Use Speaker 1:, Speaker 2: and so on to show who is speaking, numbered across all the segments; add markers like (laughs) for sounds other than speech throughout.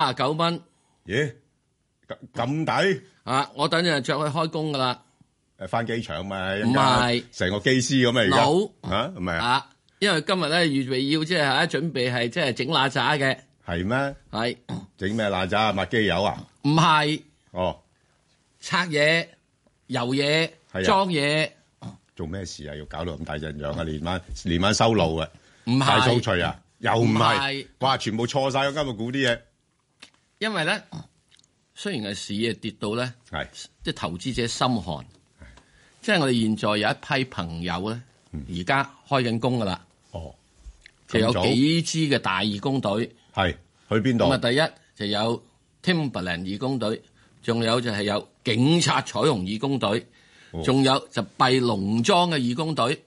Speaker 1: 啊九蚊。
Speaker 2: 咦？咁咁抵？
Speaker 1: 啊，我等陣着去開工噶啦。
Speaker 2: 誒，翻機場咪
Speaker 1: 唔係
Speaker 2: 成個機師咁啊！
Speaker 1: 扭
Speaker 2: 而家嚇唔係啊？
Speaker 1: 啊，因為今日咧預備要即係嚇準備係即係整乸渣嘅，
Speaker 2: 係咩？
Speaker 1: 係
Speaker 2: 整咩爛渣？抹機油啊？
Speaker 1: 唔係
Speaker 2: 哦，
Speaker 1: 拆嘢、油嘢
Speaker 2: 係啊、
Speaker 1: 裝嘢？
Speaker 2: 做咩事啊？要搞到咁大陣樣啊！連晚連晚修路啊！
Speaker 1: 唔
Speaker 2: 大掃
Speaker 1: 係，
Speaker 2: 除啊？又唔
Speaker 1: 唔
Speaker 2: 係
Speaker 1: 係？
Speaker 2: 哇！全部錯晒嗰間個股啲嘢，啊
Speaker 1: 因為咧雖然係市啊跌到咧，
Speaker 2: 係
Speaker 1: 即係投資者心寒，即係我哋現在有一批朋友咧，而家開緊工噶啦，
Speaker 2: 嗯哦，
Speaker 1: 就有
Speaker 2: 咁早
Speaker 1: 幾支嘅大義工隊。
Speaker 2: 係去邊
Speaker 1: 咁啊，
Speaker 2: 度？
Speaker 1: 第一就有 Timberland 義工隊，仲有就係有警察彩虹義工隊
Speaker 2: 哦，
Speaker 1: 仲、有就閉農莊嘅義工隊。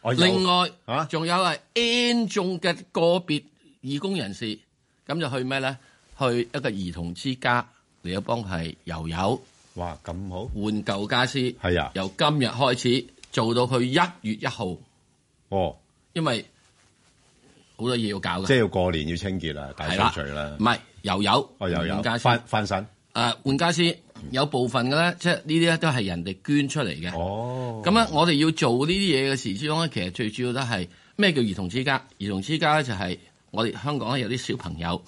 Speaker 2: 我有
Speaker 1: 另
Speaker 2: 啊
Speaker 1: 外仲、有係 N 眾嘅個別義工人士，咁就去咩咧？去一個兒童之家嚟幫係遊遊
Speaker 2: 哇咁好
Speaker 1: 換舊家私。
Speaker 2: 係啊！
Speaker 1: 由今日開始做到去一月一號，
Speaker 2: 哦，
Speaker 1: 因為好多嘢要搞
Speaker 2: 即
Speaker 1: 嘅。
Speaker 2: 係要過年要清潔啦，大
Speaker 1: 係
Speaker 2: 掃除啦
Speaker 1: 唔。係遊遊
Speaker 2: 哦，又有
Speaker 1: 換家私。
Speaker 2: 翻翻身。
Speaker 1: 誒換家私有部分嘅咧，即係呢啲咧都係人哋捐出嚟嘅。
Speaker 2: 哦，
Speaker 1: 咁咧、我哋要做呢啲嘢嘅時之中咧，其實最主要都係咩叫兒童之家？兒童之家咧就係我哋香港咧有啲小朋友，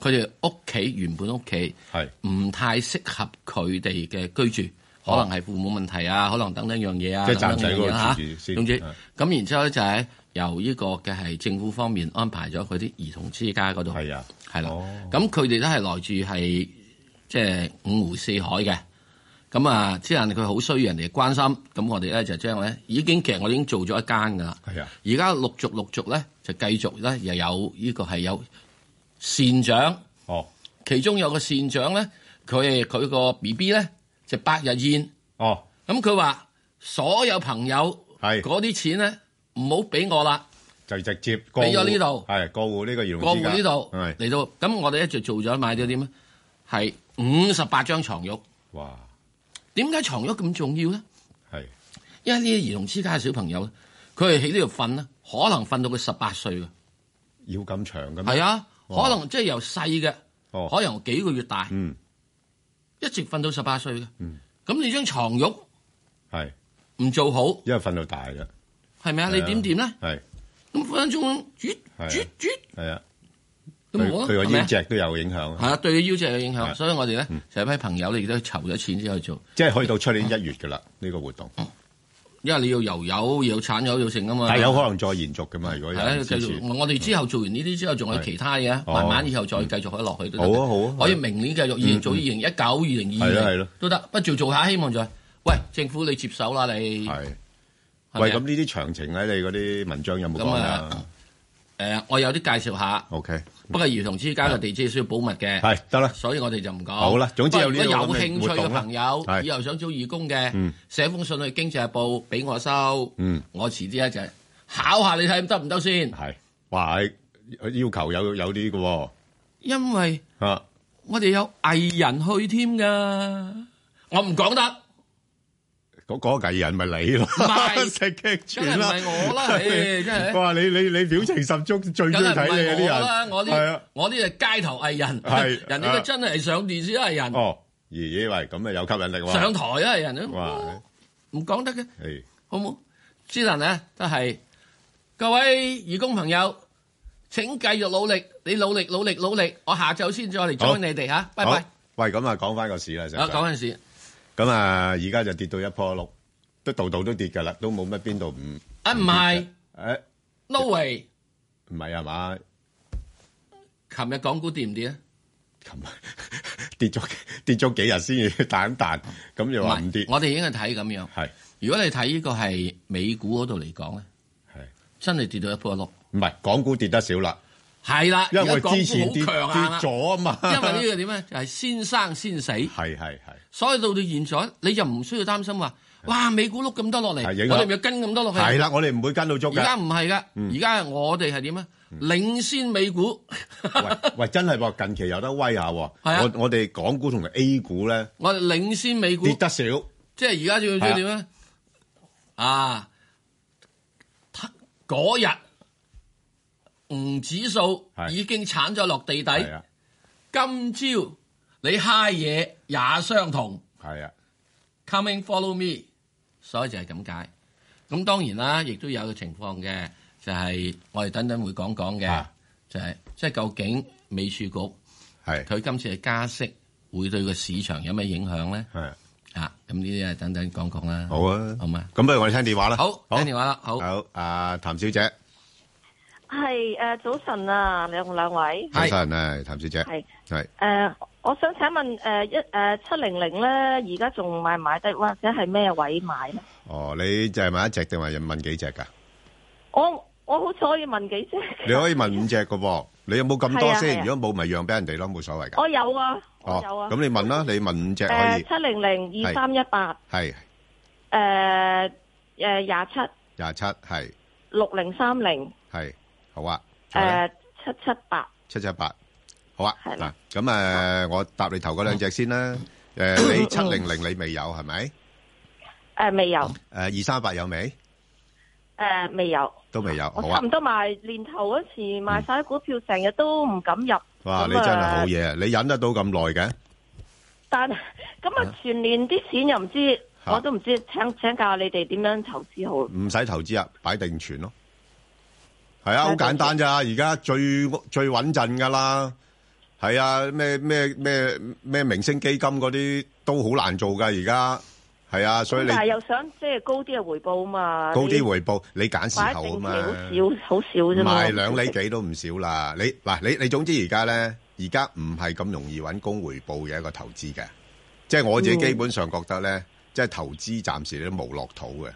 Speaker 1: 佢哋屋企原本屋企
Speaker 2: 係
Speaker 1: 唔太適合佢哋嘅居住，可能係父母問題啊，可能等等樣嘢啊，
Speaker 2: 即係暫時
Speaker 1: 等等樣嘢啊
Speaker 2: 喺嗰度住住先
Speaker 1: 總之
Speaker 2: 係
Speaker 1: 咁然之後咧就係由呢個嘅係政府方面安排咗佢啲兒童之家嗰度。
Speaker 2: 係啊，
Speaker 1: 係啦
Speaker 2: 哦，
Speaker 1: 咁佢哋都係來自係即係五湖四海嘅，咁啊，即係佢好需要人哋關心，咁我哋咧就將咧已經其實我哋已經做咗一間噶啦，
Speaker 2: 係啊，
Speaker 1: 而家陸續陸續咧就繼續咧又有呢個係有善長，
Speaker 2: 哦，
Speaker 1: 其中有個善長咧，佢係佢個 B B 咧就百日宴，
Speaker 2: 哦，
Speaker 1: 咁佢話所有朋友
Speaker 2: 係
Speaker 1: 嗰啲錢咧唔好俾我啦。
Speaker 2: 就直接過
Speaker 1: 俾咗
Speaker 2: 戶
Speaker 1: 呢度
Speaker 2: 係過戶呢個兒
Speaker 1: 過
Speaker 2: 童之
Speaker 1: 户
Speaker 2: 家
Speaker 1: 呢度
Speaker 2: 係
Speaker 1: 嚟到，咁我哋一直做咗買咗啲咩？係五十八張床褥。
Speaker 2: 哇，
Speaker 1: 點解床褥咁重要咧？
Speaker 2: 係
Speaker 1: 因為呢啲兒童之家嘅小朋友咧，佢係喺呢度瞓啦，可能瞓到佢十八歲嘅，
Speaker 2: 要咁長嘅咩？
Speaker 1: 係啊，
Speaker 2: 哇
Speaker 1: 可能即係由細嘅，
Speaker 2: 哦，
Speaker 1: 可能由幾個月大，
Speaker 2: 嗯，
Speaker 1: 一直瞓到十八歲嘅。咁你張床褥
Speaker 2: 係，
Speaker 1: 唔做好，
Speaker 2: 因為瞓到大嘅，
Speaker 1: 係咪啊？
Speaker 2: 係啊
Speaker 1: 你點點咧？
Speaker 2: 係
Speaker 1: 咁分分鐘啜
Speaker 2: 係啊
Speaker 1: 啜啜
Speaker 2: 係啊，
Speaker 1: 咁
Speaker 2: 對
Speaker 1: 冇啊，
Speaker 2: 對個
Speaker 1: 係咪
Speaker 2: 腰
Speaker 1: 啊？
Speaker 2: 脊都有影響
Speaker 1: 係
Speaker 2: 啊，
Speaker 1: 啊，對腰脊有影
Speaker 2: 係
Speaker 1: 響，所以我哋咧就有批朋友你都籌咗錢之後做。嗯
Speaker 2: 即係去到出年一月㗎啦，呢個活動，
Speaker 1: 因為你要油油，要產油，要剩啊嘛。
Speaker 2: 但係有可能再延續㗎嘛，如果有
Speaker 1: 係啊，
Speaker 2: 人
Speaker 1: 繼
Speaker 2: 支
Speaker 1: 續。
Speaker 2: 持，
Speaker 1: 我我哋之後做完呢啲之後，仲有其他嘢啊，
Speaker 2: 哦
Speaker 1: 慢慢以後再繼續可以落去都得。
Speaker 2: 好啊好啊嗯
Speaker 1: 可以明年繼續，二零做二零一九、二零二
Speaker 2: 係咯係
Speaker 1: 零
Speaker 2: 咯
Speaker 1: 都得，不做做下，希望就係喂政府你接手啦，你
Speaker 2: 係。
Speaker 1: 係
Speaker 2: 喂，
Speaker 1: 咪
Speaker 2: 咁呢啲詳情喺你嗰啲文章有冇講
Speaker 1: 咁
Speaker 2: 啊
Speaker 1: 啊誒，我有啲介紹下，
Speaker 2: ？OK，
Speaker 1: 不過兒童之家嘅地址需要保密嘅，
Speaker 2: 係得啦，
Speaker 1: 所以我哋就唔講。
Speaker 2: 好啦總之有呢
Speaker 1: 不過如果
Speaker 2: 個咁
Speaker 1: 有
Speaker 2: 嘅
Speaker 1: 興趣
Speaker 2: 活動
Speaker 1: 嘅
Speaker 2: 啦
Speaker 1: 朋友
Speaker 2: 係，
Speaker 1: 以後想做義工嘅
Speaker 2: 嗯，
Speaker 1: 寫封信去經濟日報俾我收，
Speaker 2: 嗯，
Speaker 1: 我遲啲咧就係考下你睇得唔得先，
Speaker 2: 係，哇，要求有有啲嘅喎，
Speaker 1: 因為。
Speaker 2: 啊，
Speaker 1: 我哋有藝人去添噶，我唔講得，
Speaker 2: 嗰嗰個藝人咪你咯，
Speaker 1: 唔係
Speaker 2: (laughs) 食劇
Speaker 1: 梗
Speaker 2: 全
Speaker 1: 係唔
Speaker 2: 啦。
Speaker 1: 係我
Speaker 2: (laughs)
Speaker 1: 啦，唉真係，
Speaker 2: 哇！你你你表情十足，最中意
Speaker 1: 梗係唔
Speaker 2: 睇你啊
Speaker 1: 係
Speaker 2: 啲
Speaker 1: 我
Speaker 2: 人。
Speaker 1: 啦，我
Speaker 2: 係啊
Speaker 1: 啲，我啲係街頭藝人，
Speaker 2: 係
Speaker 1: 人哋
Speaker 2: 啊
Speaker 1: 都真係上電視都係人，
Speaker 2: 哦，咦咦喂，咁啊有吸引力喎。
Speaker 1: 上台都係人，
Speaker 2: 哇！
Speaker 1: 唔講得嘅，
Speaker 2: 誒，
Speaker 1: 好冇？之能咧都係各位義工朋友，請繼續努力，你努力努力努力，我下晝先再嚟
Speaker 2: 好
Speaker 1: join 你哋吓，拜
Speaker 2: 好
Speaker 1: 拜。。
Speaker 2: 喂，咁啊講翻個市啦，成
Speaker 1: 啊，講嗰陣時，
Speaker 2: 咁啊，而家就跌到一坡六，都度度都跌㗎啦，都冇乜邊度唔
Speaker 1: 啊唔係
Speaker 2: 誒
Speaker 1: ，no way，
Speaker 2: 唔係啊嘛？
Speaker 1: 琴日港股跌唔跌啊？
Speaker 2: 琴日跌咗 (laughs) 跌咗幾日先至 (laughs) 彈一彈，咁又話唔跌，
Speaker 1: 我哋應該睇咁樣。
Speaker 2: 係
Speaker 1: 如果你睇呢個係美股嗰度嚟講咧，
Speaker 2: 係
Speaker 1: 真係跌到一波六。
Speaker 2: 唔係港股跌得少啦？
Speaker 1: 係啦，
Speaker 2: 因為
Speaker 1: 而
Speaker 2: 我
Speaker 1: 家港
Speaker 2: 之前跌
Speaker 1: 股
Speaker 2: 跌
Speaker 1: 好強硬啦。
Speaker 2: 咗啊嘛。
Speaker 1: 因為呢個點咧，就係先生先死，
Speaker 2: 係係係
Speaker 1: 所以到到現在你就唔需要擔心話，哇美股碌咁多落嚟，
Speaker 2: 係影響
Speaker 1: 我哋咪跟咁多落去。
Speaker 2: 係啦，我哋唔嗯會跟到足
Speaker 1: 而
Speaker 2: 㗎。
Speaker 1: 家唔係噶，而家我哋係點咧？
Speaker 2: 嗯
Speaker 1: 領先美股，
Speaker 2: 喂喂，真係喎，近期有得威下喎。
Speaker 1: 係啊
Speaker 2: 我我哋港股同埋 A 股咧
Speaker 1: 我哋領先美股
Speaker 2: 跌，得少，
Speaker 1: 即係而家仲要
Speaker 2: 係啊
Speaker 1: 點咧？啊，嗰日。吳指數
Speaker 2: 係
Speaker 1: 已經鏟咗落地底，
Speaker 2: 係啊，
Speaker 1: 今朝你嗨嘢也相同
Speaker 2: 係啊，
Speaker 1: ，coming follow me，所以就係咁解。咁當然啦，亦都有個情況嘅，就係、我哋等等會講講嘅
Speaker 2: 啊，
Speaker 1: 就係即係究竟美儲局
Speaker 2: 係
Speaker 1: 佢今次嘅加息會對個市場有咩影響咧？
Speaker 2: 係
Speaker 1: 啊，咁呢啲啊等等講講啦。
Speaker 2: 好啊，
Speaker 1: 好嘛。
Speaker 2: 咁不如我哋聽電話啦。
Speaker 1: 好，
Speaker 2: 好，
Speaker 1: 聽電話啦，好。
Speaker 2: 好，阿譚小姐，
Speaker 3: 系诶，早晨啊，兩兩位
Speaker 2: 早
Speaker 1: 係
Speaker 2: 晨啊，譚小姐，
Speaker 3: 係
Speaker 2: 係
Speaker 3: 诶、誒我想請問诶一诶七零零咧，而家仲買唔買得，或者係咩位買咧？
Speaker 2: 哦，你就係問一隻定係問幾隻㗎？
Speaker 3: 我我好似可以問幾隻？
Speaker 2: 你可以問五隻嘅喎，你有冇咁多
Speaker 3: 係啊
Speaker 2: 先？
Speaker 3: 係啊
Speaker 2: 如果冇，咪讓俾人哋咯，冇所謂㗎。
Speaker 3: 我有啊，我
Speaker 2: 哦，
Speaker 3: 有啊。
Speaker 2: 咁你問啦，你問五隻可
Speaker 3: 誒
Speaker 2: 以，
Speaker 3: 七零零二三一八
Speaker 2: 係
Speaker 3: 诶诶廿七
Speaker 2: 廿七，係
Speaker 3: 六零三零
Speaker 2: 係好啊。仲有呢
Speaker 3: 诶七七八
Speaker 2: 七七八，好啊。
Speaker 3: 係
Speaker 2: 嗱
Speaker 3: 啦，
Speaker 2: 咁诶，我答你頭嗰兩隻先啦。诶，你七零零你未有係咪？
Speaker 3: 诶未有
Speaker 2: 诶，二三八有未？
Speaker 3: 诶未有，
Speaker 2: 都未有，好
Speaker 3: 我
Speaker 2: 啊
Speaker 3: 差唔。多賣年頭嗰時買晒啲股票，成日都唔敢入。
Speaker 2: 哇，
Speaker 3: 咁
Speaker 2: 你真係
Speaker 3: 啊
Speaker 2: 好嘢啊，你忍得到咁耐嘅？
Speaker 3: 但
Speaker 2: (laughs)
Speaker 3: 咁啊，全年啲錢又唔知，
Speaker 2: 嚇
Speaker 3: 我都唔知請請教你哋點樣投資好。
Speaker 2: 唔使投資啊，擺定存咯。係啊，好
Speaker 3: 擺定
Speaker 2: 簡單咋，而家最最穩陣噶啦。係啊，咩咩咩咩明星基金嗰啲都好難做噶，而家係啊，所以
Speaker 3: 咁
Speaker 2: 你
Speaker 3: 但係又想即係高啲嘅回報啊嘛，
Speaker 2: 高啲回報，你揀時
Speaker 3: 擺定
Speaker 2: 候啊
Speaker 3: 期
Speaker 2: 嘛。
Speaker 3: 好少好少啫嘛。
Speaker 2: 賣兩厘幾都唔少啦。你嗱，你你總之而家咧，而家唔係咁容易揾工回報嘅一個投資嘅，即係我自己
Speaker 3: 嗯
Speaker 2: 基本上覺得咧，即係投資暫時都冇落土嘅，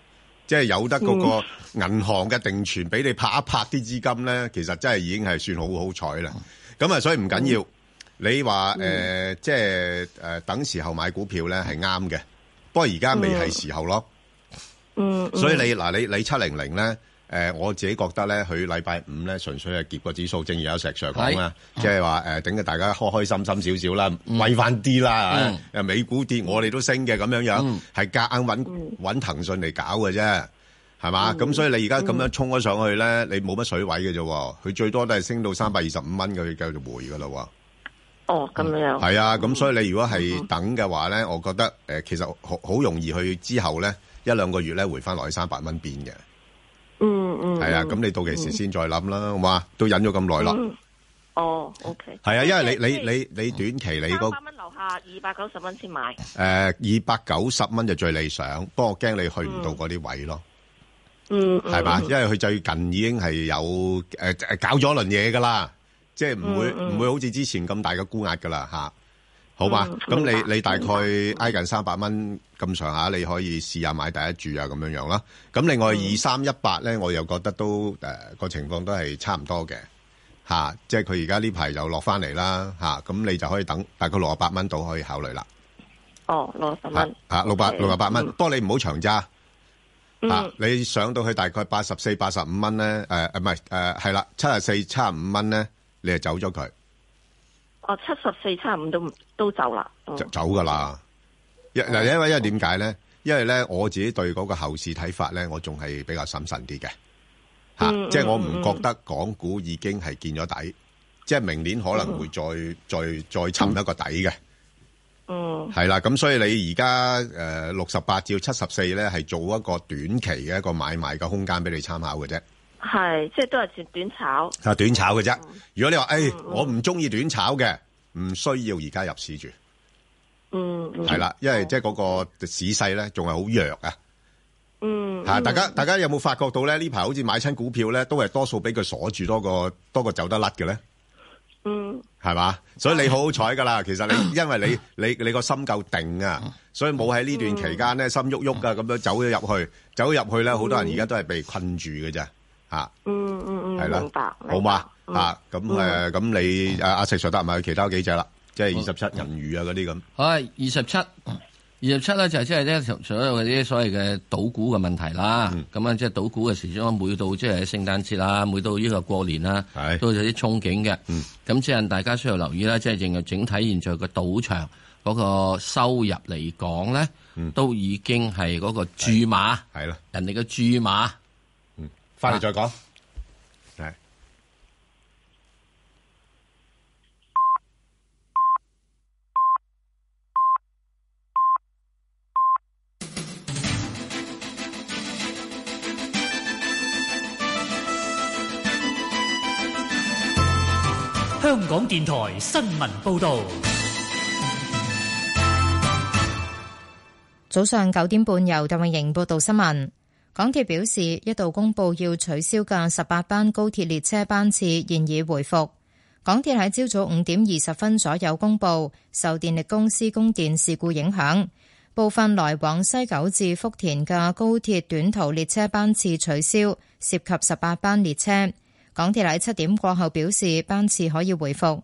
Speaker 2: 即係有得
Speaker 3: 嗯
Speaker 2: 嗰個銀行嘅定存俾你拍一拍啲資金咧，其實真係已經係算好好彩啦。咁啊，所以唔緊
Speaker 3: 嗯
Speaker 2: 要。你話誒、呃即係誒、呃等時候買股票咧係啱嘅，不過而家未係時候咯。
Speaker 3: 嗯，嗯
Speaker 2: 所以你嗱，你你七零零咧，誒我自己覺得咧，佢禮拜五咧純粹係結個指數，正如阿石 Sir 講啦，即係話誒等嘅大家開開心心少少啦，威翻啲啦
Speaker 1: 嗯，
Speaker 2: 誒美股跌我哋都升嘅咁樣樣
Speaker 1: 嗯，
Speaker 2: 係夾硬揾揾騰訊嚟搞嘅啫。係嘛？咁所以你而家咁樣衝咗上去咧，你冇乜水位嘅啫喎，佢最多都係升到三百二十五蚊，佢繼續回嘅咯喎。
Speaker 3: 哦咁樣。
Speaker 2: 係啊，咁所以你如果係等嘅話咧，我覺得誒、呃其實好好容易去之後咧一兩個月咧回翻落去三百蚊邊嘅。
Speaker 3: 嗯嗯。
Speaker 2: 係啊，咁你到期時先再諗啦，好嘛？都忍咗咁耐啦。
Speaker 3: 嗯哦，OK。
Speaker 2: 係啊，因為你
Speaker 3: 即係嗯
Speaker 2: 你你你短期你
Speaker 3: 三
Speaker 2: 嗰
Speaker 3: 百蚊啊樓下二百九十蚊先買。
Speaker 2: 誒二百九十蚊就最理想，不過我驚你去唔到嗰啲位咯，
Speaker 3: 嗯，嗯
Speaker 2: 係嘛？因為佢最近已經係有誒誒搞咗輪嘢噶啦，即係唔會
Speaker 3: 嗯
Speaker 2: 唔會好似之前咁大嘅沽壓噶啦嚇。好嘛，
Speaker 3: 嗯
Speaker 2: 咁
Speaker 3: 明
Speaker 2: 你
Speaker 3: 白
Speaker 2: 你大概挨近三百蚊咁上下，你可以試下買第一注啊咁樣樣啦。咁另外
Speaker 3: 嗯
Speaker 2: 二三一八咧，我又覺得都誒個、情況都係差唔多嘅嚇、即係佢而家呢排又落翻嚟啦嚇，咁、你就可以等大概六十八蚊度可以考慮啦
Speaker 3: 哦，六十
Speaker 2: 嚇
Speaker 3: 蚊。
Speaker 2: 嚇六百
Speaker 3: Okay，
Speaker 2: 六十八蚊，
Speaker 3: 嗯
Speaker 2: 不過你唔好長揸嚇、
Speaker 3: 嗯
Speaker 2: 你上到去大概八十四、八十五蚊咧誒誒唔係誒係啦，七十四、七十五蚊咧，你就走咗佢
Speaker 3: 哦，七十四差唔多都都走啦。嗯
Speaker 2: 就走噶啦。因
Speaker 3: 哦
Speaker 2: 嗱，因為因為點解咧？因為咧，我自己對嗰個後市睇法咧，我仲係比較審慎啲嘅嚇，
Speaker 3: 嗯
Speaker 2: 即係我
Speaker 3: 嗯
Speaker 2: 唔
Speaker 3: 嗯
Speaker 2: 覺得港股已經係見咗底，即係明年可能會再、再再沉一個底嘅，
Speaker 3: 嗯
Speaker 2: 係啦。咁所以你而家誒六十八至七十四咧，係做一個短期嘅一個買賣嘅空間俾你參考嘅啫。
Speaker 3: 係，即係都係算短炒。
Speaker 2: 啊，短炒嘅啫。
Speaker 3: 哦
Speaker 2: 如果你話誒、哎
Speaker 3: 嗯
Speaker 2: 我唔中意短炒嘅，唔需要而家入市住。
Speaker 3: 嗯，嗯
Speaker 2: 係啦，因為即係嗰個市勢咧，仲係好弱啊！ (laughs)
Speaker 3: 嗯，
Speaker 2: 嚇，大家大家有冇發覺到咧？呢排好似買親股票咧，都係多數俾佢鎖住多過多過走得甩嘅咧，
Speaker 3: 嗯，
Speaker 2: 係嘛？所以你好好彩
Speaker 1: (laughs)
Speaker 2: 㗎啦，其實你因為你你你個心夠定啊，所以冇喺呢段期間咧心喐喐啊咁樣走咗入去，走咗入去咧，好多人而家都係被困住嘅啫，嚇
Speaker 3: 嗯嗯嗯，
Speaker 2: 係啦
Speaker 3: 明白，
Speaker 2: 好嘛
Speaker 4: 嗯
Speaker 2: 啊嚇咁誒咁你阿阿石 Sir 得埋其他幾隻啦，即係二十七銀魚啊嗰啲咁，
Speaker 1: 好啊，二十七，二十七咧就係即係咧所有嗰啲所謂嘅賭股嘅問題啦。
Speaker 2: 嗯
Speaker 1: 咁啊，即係賭股嘅時鐘，每到即係聖誕節啦，每到呢個過年啦
Speaker 2: 係，嗯
Speaker 1: 都有啲憧憬嘅。咁即係大家需要留意啦，即係整個整體現在個賭場嗰個收入嚟講咧，都已經係嗰個注碼，
Speaker 2: 嗯係啦，
Speaker 1: 人哋嘅注碼。啊
Speaker 2: 翻嚟再講，係。
Speaker 5: 香港電台新聞報導。
Speaker 6: 早上九點半，由鄧永瑩報道新聞。港鐵表示，一度公佈要取消嘅十八班高鐵列車班次現已回復。港鐵喺朝早五點二十分左右公佈，受電力公司供電事故影響，部分來往西九至福田嘅高鐵短途列車班次取消，涉及十八班列車。港鐵喺七點過後表示，班次可以回復。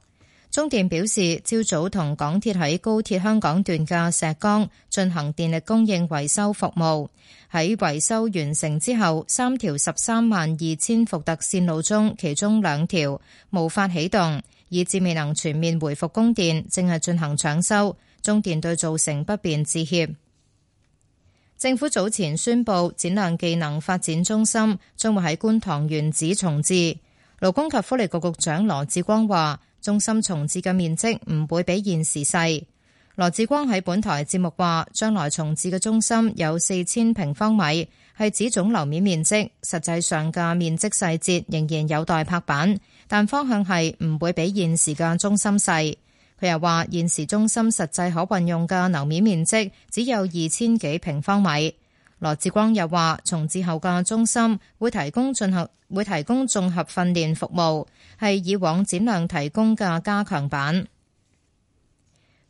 Speaker 6: 中電表示，朝早同港鐵喺高鐵香港段嘅石崗進行電力供應維修服務。喺維修完成之後，三條十三萬二千伏特線路中，其中兩條無法啟動，以致未能全面回復供電，正係進行搶修。中電對造成不便致歉。政府早前宣布，展亮技能發展中心將會喺觀塘原址重置。勞工及福利局局長羅致光話。中心重置嘅面積唔會比現時細。羅致光喺本台節目話，將來重置嘅中心有四千平方米，係指總樓面面積，實際上嘅面積細節仍然有待拍板，但方向係唔會比現時嘅中心細。佢又話，現時中心實際可運用嘅樓面面積只有二千幾平方米。羅致光又話：重置後嘅中心會提供進合會提供綜合訓練服務，係以往展亮提供嘅加強版。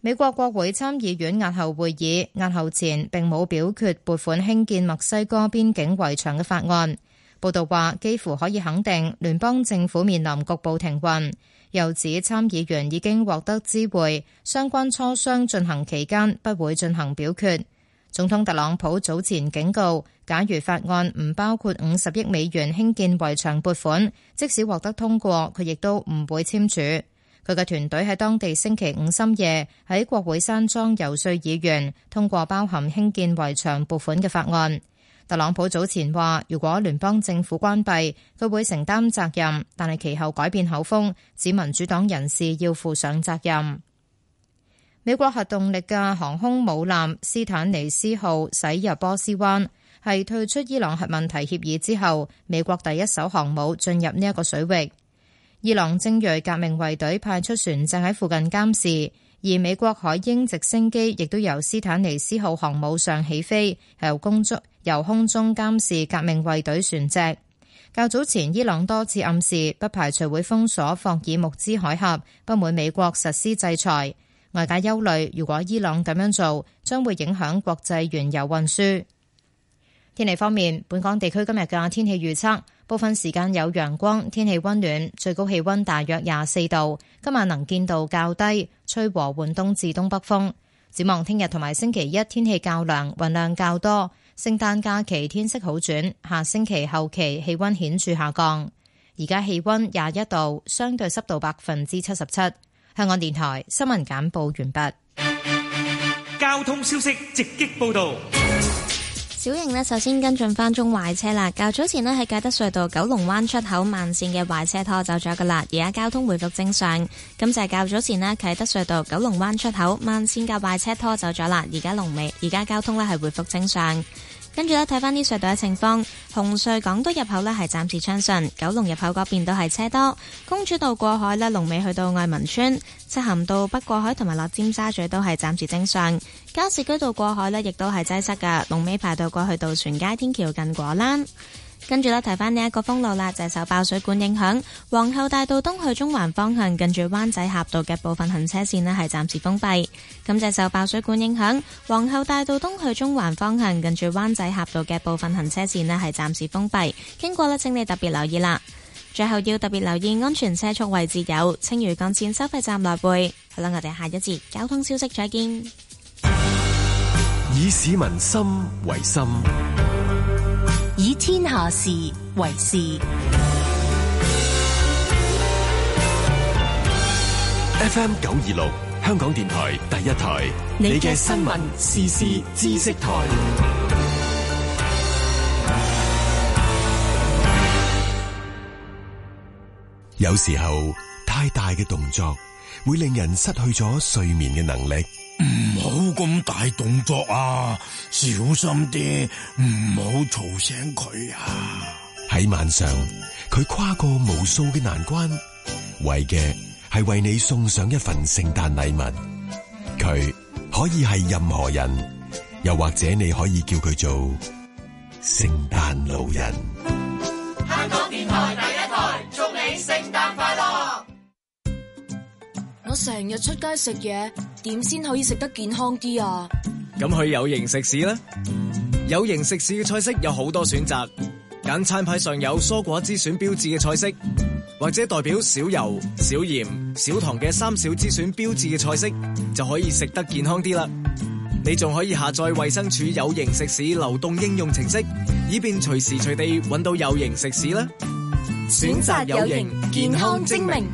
Speaker 6: 美國國會參議院押後會議，押後前並冇表決撥款興建墨西哥邊境圍牆嘅法案。報道話，幾乎可以肯定聯邦政府面臨局部停運。又指參議員已經獲得知會，相關磋商進行期間不會進行表決。總統特朗普早前警告，假如法案唔包括五十億美元興建圍牆撥款，即使獲得通過，佢亦都唔會簽署。佢嘅團隊喺當地星期五深夜喺國會山莊遊說議員通過包含興建圍牆撥款嘅法案。特朗普早前話，如果聯邦政府關閉，佢會承擔責任，但係其後改變口風，指民主黨人士要負上責任。美國核動力嘅航空母艦斯坦尼斯號駛入波斯灣，係退出伊朗核問題協議之後，美國第一艘航母進入呢一個水域。伊朗精銳革命衛隊派出船隻喺附近監視，而美國海鷹直升機亦都由斯坦尼斯號航母上起飛，由空中由空中監視革命衛隊船隻。較早前，伊朗多次暗示不排除會封鎖霍爾木茲海峽，不滿美國實施制裁。外界憂慮，如果伊朗咁樣做，將會影響國際原油運輸。天氣方面，本港地區今日嘅天氣預測，部分時間有陽光，天氣温暖，最高氣温大約廿四度。今晚能見度較低，吹和緩東至東北風。展望聽日同埋星期一天氣較涼，雲量較多。聖誕假期天色好轉，下星期後期氣温顯著下降。而家氣温廿一度，相對濕度百分之七十七。香港電台新聞簡報完畢。
Speaker 5: 交通消息直擊報導。
Speaker 7: 小型呢，首先跟進返中壞車啦。較早前呢，喺介德隧道九龍灣出口慢線嘅壞車拖走咗㗎啦，而家交通回復正常。咁就係較早前呢，啟德隧道九龍灣出口慢線嘅壞車拖走咗啦，而家龍尾，而家交通呢係回復正常。跟住呢，睇翻啲隧道嘅情況，紅隧港島入口呢係暫時暢順，九龍入口嗰邊都係車多。公主道過海呢，龍尾去到愛民村，漆咸道北過海同埋落尖沙咀都係暫時正常。加士居道過海呢亦都係擠塞㗎，龍尾排到過去渡船街天橋近果欄。跟住呢，睇翻呢一個封路啦，就係受爆水管影響，皇后大道東去中環方向，近住灣仔峽道嘅部分行車線呢係暫時封閉。咁就係受爆水管影響，皇后大道東去中環方向，近住灣仔峽道嘅部分行車線呢係暫時封閉。經過呢，請你特別留意啦。最後要特別留意安全車速位置有青嶼幹線收費站內背。好啦，我哋下一節交通消息再見。
Speaker 3: 嗯
Speaker 4: 以市民心為心。
Speaker 8: 以天下事為事。
Speaker 4: FM 九二六，香港電台第一台，你嘅新聞、時事、知識台。
Speaker 9: 有時候太大嘅動作會令人失去咗睡眠嘅能力。
Speaker 10: 唔好咁大動作啊！小心啲，唔好嘈醒佢啊！
Speaker 9: 喺晚上，佢跨過無數嘅難關，為嘅係為你送上一份聖誕禮物。佢可以係任何人，又或者你可以叫佢做聖誕老人。
Speaker 11: 香港電台第一台，祝你聖誕快樂！
Speaker 12: 我成日出街食嘢，點先可以食得健康啲啊？
Speaker 13: 咁去有形食肆啦，有形食肆嘅菜式有好多選擇，揀餐牌上有蔬果之選標誌嘅菜式，或者代表少油、少鹽、少糖嘅三少之選標誌嘅菜式，就可以食得健康啲啦。你仲可以下載衛生署有形食肆流動應用程式，以便隨時隨地揾到有形食肆啦。
Speaker 12: 選擇有型，健康精明。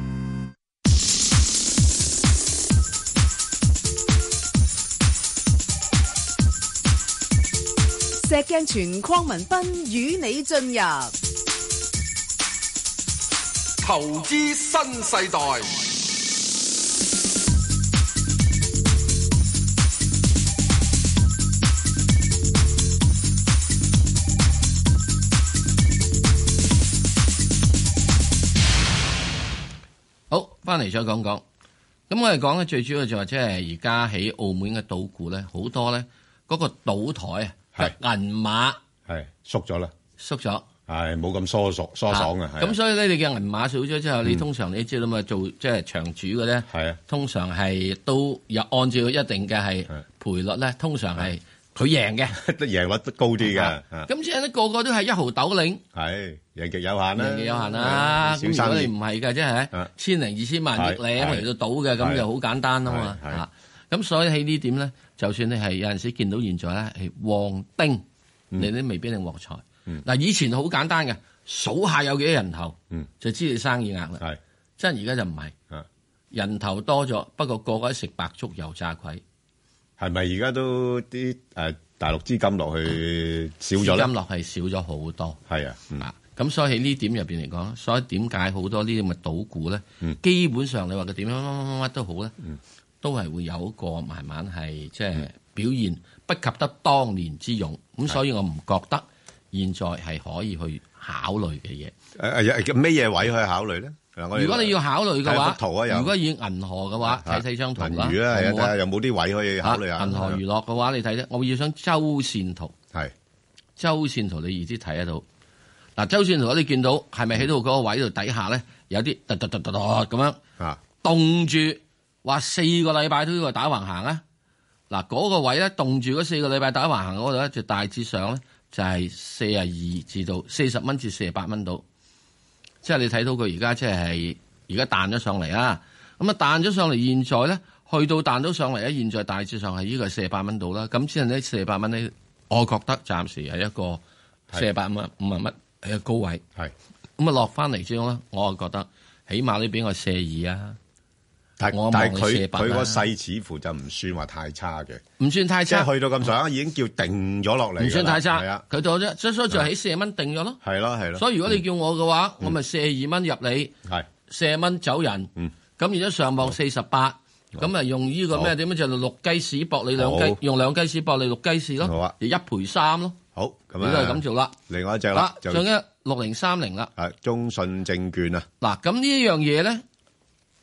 Speaker 14: 石鏡泉鄺民彬與你進入
Speaker 15: 投資新世代。
Speaker 1: 好，翻嚟再講講。咁我哋講咧，最主要就係即係而家喺澳門嘅賭股咧，好多咧嗰個賭台啊。係銀碼
Speaker 2: 係縮咗啦，
Speaker 1: 縮咗
Speaker 2: 係冇咁疏爽疏爽啊！
Speaker 1: 咁所以咧，你嘅銀碼少咗之後，你通常你知啦嘛，做即係長主嘅咧，通常係都有按照一定嘅係賠率咧，通常係佢贏
Speaker 2: (laughs)
Speaker 1: 嘅，
Speaker 2: 贏率高啲嘅。
Speaker 1: 咁即係咧，個個都係一毫豆領，
Speaker 2: 係贏極有限啦，啊
Speaker 1: 贏極有限啦。咁如果你唔係嘅，即係千零二千萬億領嚟到賭嘅，咁就好簡單啊嘛嚇。咁所以喺呢點咧，就算你係有陣時見到現在咧係旺丁，你都未必定獲財。
Speaker 2: 嗯
Speaker 1: 嗱，以前好簡單嘅，數下有幾多人頭，就知你生意額啦。真係而家就唔係，人頭多咗，不過個個都食白粥油炸鬼。
Speaker 2: 係咪而家都啲誒大陸資金落去少咗咧？
Speaker 1: 資金落係少咗好多。
Speaker 2: 係啊，
Speaker 1: 咁所以喺呢點入邊嚟講，所以點解好多呢啲咁嘅賭股咧，基本上你話佢點樣乜乜乜都好咧。都係會有一個慢慢係即係表現不及得當年之勇，咁所以我唔覺得現在係可以去考慮嘅嘢。
Speaker 2: 誒誒，呃咩嘢位去考慮咧？
Speaker 1: 如果你要考慮嘅話，
Speaker 2: 圖啊有。
Speaker 1: 如果以銀河嘅話，睇睇張圖啦。
Speaker 2: 銀娛啊，睇下有冇啲位可以考慮下。
Speaker 1: 銀啊河娛樂嘅話，你睇啫，我要想周線圖。
Speaker 2: 係
Speaker 1: 周線圖，你易啲睇得到。嗱，周線圖你見到係咪喺到嗰個位度底下咧？有啲突突突突突咁樣
Speaker 2: 啊，
Speaker 1: 凍住。話四個禮拜都要打橫行啊！嗱，嗰個位咧，凍住嗰四個禮拜打橫行嗰度咧，就大致上咧就係四十二至到四十蚊至四十八蚊度。即係你睇到佢而家即係而家彈咗上嚟啊！咁啊彈咗上嚟，現在咧去到彈到上嚟咧，現在大致上係呢個四十八蚊度啦。咁之後呢，四十八蚊呢，我覺得暫時係一個四十八蚊五十蚊係一個高位。
Speaker 2: 係
Speaker 1: 咁啊落翻嚟之後咧，我啊覺得起碼你俾我四二啊！
Speaker 2: 但
Speaker 1: 我
Speaker 2: 但
Speaker 1: 望
Speaker 2: 係佢
Speaker 1: 四百
Speaker 2: 佢
Speaker 1: 啦
Speaker 2: 個勢似乎就唔算話太差嘅，
Speaker 1: 啊唔算太差
Speaker 2: 即係去到咁上下已經叫定咗落嚟㗎啦，
Speaker 1: 唔算太
Speaker 2: 係啊
Speaker 1: 差，，佢到咗，即係所以就喺四十蚊定咗咯。
Speaker 2: 係咯係嗯咯。
Speaker 1: 所以如果你叫我嘅話，我咪四十二蚊入你，
Speaker 2: 係嗯
Speaker 1: 四十蚊走人。咁然之後上望四十八，咁啊用呢個
Speaker 2: 好
Speaker 1: 咩點樣就六雞屎搏你兩雞
Speaker 2: 好，
Speaker 1: 用兩雞屎搏你六雞屎咯。
Speaker 2: 好啊
Speaker 1: 一賠三咯。
Speaker 2: 好
Speaker 1: 你
Speaker 2: 咁啊，
Speaker 1: 都係咁做啦。
Speaker 2: 另外一隻啦
Speaker 1: 嗱，，
Speaker 2: 就
Speaker 1: 仲有六零三零啦。
Speaker 2: 係中信證券啊，
Speaker 1: 嗱，咁呢樣嘢咧，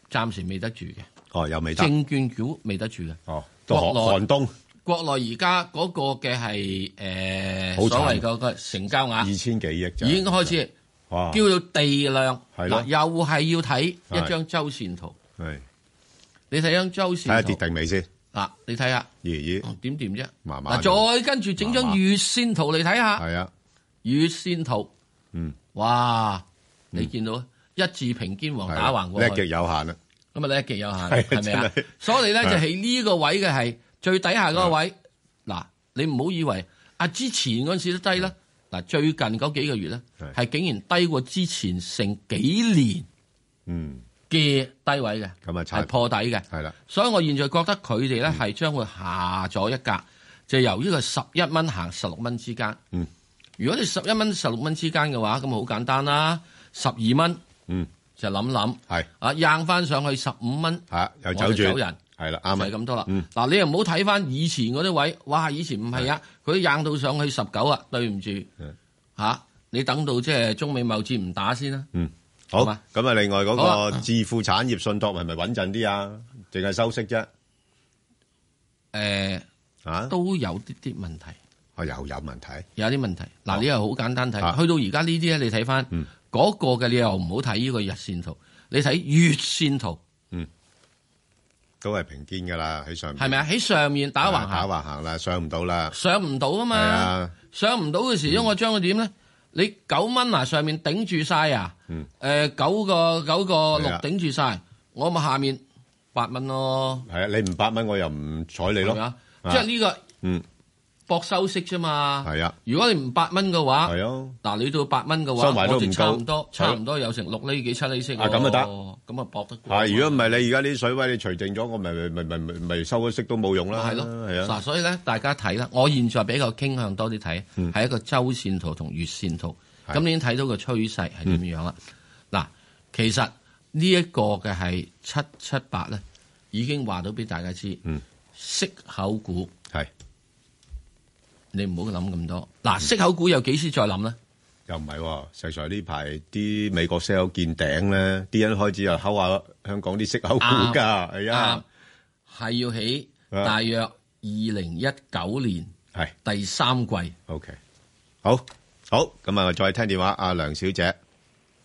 Speaker 1: 暫時未得住嘅，
Speaker 2: 哦又未得，
Speaker 1: 證券股未得住嘅。
Speaker 2: 哦，都
Speaker 1: 國
Speaker 2: 寒
Speaker 1: 內
Speaker 2: 寒冬
Speaker 1: 國內而家嗰個嘅係誒
Speaker 2: 好慘哦
Speaker 1: 所謂嗰個成交額
Speaker 2: 二千幾億就
Speaker 1: 已經開始
Speaker 2: 哇，
Speaker 1: 叫做地量，
Speaker 2: 係咯
Speaker 1: 嗱又係要睇一張周線圖。
Speaker 2: 係
Speaker 1: 你睇張周
Speaker 2: 睇下
Speaker 1: 線
Speaker 2: 跌
Speaker 1: 圖，
Speaker 2: 定未先，
Speaker 1: 嗱你睇下
Speaker 2: 咦咦，
Speaker 1: 點掂啫。
Speaker 2: 麻麻地，
Speaker 1: 嗱，再跟住整張月線圖嚟睇下，
Speaker 2: 係啊，
Speaker 1: 月線圖，
Speaker 2: 嗯，
Speaker 1: 哇，你見到啊一字平肩橫
Speaker 2: 係啊
Speaker 1: 打橫過
Speaker 2: 叻極
Speaker 1: 去，
Speaker 2: 有限啦，
Speaker 1: 咁啊叻極有限，
Speaker 2: (laughs) 係啊
Speaker 1: 係咪啊
Speaker 2: 真係？
Speaker 1: 所以你咧
Speaker 2: 係
Speaker 1: 就喺呢個位嘅係最底下嗰個位，嗱你唔好以為啊之前嗰陣時都低啦，嗱最近嗰幾個月咧
Speaker 2: 係
Speaker 1: 係竟然低過之前成幾年
Speaker 2: 嗯，
Speaker 1: 嘅低位嘅，
Speaker 2: 咁啊差
Speaker 1: 係破底嘅。
Speaker 2: 係啦，嗯
Speaker 1: 所以我現在覺得佢哋咧係將會下咗一格，就由呢個十一蚊行十六蚊之間。
Speaker 2: 嗯，
Speaker 1: 如果你十一蚊十六蚊之間嘅話，咁好簡單啦。十二蚊
Speaker 2: 嗯
Speaker 1: 就諗諗，
Speaker 2: 係
Speaker 1: 啊，硬翻上去十五蚊，
Speaker 2: 嚇又走
Speaker 1: 我
Speaker 2: 住
Speaker 1: 就走人，
Speaker 2: 係啦，
Speaker 1: 就
Speaker 2: 啱啊，
Speaker 1: 係咁多啦。
Speaker 2: 嗯
Speaker 1: 嗱，你又唔好睇翻以前嗰啲位，哇！以前唔係啊，佢硬到上去十九啊，對唔住
Speaker 2: 嗯 Ừ.
Speaker 1: 嚇，你等到即係中美貿戰唔打先啦。
Speaker 2: 嗯，好，
Speaker 1: 嘛
Speaker 2: 咁啊，另外嗰
Speaker 1: 好啊
Speaker 2: 個置富產業信託係咪穩陣啲啊？淨係收息啫？
Speaker 1: 誒
Speaker 2: 啊，
Speaker 1: 都有啲啲問題。
Speaker 2: 啊，又有問題。
Speaker 1: 有啲問題。嗱，呢個好簡單睇，
Speaker 2: 啊嗯
Speaker 1: 去到而家呢啲咧，你睇翻嗰個嘅，你又唔好睇呢個日線圖，你睇月線圖
Speaker 2: 嗯都係平肩噶啦，喺上面啊
Speaker 1: 係咪啊？喺上面打橫
Speaker 2: 打
Speaker 1: 行，
Speaker 2: 橫行啦，上唔到啦，
Speaker 1: 上唔到啊
Speaker 2: 係
Speaker 1: 嘛，
Speaker 2: 啊，
Speaker 1: 上唔到嘅時候，我將佢點咧？你九蚊啊，上面頂住晒啊！
Speaker 2: Ừ.
Speaker 1: 誒，九個九個六
Speaker 2: 係啊
Speaker 1: 頂住晒，我咪下面八蚊咯，
Speaker 2: 係啊，你唔八蚊我又唔睬你
Speaker 1: 係咪
Speaker 2: 咯
Speaker 1: 啊，？即係呢個
Speaker 2: 嗯
Speaker 1: 搏收息啫嘛。
Speaker 2: 係啊，
Speaker 1: 如果你唔八蚊嘅話，
Speaker 2: 係啊，
Speaker 1: 嗱你到八蚊嘅話，
Speaker 2: 收埋都
Speaker 1: 我哋
Speaker 2: 唔夠
Speaker 1: 差唔多，
Speaker 2: 係咯
Speaker 1: 差唔多有成六厘幾七厘息
Speaker 2: 啊咁就得
Speaker 1: 咁啊搏得過
Speaker 2: 係，如果唔係你而家啲水位你除淨咗，我咪咪咪咪咪收咗息都冇用啦，
Speaker 1: 係咯
Speaker 2: 係啊，
Speaker 1: 嗱，所以咧大家睇啦，我現在比較傾向多啲睇，
Speaker 2: 嗯
Speaker 1: 係一個周線圖同月線圖，咁你已經睇到個趨勢係
Speaker 2: 嗯
Speaker 1: 點樣啦。嗱，其實呢一個嘅係七七八咧，已經話到俾大家知，息口股
Speaker 2: 嗯係
Speaker 1: 你唔好諗咁多。嗱，息口股有幾時再諗咧？
Speaker 2: 又唔係喎，實在呢排啲美國息口見頂咧，啲人開始又睺下香港啲息口股㗎，係啊，
Speaker 1: 啱，係要起大約二零一九年
Speaker 2: 係
Speaker 1: 第三季。
Speaker 2: OK，好，好，咁啊，再聽電話，阿梁小姐，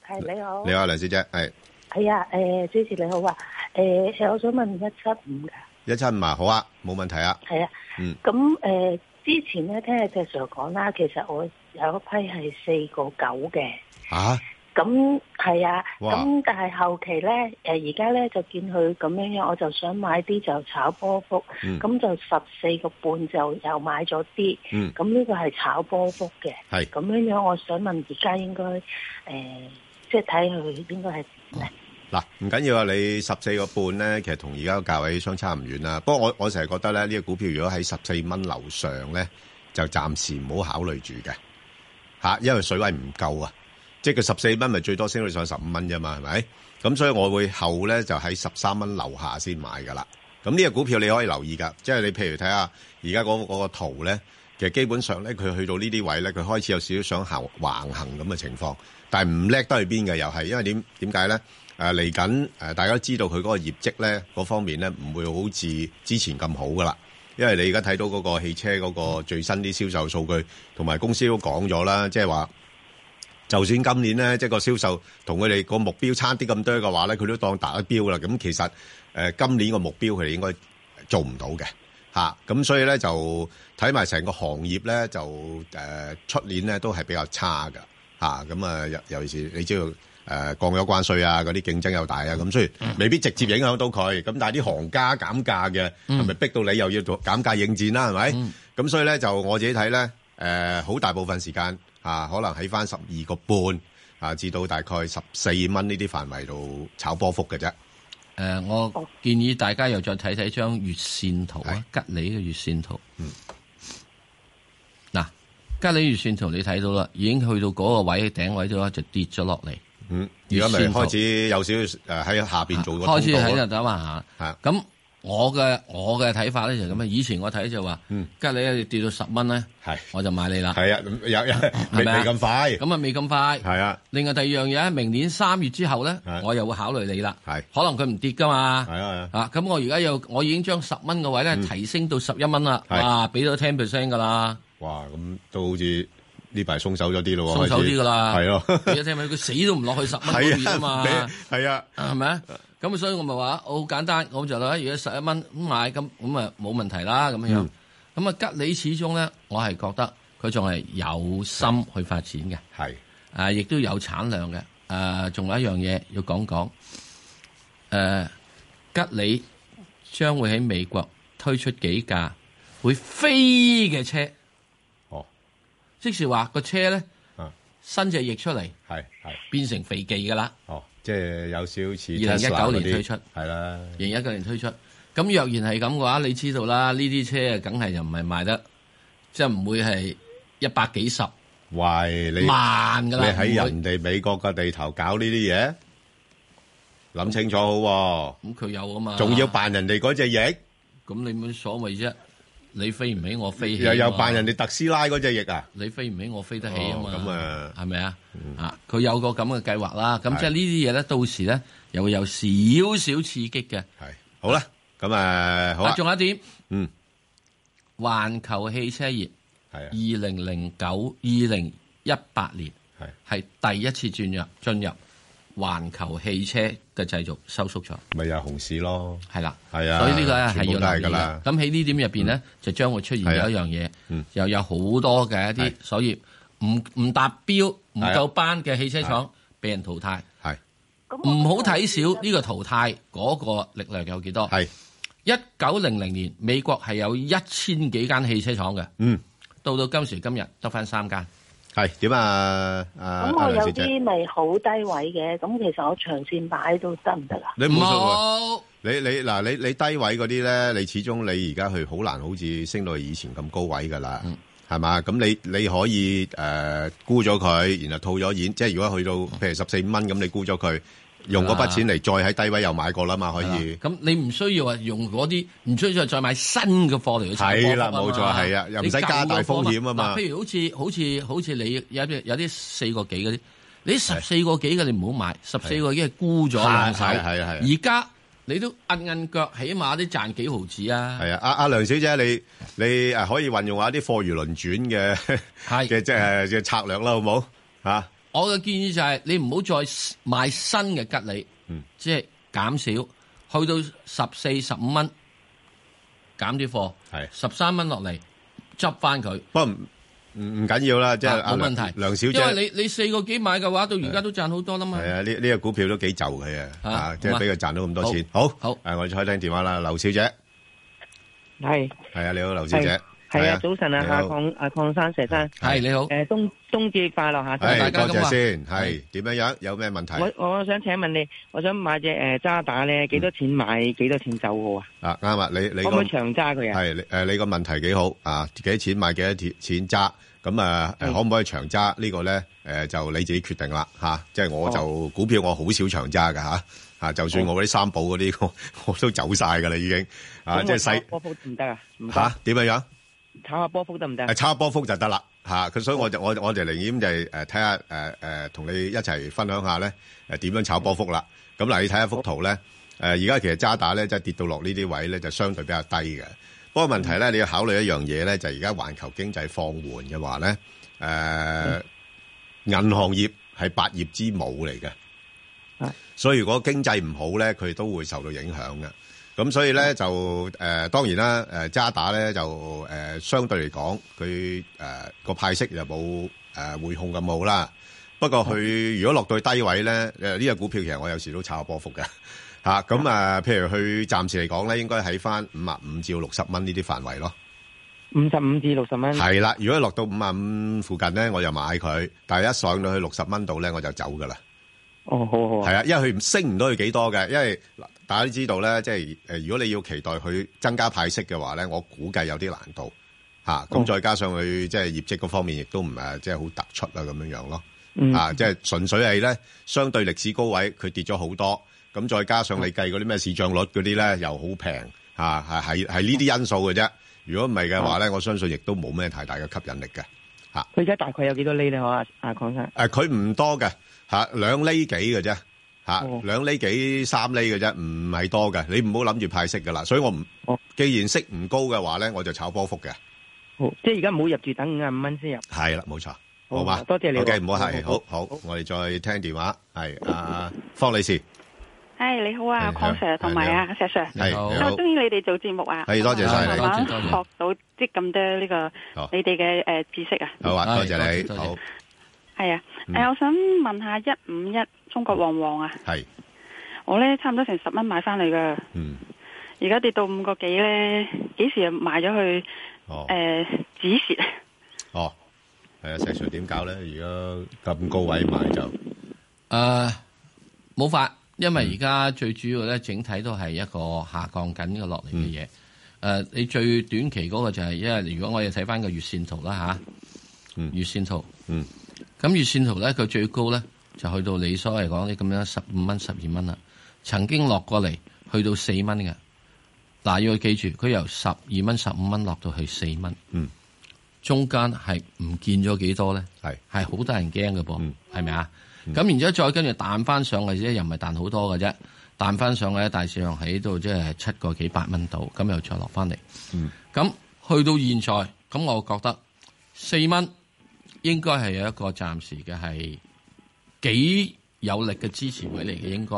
Speaker 16: 系你好，
Speaker 2: 你好，梁小姐，係
Speaker 16: 系啊，诶、主持你好啊，诶、誒我想問一七五嘅，
Speaker 2: 一七五啊，好啊，冇問題啊，
Speaker 16: 係啊，
Speaker 2: 嗯，
Speaker 16: 咁诶、誒之前咧聽阿石 Sir 講啦，其實我有一批係四個九嘅，
Speaker 2: 啊，
Speaker 16: 咁係啊，
Speaker 2: 哇
Speaker 16: 咁但係後期咧，诶而家咧就見佢咁樣樣，我就想買啲就炒波幅，
Speaker 2: 嗯
Speaker 16: 咁、就十四個半就又買咗啲，
Speaker 2: 嗯
Speaker 16: 咁呢個係炒波幅嘅，
Speaker 2: 係
Speaker 16: 咁樣樣，我想問而家應該诶、即係睇佢應該係點咧？
Speaker 2: 嗱，唔緊要啊！你十四個半咧，其實同而家個價位相差唔遠啦。不過我我成日覺得咧，呢、個股票如果喺十四蚊樓上咧，就暫時唔好考慮住嘅嚇，因為水位唔夠啊。即係佢十四蚊咪最多升到上十五蚊啫嘛，係咪？咁所以我會後咧就喺十三蚊樓下先買㗎啦。咁呢個股票你可以留意㗎，即係你譬如睇下而家嗰嗰個圖咧，其實基本上咧佢去到呢啲位咧，佢開始有少少想行橫行咁嘅情況，但係唔叻得去邊嘅又係，因為點點解咧？誒嚟緊誒，大家都知道佢嗰個業績咧嗰方面咧唔會好似之前咁好㗎啦。因為你而家睇到嗰個汽車嗰個最新啲銷售數據，同埋公司都講咗啦，即係話就算今年咧，即係個銷售同佢哋個目標差啲咁多嘅話咧，佢都當達咗標啦。咁其實誒、呃今年個目標佢哋應該做唔到嘅嚇。咁、所以咧就睇埋成個行業咧就誒出、呃年咧都係比較差㗎嚇。咁啊，尤尤其是你知道誒、呃降咗關税啊，嗰啲競爭又大啊，咁雖然未必直接影響到佢，咁但係啲行家減價嘅係咪逼到你又要做減價應戰啦？係咪？咁、所以咧就我自己睇咧。誒、好大部分時間啊，可能喺翻十二個半啊，至到大概十四蚊呢啲範圍度炒波幅嘅啫。
Speaker 1: 誒、呃我建議大家又再睇睇張月線圖啊，吉利嘅月線圖。
Speaker 2: 嗯
Speaker 1: 嗱、吉利月線圖你睇到啦，已經去到嗰個位頂位度啦，就跌咗落嚟。
Speaker 2: 嗯，而
Speaker 1: 月
Speaker 2: 家咪
Speaker 1: 線圖
Speaker 2: 開始有少少誒喺下邊做個
Speaker 1: 開始喺
Speaker 2: 通道啊
Speaker 1: 度
Speaker 2: 咯
Speaker 1: 打橫行。
Speaker 2: 啊
Speaker 1: 咁我嘅我嘅睇法咧就係咁啊，以前我
Speaker 2: 嗯
Speaker 1: 睇就話，吉利你跌到十蚊咧，我就買你啦。
Speaker 2: 係啊，咁有有
Speaker 1: 係咪啊
Speaker 2: 未未咁快
Speaker 1: 咁啊未咁快。
Speaker 2: 係啊。
Speaker 1: 另外第二樣嘢，明年三月之後咧，我又會考慮你啦。
Speaker 2: 係。
Speaker 1: 可能佢唔跌噶嘛。
Speaker 2: 係啊。嗯
Speaker 1: 啊，咁我而家又我已經將十蚊嘅位咧提升到十一蚊啦。
Speaker 2: 係
Speaker 1: 哇，俾咗 ten percent 噶啦。
Speaker 2: 哇，咁都好似呢排鬆手咗啲咯喎，
Speaker 1: 鬆手
Speaker 2: 開始
Speaker 1: 啲㗎啦
Speaker 2: 係咯，
Speaker 1: 俾咗 ten percent，佢死都唔落去十蚊嗰邊啊嘛。
Speaker 2: (laughs) 係啊俾係啊，
Speaker 1: 係咪啊？咁所以我咪話我好簡單，我就咧，如果十一蚊咁買，咁咁啊冇問題啦，咁樣。
Speaker 2: 嗯
Speaker 1: 咁啊、吉利始終咧，我係覺得佢仲係有心去發展嘅，
Speaker 2: 係
Speaker 1: 啊，亦都有產量嘅。誒，仲有一樣嘢要講講，誒，吉利將會喺美國推出幾架會飛嘅車。
Speaker 2: 哦，
Speaker 1: 即是話個車咧
Speaker 2: 啊，
Speaker 1: 新隻翼出嚟，
Speaker 2: 係係
Speaker 1: 變成肥記㗎啦。
Speaker 2: 哦，即係有少少似
Speaker 1: 二零一九
Speaker 2: Tesla 嗰
Speaker 1: 年
Speaker 2: 啲
Speaker 1: 推出，
Speaker 2: 係啦，
Speaker 1: 二零一九年推出。咁若然係咁嘅話，你知道啦，呢啲車啊，梗係就唔係賣得，即係唔會係一百幾十。
Speaker 2: 喂，你
Speaker 1: 慢㗎啦
Speaker 2: 你喺
Speaker 1: 唔會
Speaker 2: 人哋美國嘅地頭搞呢啲嘢，諗清楚好喎。
Speaker 1: 咁佢有啊嘛。
Speaker 2: 仲要扮人哋嗰隻翼？
Speaker 1: 咁你冇乜所謂啫。你飛唔起我飛起啊
Speaker 2: 又
Speaker 1: 嘛，
Speaker 2: 又扮人哋特斯拉嗰只翼啊！
Speaker 1: 你飛唔起我飛得起啊嘛，
Speaker 2: 咁啊，
Speaker 1: 係咪啊？啊，佢有個咁嘅計劃啦，咁即係呢啲嘢咧，到時咧又會有少少刺激嘅。
Speaker 2: 係，好啦，咁啊，好啊
Speaker 1: 仲有一點，
Speaker 2: 嗯，
Speaker 1: 環球汽車業
Speaker 2: 係啊，
Speaker 1: 二零零九、二零一八年係第一次轉入進入環球汽車嘅製造收縮咗。
Speaker 2: 咪又係熊市咯，
Speaker 1: 係啦，
Speaker 2: 係啊，
Speaker 1: 所以呢個咧係
Speaker 2: 全部
Speaker 1: 要
Speaker 2: 都係
Speaker 1: 留
Speaker 2: 㗎
Speaker 1: 意
Speaker 2: 啦嗯啊
Speaker 1: 嘅。，咁喺呢點入邊咧，就將會出現有一樣嘢，又有好多嘅一啲，所以唔唔達標、唔
Speaker 2: 係啊
Speaker 1: 夠班嘅汽車
Speaker 2: 啊
Speaker 1: 廠俾人淘汰。
Speaker 2: 係
Speaker 1: 唔好睇少呢個淘汰嗰個力量有幾多？
Speaker 2: 係
Speaker 1: 一九零零年美國係有一千幾間汽車廠嘅，
Speaker 2: 嗯，
Speaker 1: 到到今時今日得翻三間。
Speaker 2: 係點啊？啊，
Speaker 16: 咁我有
Speaker 2: 梁小姐
Speaker 16: 啲咪好低位嘅，咁其實我長線擺都得唔得啊？
Speaker 2: 你冇數啊！你你嗱，你你低位嗰啲咧，你始終你而家去好難，好似升到去以前咁高位噶啦，係嘛？咁你你可以誒沽咗佢，然後套咗現，即係如果去到譬如十四五蚊咁，你沽咗佢，用嗰筆錢嚟再喺低位又買過啦嘛，可以。
Speaker 1: 咁你唔需要話用嗰啲，唔需要再買新嘅貨嚟去炒波幅
Speaker 2: 係
Speaker 1: 啊
Speaker 2: 啦
Speaker 1: 嘛
Speaker 2: 冇錯係啊又唔
Speaker 1: 你
Speaker 2: 使
Speaker 1: 舊嘅
Speaker 2: 加大風險啊嘛
Speaker 1: 貨嗱譬如好似好似好似你有啲有啲四個幾嗰啲，你十四個幾嘅你唔好買，十四個幾係沽咗兩手。
Speaker 2: 係係係
Speaker 1: 而家你都摁摁腳，起碼都賺幾毫子啊！
Speaker 2: 係啊，阿阿梁小姐，你你誒可以運用下啲貨如輪轉嘅嘅即係嘅策略啦，好冇嚇？
Speaker 1: 我嘅建議就係你唔好再買新嘅吉利，
Speaker 2: 嗯
Speaker 1: 即係減少，去到十四十五蚊減啲貨，十三蚊落嚟執翻佢。
Speaker 2: 不過唔唔唔緊要啦，即係
Speaker 1: 啊
Speaker 2: 阿
Speaker 1: 冇
Speaker 2: 梁
Speaker 1: 問題。
Speaker 2: 梁小姐，
Speaker 1: 因為你你四個幾買嘅話，到而家都賺好多啦嘛。
Speaker 2: 係啊，呢呢個股票都幾就佢啊，
Speaker 1: 啊
Speaker 2: 啊，即
Speaker 1: 好
Speaker 2: 係
Speaker 1: 啊
Speaker 2: 俾佢賺到咁多錢。好，好，誒，我哋再聽電話啦，劉小姐，
Speaker 17: 係，
Speaker 2: 係啊，你好，劉小姐，
Speaker 17: 係
Speaker 2: 係
Speaker 17: 啊，早晨啊，
Speaker 2: 你
Speaker 17: 阿
Speaker 2: 好
Speaker 17: 邝阿邝生、石生，
Speaker 1: 係你好。
Speaker 17: 誒，冬冬節快樂嚇，
Speaker 2: 係多謝
Speaker 17: 咁
Speaker 2: 先，係點樣樣？有咩問題
Speaker 17: 話。我啊我想請問你，我想買只誒渣打咧，幾多錢
Speaker 2: 嗯
Speaker 17: 買？幾多錢走好啊？
Speaker 2: 啊？啱啊，你你
Speaker 17: 可唔可以長揸佢啊？
Speaker 2: 係你誒，你個問題幾好啊？幾多錢買幾多錢錢揸？咁啊
Speaker 17: 嗯
Speaker 2: 誒，可唔可以長揸呢個咧？誒就你自己決定啦嚇，即係
Speaker 17: 哦
Speaker 2: 我就股票我好少長揸㗎嚇嚇，就算我啲三寶嗰啲，我我都走晒㗎啦已經啊，
Speaker 17: 咁
Speaker 2: 即係
Speaker 17: 我炒
Speaker 2: 細
Speaker 17: 波幅得唔得啊？唔該
Speaker 2: 嚇，點樣樣？
Speaker 17: 炒下波幅得唔得啊
Speaker 2: 誒？差呃波幅就得啦嚇，佢、所以我就我我哋寧願就係誒呃睇下誒誒同你一齊分享下咧誒點樣炒波幅啦。咁嗱，你睇下幅圖咧誒，而家其實渣打咧即係跌到落呢啲位咧就相對比較低嘅。不過問題咧，你要考慮一樣嘢咧，就係而家環球經濟放緩嘅話咧，誒、銀行業係百業之母嚟嘅。所以如果經濟唔好咧，佢都會受到影響嘅。咁所以咧就誒、呃、當然啦，誒、渣打咧就誒、呃相對嚟講，佢誒個派息就冇誒匯控咁好啦。不過佢如果落到低位咧，誒、呢只股票其實我有時都炒下波幅嘅 (laughs) 嚇。咁啊，譬如佢暫時嚟講咧，應該喺翻五啊五至六十蚊呢啲範圍咯。
Speaker 17: 五十五至六十蚊。
Speaker 2: 係啦，如果落到五啊五附近咧，我就買佢；但係一上到去六十蚊度咧，我就走噶啦。
Speaker 17: 哦，好好啊。
Speaker 2: 係啊，因為佢唔升唔到佢幾多嘅，因為嗱大家都知道咧，即係誒，如果你要期待佢增加派息嘅話咧，我估計有啲難度嚇。咁、
Speaker 17: 哦
Speaker 2: 再加上佢即係業績嗰方面亦都唔係即係好突出啊咁樣樣咯。
Speaker 17: 嗯
Speaker 2: 啊，即係純粹係咧，相對歷史高位佢跌咗好多，咁再加上你計嗰啲咩市漲率嗰啲咧又好平嚇，係係係呢啲因素嘅啫。如果唔係嘅話咧，我相信亦都冇咩太大嘅吸引力嘅。
Speaker 17: 佢而家大概有幾多厘咧？可啊，阿邝生。
Speaker 2: 誒，佢唔多嘅嚇，兩厘幾嘅啫嚇，兩厘幾三厘嘅啫，唔係多嘅。你唔好諗住派息嘅啦，所以我唔，既然息唔高嘅話咧，我就炒波幅嘅。
Speaker 17: 好，即係而家唔好入住，等五十五蚊先入。
Speaker 2: 係啦，冇錯，好嘛？
Speaker 17: 多謝你
Speaker 2: OK，唔好客氣，
Speaker 17: 好
Speaker 2: 好好，我哋再聽電話。係啊，方女士，
Speaker 18: 系你好啊，邝 Sir 同埋啊石 Sir，
Speaker 2: 係你好
Speaker 18: 我中意你哋做節目啊，
Speaker 2: 係多謝晒你
Speaker 18: 我慢慢
Speaker 2: 多謝
Speaker 18: 學到即咁多呢個
Speaker 2: 好
Speaker 18: 你哋嘅誒知識啊，
Speaker 2: 好啊，多謝你，嗯
Speaker 1: 多謝
Speaker 2: 好
Speaker 18: 係啊，誒我想問下一五一中國旺旺啊，
Speaker 2: 係
Speaker 18: 我咧差唔多成十蚊買翻嚟噶，
Speaker 2: 嗯，
Speaker 18: 而家跌到五個幾咧，幾時又賣咗去
Speaker 2: 哦
Speaker 18: 誒止蝕啊？
Speaker 2: 哦，係啊，石 Sir 點搞咧？ (laughs) 如果咁高位買就
Speaker 1: 誒呃冇法，因為而家最主要咧，整體都係一個下降緊嘅落嚟
Speaker 2: 嗯
Speaker 1: 嘅嘢。誒、呃你最短期嗰個就係、因為如果我哋睇翻個月線圖啦吓，月線圖，
Speaker 2: 嗯，
Speaker 1: 咁月線圖咧，佢最高咧就去到你所謂講啲咁樣十五蚊、十二蚊啦，曾經落過嚟去到四蚊嘅。嗱、嗱，要記住，佢由十二蚊、十五蚊落到去四蚊，
Speaker 2: 嗯，
Speaker 1: 中間係唔見咗幾多咧？
Speaker 2: 係嗯
Speaker 1: 係好得人驚嘅噃，係咪啊？咁然之後再跟住彈翻上嚟啫，又唔係彈好多嘅啫，彈翻上嚟大市量喺度即係七個幾八蚊度，咁又再落翻嚟。
Speaker 2: 嗯，
Speaker 1: 咁去到現在，咁我覺得四蚊應該係有一個暫時嘅係幾有力嘅支持位嚟嘅，應該。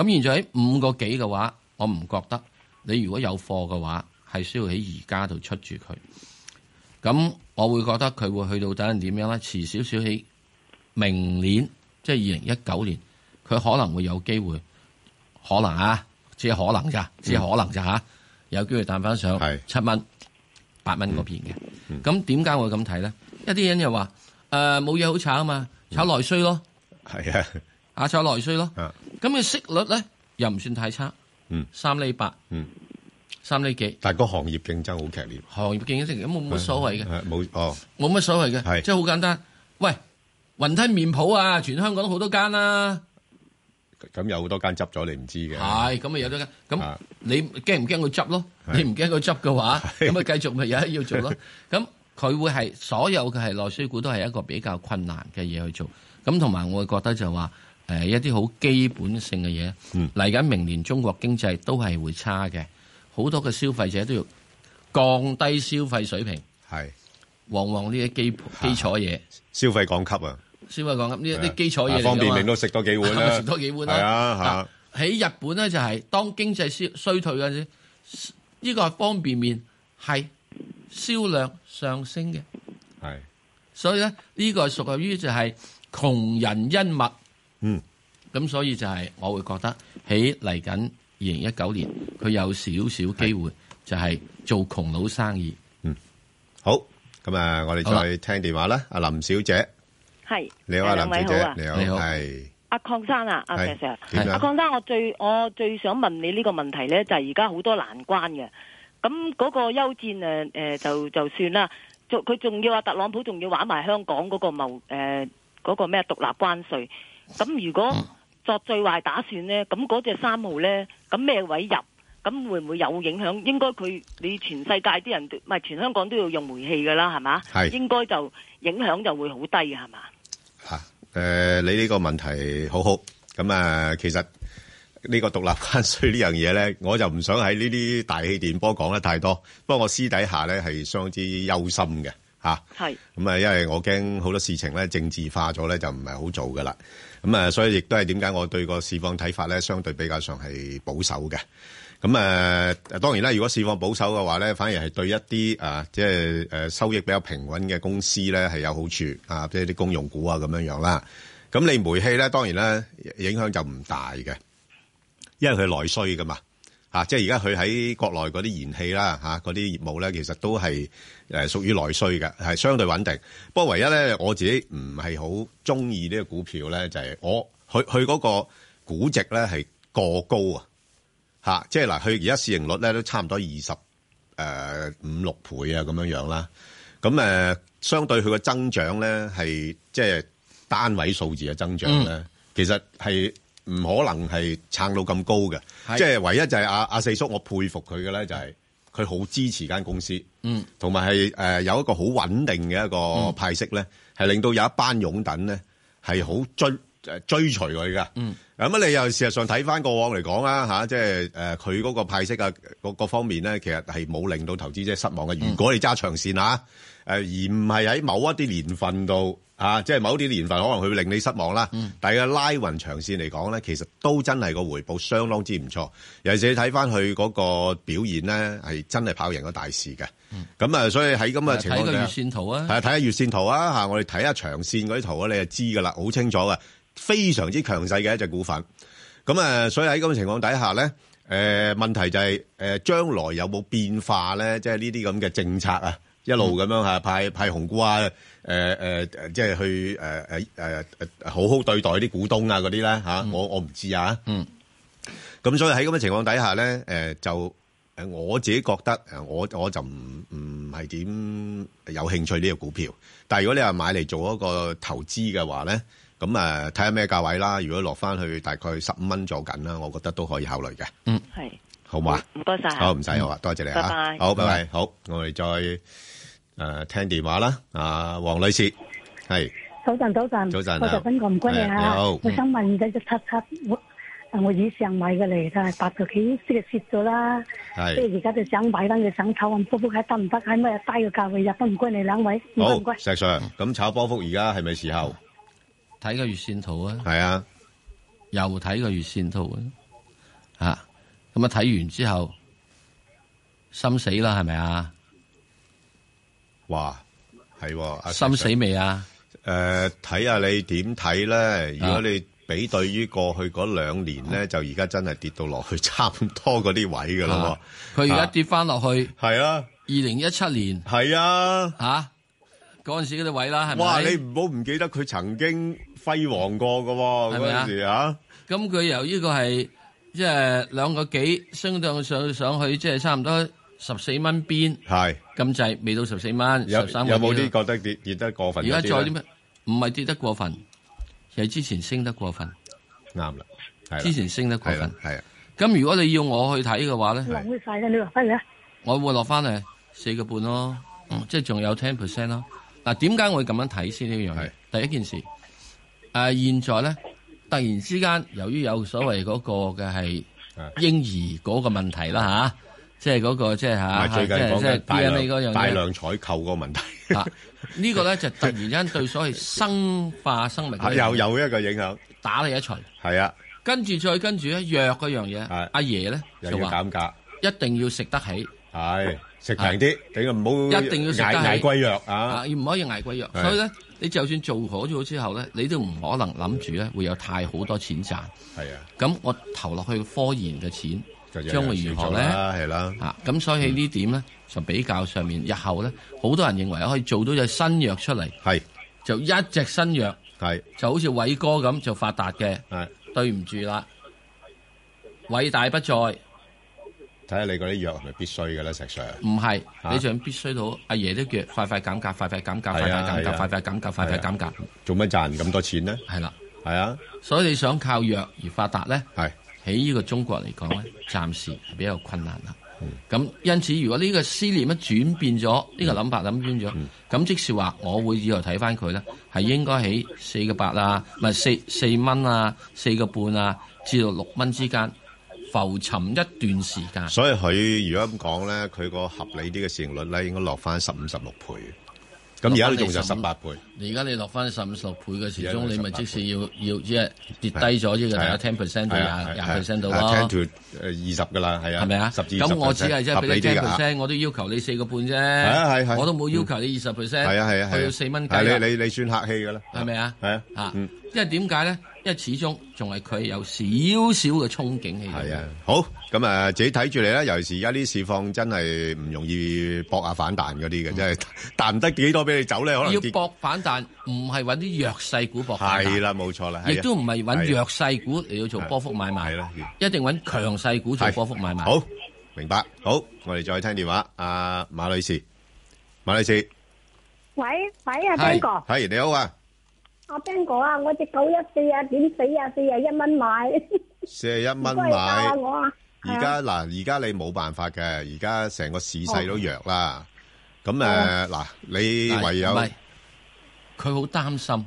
Speaker 1: 咁現在喺五個幾嘅話，我唔覺得你如果有貨嘅話，係需要喺而家度出住佢。咁我會覺得佢會去到等陣點樣咧？遲少少起明年，即係二零一九年，佢可能會有機會，可能啊，只係可能咋，只係可能咋嚇、有機會彈翻上七蚊、八蚊嗰邊嘅。咁點解我會咁睇咧？一啲人又話誒冇嘢好炒啊嘛，炒內需咯，
Speaker 2: 係啊，
Speaker 1: 啊炒內需咯。咁嘅息率咧又唔算太差，
Speaker 2: 嗯，
Speaker 1: 三厘八，
Speaker 2: 嗯，
Speaker 1: 三厘幾，
Speaker 2: 但係個行業競爭好劇烈，
Speaker 1: 行業競爭咁冇乜所謂嘅。
Speaker 2: 係冇哦，
Speaker 1: 冇乜所謂嘅，即係好簡單。喂，雲吞麵鋪啊，全香港都好多間啦、
Speaker 2: 咁有好多間執咗，你唔知嘅。
Speaker 1: 係咁咪有得間。咁你驚唔驚佢執咯？你唔驚佢執嘅話，咁咪繼續咪有得要做咯。咁佢會係所有嘅係內需股都係一個比較困難嘅嘢去做。咁同埋我會覺得就話誒、一啲好基本性嘅嘢
Speaker 2: 嗯
Speaker 1: 嚟緊，明年中國經濟都係會差嘅，好多嘅消費者都要降低消費水平。
Speaker 2: 係
Speaker 1: 往往呢啲基基礎嘢。
Speaker 2: 消費降級啊，
Speaker 1: 先話講咁呢啲基礎嘢嚟㗎嘛
Speaker 2: 方便麵都
Speaker 1: (laughs)
Speaker 2: 食多幾碗啦，
Speaker 1: 食多幾碗啦。
Speaker 2: 係啊，
Speaker 1: 嗱喺日本咧就係當經濟衰衰退嗰陣時，呢個方便麵係銷量上升嘅，
Speaker 2: 嚇係
Speaker 1: 所以咧呢個係屬於就係窮人恩物。
Speaker 2: 嗯，
Speaker 1: 咁所以就係我會覺得喺嚟緊二零一九年，佢有少少機會就係做窮佬生意。
Speaker 2: 嗯好。咁啊，我哋
Speaker 1: 好啦
Speaker 2: 再聽電話啦。阿林小姐，
Speaker 19: 系
Speaker 2: 你好啊，林
Speaker 19: 兩位
Speaker 2: 小
Speaker 19: 好
Speaker 2: 姐
Speaker 19: 啊，，
Speaker 2: 你好，係
Speaker 19: 阿邝生啊，阿
Speaker 2: 係
Speaker 19: Sir Sir，
Speaker 2: 點啊
Speaker 19: 阿邝生，我最我最想問你呢個問題咧，就係而家好多難關嘅，咁嗰個休戰誒誒、呃就就算啦，仲佢仲要啊，特朗普仲要玩埋香港嗰個貿誒嗰個咩獨立關税，咁如
Speaker 2: 嗯
Speaker 19: 果作最壞打算咧，咁嗰只三號咧，咁咩位入？咁會唔會有影響？應該佢你全世界啲人都唔係全香港都要用煤氣㗎啦，係嘛？
Speaker 2: 係
Speaker 19: 應該就影響就會好低嘅，係嘛？
Speaker 2: 誒、啊呃你呢個問題好好。咁啊，其實呢個獨立關税呢樣 (laughs) 嘢咧，我就唔想喺呢啲大氣電波講得太多。不過我私底下咧係相當之憂心嘅嚇。
Speaker 19: 係
Speaker 2: 咁啊，因為我驚好多事情咧政治化咗咧，就唔係好做噶啦。咁啊，所以亦都係點解我對個市況睇法咧，相對比較上係保守嘅。咁啊，當然啦，如果市況保守嘅話咧，反而係對一啲啊，即係誒收益比較平穩嘅公司咧係有好處啊，即係啲公用股啊咁樣樣啦。咁你煤氣咧，當然啦，影響就唔大嘅。因為佢內需噶嘛，嚇、即係而家佢喺國內嗰啲燃氣啦，嚇嗰啲業務咧，其實都呃係誒屬於內需嘅，係相對穩定。不過唯一咧，我自己唔係好中意呢個股票咧，就係、我佢佢嗰個估值咧係過高啊，嚇、即係嗱，佢而家市盈率咧都差唔多二十誒五六倍啊咁樣樣啦。咁誒、呃相對佢嘅增長咧係即係單位數字嘅增長咧，
Speaker 1: 嗯
Speaker 2: 其實係唔可能係撐到咁高嘅。
Speaker 1: 係
Speaker 2: 即係唯一就係阿阿四叔，我佩服佢嘅咧就係佢好支持間公司，
Speaker 1: 嗯，
Speaker 2: 同埋係誒有一個好穩定嘅一個派息咧，係、令到有一班擁趸咧係好追誒追隨佢噶。
Speaker 1: 嗯，
Speaker 2: 咁啊，你又事實上睇翻過往嚟講啦嚇，即係誒佢嗰個派息啊，各各方面咧，其實係冇令到投資者失望嘅。如果你揸長線嚇，誒、而唔係喺某一啲年份度啊，即係某啲年份可能佢會令你失望啦。但係拉雲長線嚟講咧，其實都真係個回報相當之唔錯。尤其是你睇翻佢嗰個表現咧，係真係跑贏咗大市嘅。咁啊、所以喺咁嘅情況
Speaker 1: 嗯睇個
Speaker 2: 底
Speaker 1: 月
Speaker 2: 下。
Speaker 1: 線圖啊
Speaker 2: 係，啊，睇下月線圖啊嚇，我哋睇下長線嗰啲圖啊，你就知噶啦，好清楚嘅，非常之強勢嘅一隻股份。咁啊，所以喺咁嘅情況底下咧，誒、問題就係、誒、將來有冇變化咧？即係呢啲咁嘅政策啊，一路咁樣嚇派派紅股啊，誒、誒、誒即係去誒誒誒誒好好對待啲股東啊嗰啲咧嚇，我我唔知啊。
Speaker 1: 嗯。
Speaker 2: 咁所以喺咁嘅情況底下咧，誒、就誒我自己覺得誒我我就唔唔係點有興趣呢個股票。但係如果你話買嚟做一個投資嘅話咧，咁呃誒睇下咩價位啦。如果落翻去大概十五蚊左緊啦，我覺得都可以考慮嘅。
Speaker 1: 嗯，
Speaker 19: 係。
Speaker 2: 好唔好啊？
Speaker 19: 唔該晒
Speaker 2: 好唔使好啊，多謝你
Speaker 19: 拜
Speaker 2: 啊
Speaker 19: 拜，
Speaker 2: 好，拜拜，好，我哋再呃诶听电话啦，啊，黃女士係
Speaker 20: 早晨，早晨，
Speaker 2: 早晨啊
Speaker 20: 我就邊個唔該你
Speaker 2: 係你
Speaker 20: 啊
Speaker 2: 好！
Speaker 20: 我想問而家一七七，我啊我以上買嘅嚟，但係八個幾即係蝕咗啦。
Speaker 2: 係
Speaker 20: 即係而家就想買翻佢想炒，我波幅睇得唔得？喺咩低嘅價位入？唔該你兩位，唔該
Speaker 2: 好
Speaker 20: 唔該，。
Speaker 2: 石 Sir，咁炒波幅而家係咪時候？睇個月線圖啊，係啊，又睇個月線圖啊，啊，咁啊睇完之後心死啦，係咪啊？哇，係喎阿
Speaker 1: 心
Speaker 2: Sir
Speaker 1: 死未啊？
Speaker 2: 誒睇下你點睇咧？如果你比對於過去嗰兩年
Speaker 1: 啊
Speaker 2: 咧，就而家真係跌到落去差唔多嗰啲位㗎啦
Speaker 1: 啊佢而家
Speaker 2: 啊
Speaker 1: 跌翻落去，
Speaker 2: 係啊，
Speaker 1: 二零一七年，
Speaker 2: 係啊，
Speaker 1: 吓嗰陣時嗰啲位啦，係咪？
Speaker 2: 哇！你唔好唔記得佢曾經輝煌過嘅喎，
Speaker 1: 係咪
Speaker 2: 嗰陣
Speaker 1: 啊
Speaker 2: 時啊，
Speaker 1: 咁佢由呢個係即係兩個幾升到上上去，即係差唔多十四蚊邊，
Speaker 2: 係
Speaker 1: 咁就係未到十四蚊，
Speaker 2: 有
Speaker 1: 十三啊
Speaker 2: 有冇啲覺得跌跌得過分
Speaker 1: 而
Speaker 2: 嗰
Speaker 1: 家
Speaker 2: 呢？
Speaker 1: 再有啲咩？唔係跌得過分，而係之前升得過分。
Speaker 2: 啱啦，係啦
Speaker 1: 之前升得過分，
Speaker 2: 係啊。
Speaker 1: 咁如果你要我去睇嘅話咧，
Speaker 20: 浪費晒啦，你落翻嚟啊！
Speaker 1: 我會落翻嚟四個半咯，嗯即係仲有 ten percent 咯。嗱，點解我會咁樣睇先呢樣嘢？第一件事，誒、啊現在咧，突然之間，由於有所謂嗰個嘅係
Speaker 2: 啊
Speaker 1: 嬰兒嗰個問題啦吓，即係嗰個即係
Speaker 2: 唔
Speaker 1: 吓，
Speaker 2: 係最近
Speaker 1: 啊即係
Speaker 2: 講
Speaker 1: 即係
Speaker 2: 緊大
Speaker 1: DNA 嗰樣
Speaker 2: 量
Speaker 1: 嘢
Speaker 2: 大量採購個問題，
Speaker 1: 啊！呢個咧就突然間對所謂生化生命
Speaker 2: 啊又有一個影響，
Speaker 1: 打你一錘。
Speaker 2: 係啊，
Speaker 1: 跟住再跟住咧，藥嗰樣嘢，阿爺咧
Speaker 2: 又
Speaker 1: 就
Speaker 2: 要
Speaker 1: 話
Speaker 2: 減價，
Speaker 1: 一定要食得起，啊
Speaker 2: 係食平啲，你唔好
Speaker 1: 一定要食得
Speaker 2: 捱
Speaker 1: 起
Speaker 2: 捱貴藥
Speaker 1: 啊
Speaker 2: 啊！
Speaker 1: 唔可以捱貴藥。
Speaker 2: 係
Speaker 1: 所以咧，你就算做好咗之後咧，你都唔可能諗住咧會有太好多錢賺。
Speaker 2: 係啊，
Speaker 1: 咁我投落去科研嘅錢
Speaker 2: 就
Speaker 1: 將會如何咧？
Speaker 2: 啦，係啦，嗯
Speaker 1: 啊，咁所以呢點咧就比較上面，日後咧好多人認為可以做到隻新藥出嚟，
Speaker 2: 係
Speaker 1: 就一隻新藥，
Speaker 2: 係
Speaker 1: 就好似偉哥咁就發達嘅，
Speaker 2: 係
Speaker 1: 對唔住啦，偉大不在，唔
Speaker 2: 睇 (laughs) 下你嗰啲藥係咪必須嘅咧，石 Sir。
Speaker 1: 係
Speaker 2: 啊
Speaker 1: 你仲必須到阿爺都叫快快減價，快快減價，快快
Speaker 2: 係啊
Speaker 1: 減
Speaker 2: 係啊
Speaker 1: 價，快快減價，快快減價。
Speaker 2: 做乜賺咁多錢咧？
Speaker 1: 係啦，
Speaker 2: 係啊，
Speaker 1: 所以你想靠藥而發達咧，
Speaker 2: 係
Speaker 1: 喺呢個中國嚟講咧，暫時係比較困難啦。咁、因此，如果呢個思念一轉變咗，呢、個諗法諗轉咗，咁、
Speaker 2: 嗯
Speaker 1: 即是話，我會以後睇翻佢咧，係應該喺四個八啊，唔係四四蚊啊，四個半啊，至到六蚊之間浮沉一段時間。
Speaker 2: 所以佢如果咁講咧，佢個合理啲嘅市盈率咧，應該落翻十五十六倍。咁而家呢仲就十八倍，
Speaker 1: 而家你落翻十五十六倍嘅時
Speaker 2: 而家
Speaker 1: 鐘，
Speaker 2: 佢
Speaker 1: 你咪
Speaker 2: 18
Speaker 1: 即是要要即係跌低咗呢個
Speaker 2: 啊
Speaker 1: 大家 ten percent 到廿廿 percent 到咯。
Speaker 2: ，ten to 誒二十噶啦，係啊，
Speaker 1: 係咪啊？
Speaker 2: 十至
Speaker 1: 咁我只係即係俾你 ten
Speaker 2: 合理啲㗎
Speaker 1: percent，我都要求你四個半啫。
Speaker 2: 啊係係
Speaker 1: 我都冇要求你二十 percent。
Speaker 2: 係啊係啊係啊
Speaker 1: 我要四蚊雞。
Speaker 2: 係你你你算客氣㗎啦，
Speaker 1: 係咪啊？
Speaker 2: 係啊，
Speaker 1: 啊
Speaker 2: 嗯，
Speaker 1: 因為點解咧？因為始終仲係佢有少少嘅憧憬喺度。
Speaker 2: 係啊，好咁啊，自己睇住嚟啦。尤其是而家啲市況真係唔容易搏下反彈嗰啲嘅，真係彈得幾多俾你走咧，可能
Speaker 1: 要
Speaker 2: 跌
Speaker 1: 搏反彈，唔係揾啲弱勢股搏反彈。
Speaker 2: 係啊啦，冇錯啦，係啊
Speaker 1: 亦都唔係揾弱勢股嚟到做波幅買賣，一定揾強勢股做波幅買賣。
Speaker 2: 好，明白。好，我哋再聽電話。阿馬女士，馬女士，
Speaker 21: 喂喂啊，Ben 哥，
Speaker 2: 係你好啊，
Speaker 21: 阿 Ben 哥啊，我只九一四啊，點死啊，四啊一蚊買，
Speaker 2: 四十
Speaker 21: (laughs)
Speaker 2: 一蚊
Speaker 21: 唔該你教
Speaker 2: 買
Speaker 21: 下。我啊，
Speaker 2: 而家嗱，而家你冇辦法嘅，而家成個市勢都弱啦。咁誒
Speaker 1: 哦
Speaker 2: 嗱，你
Speaker 1: 係
Speaker 2: 唯有
Speaker 1: 唔係佢好擔心。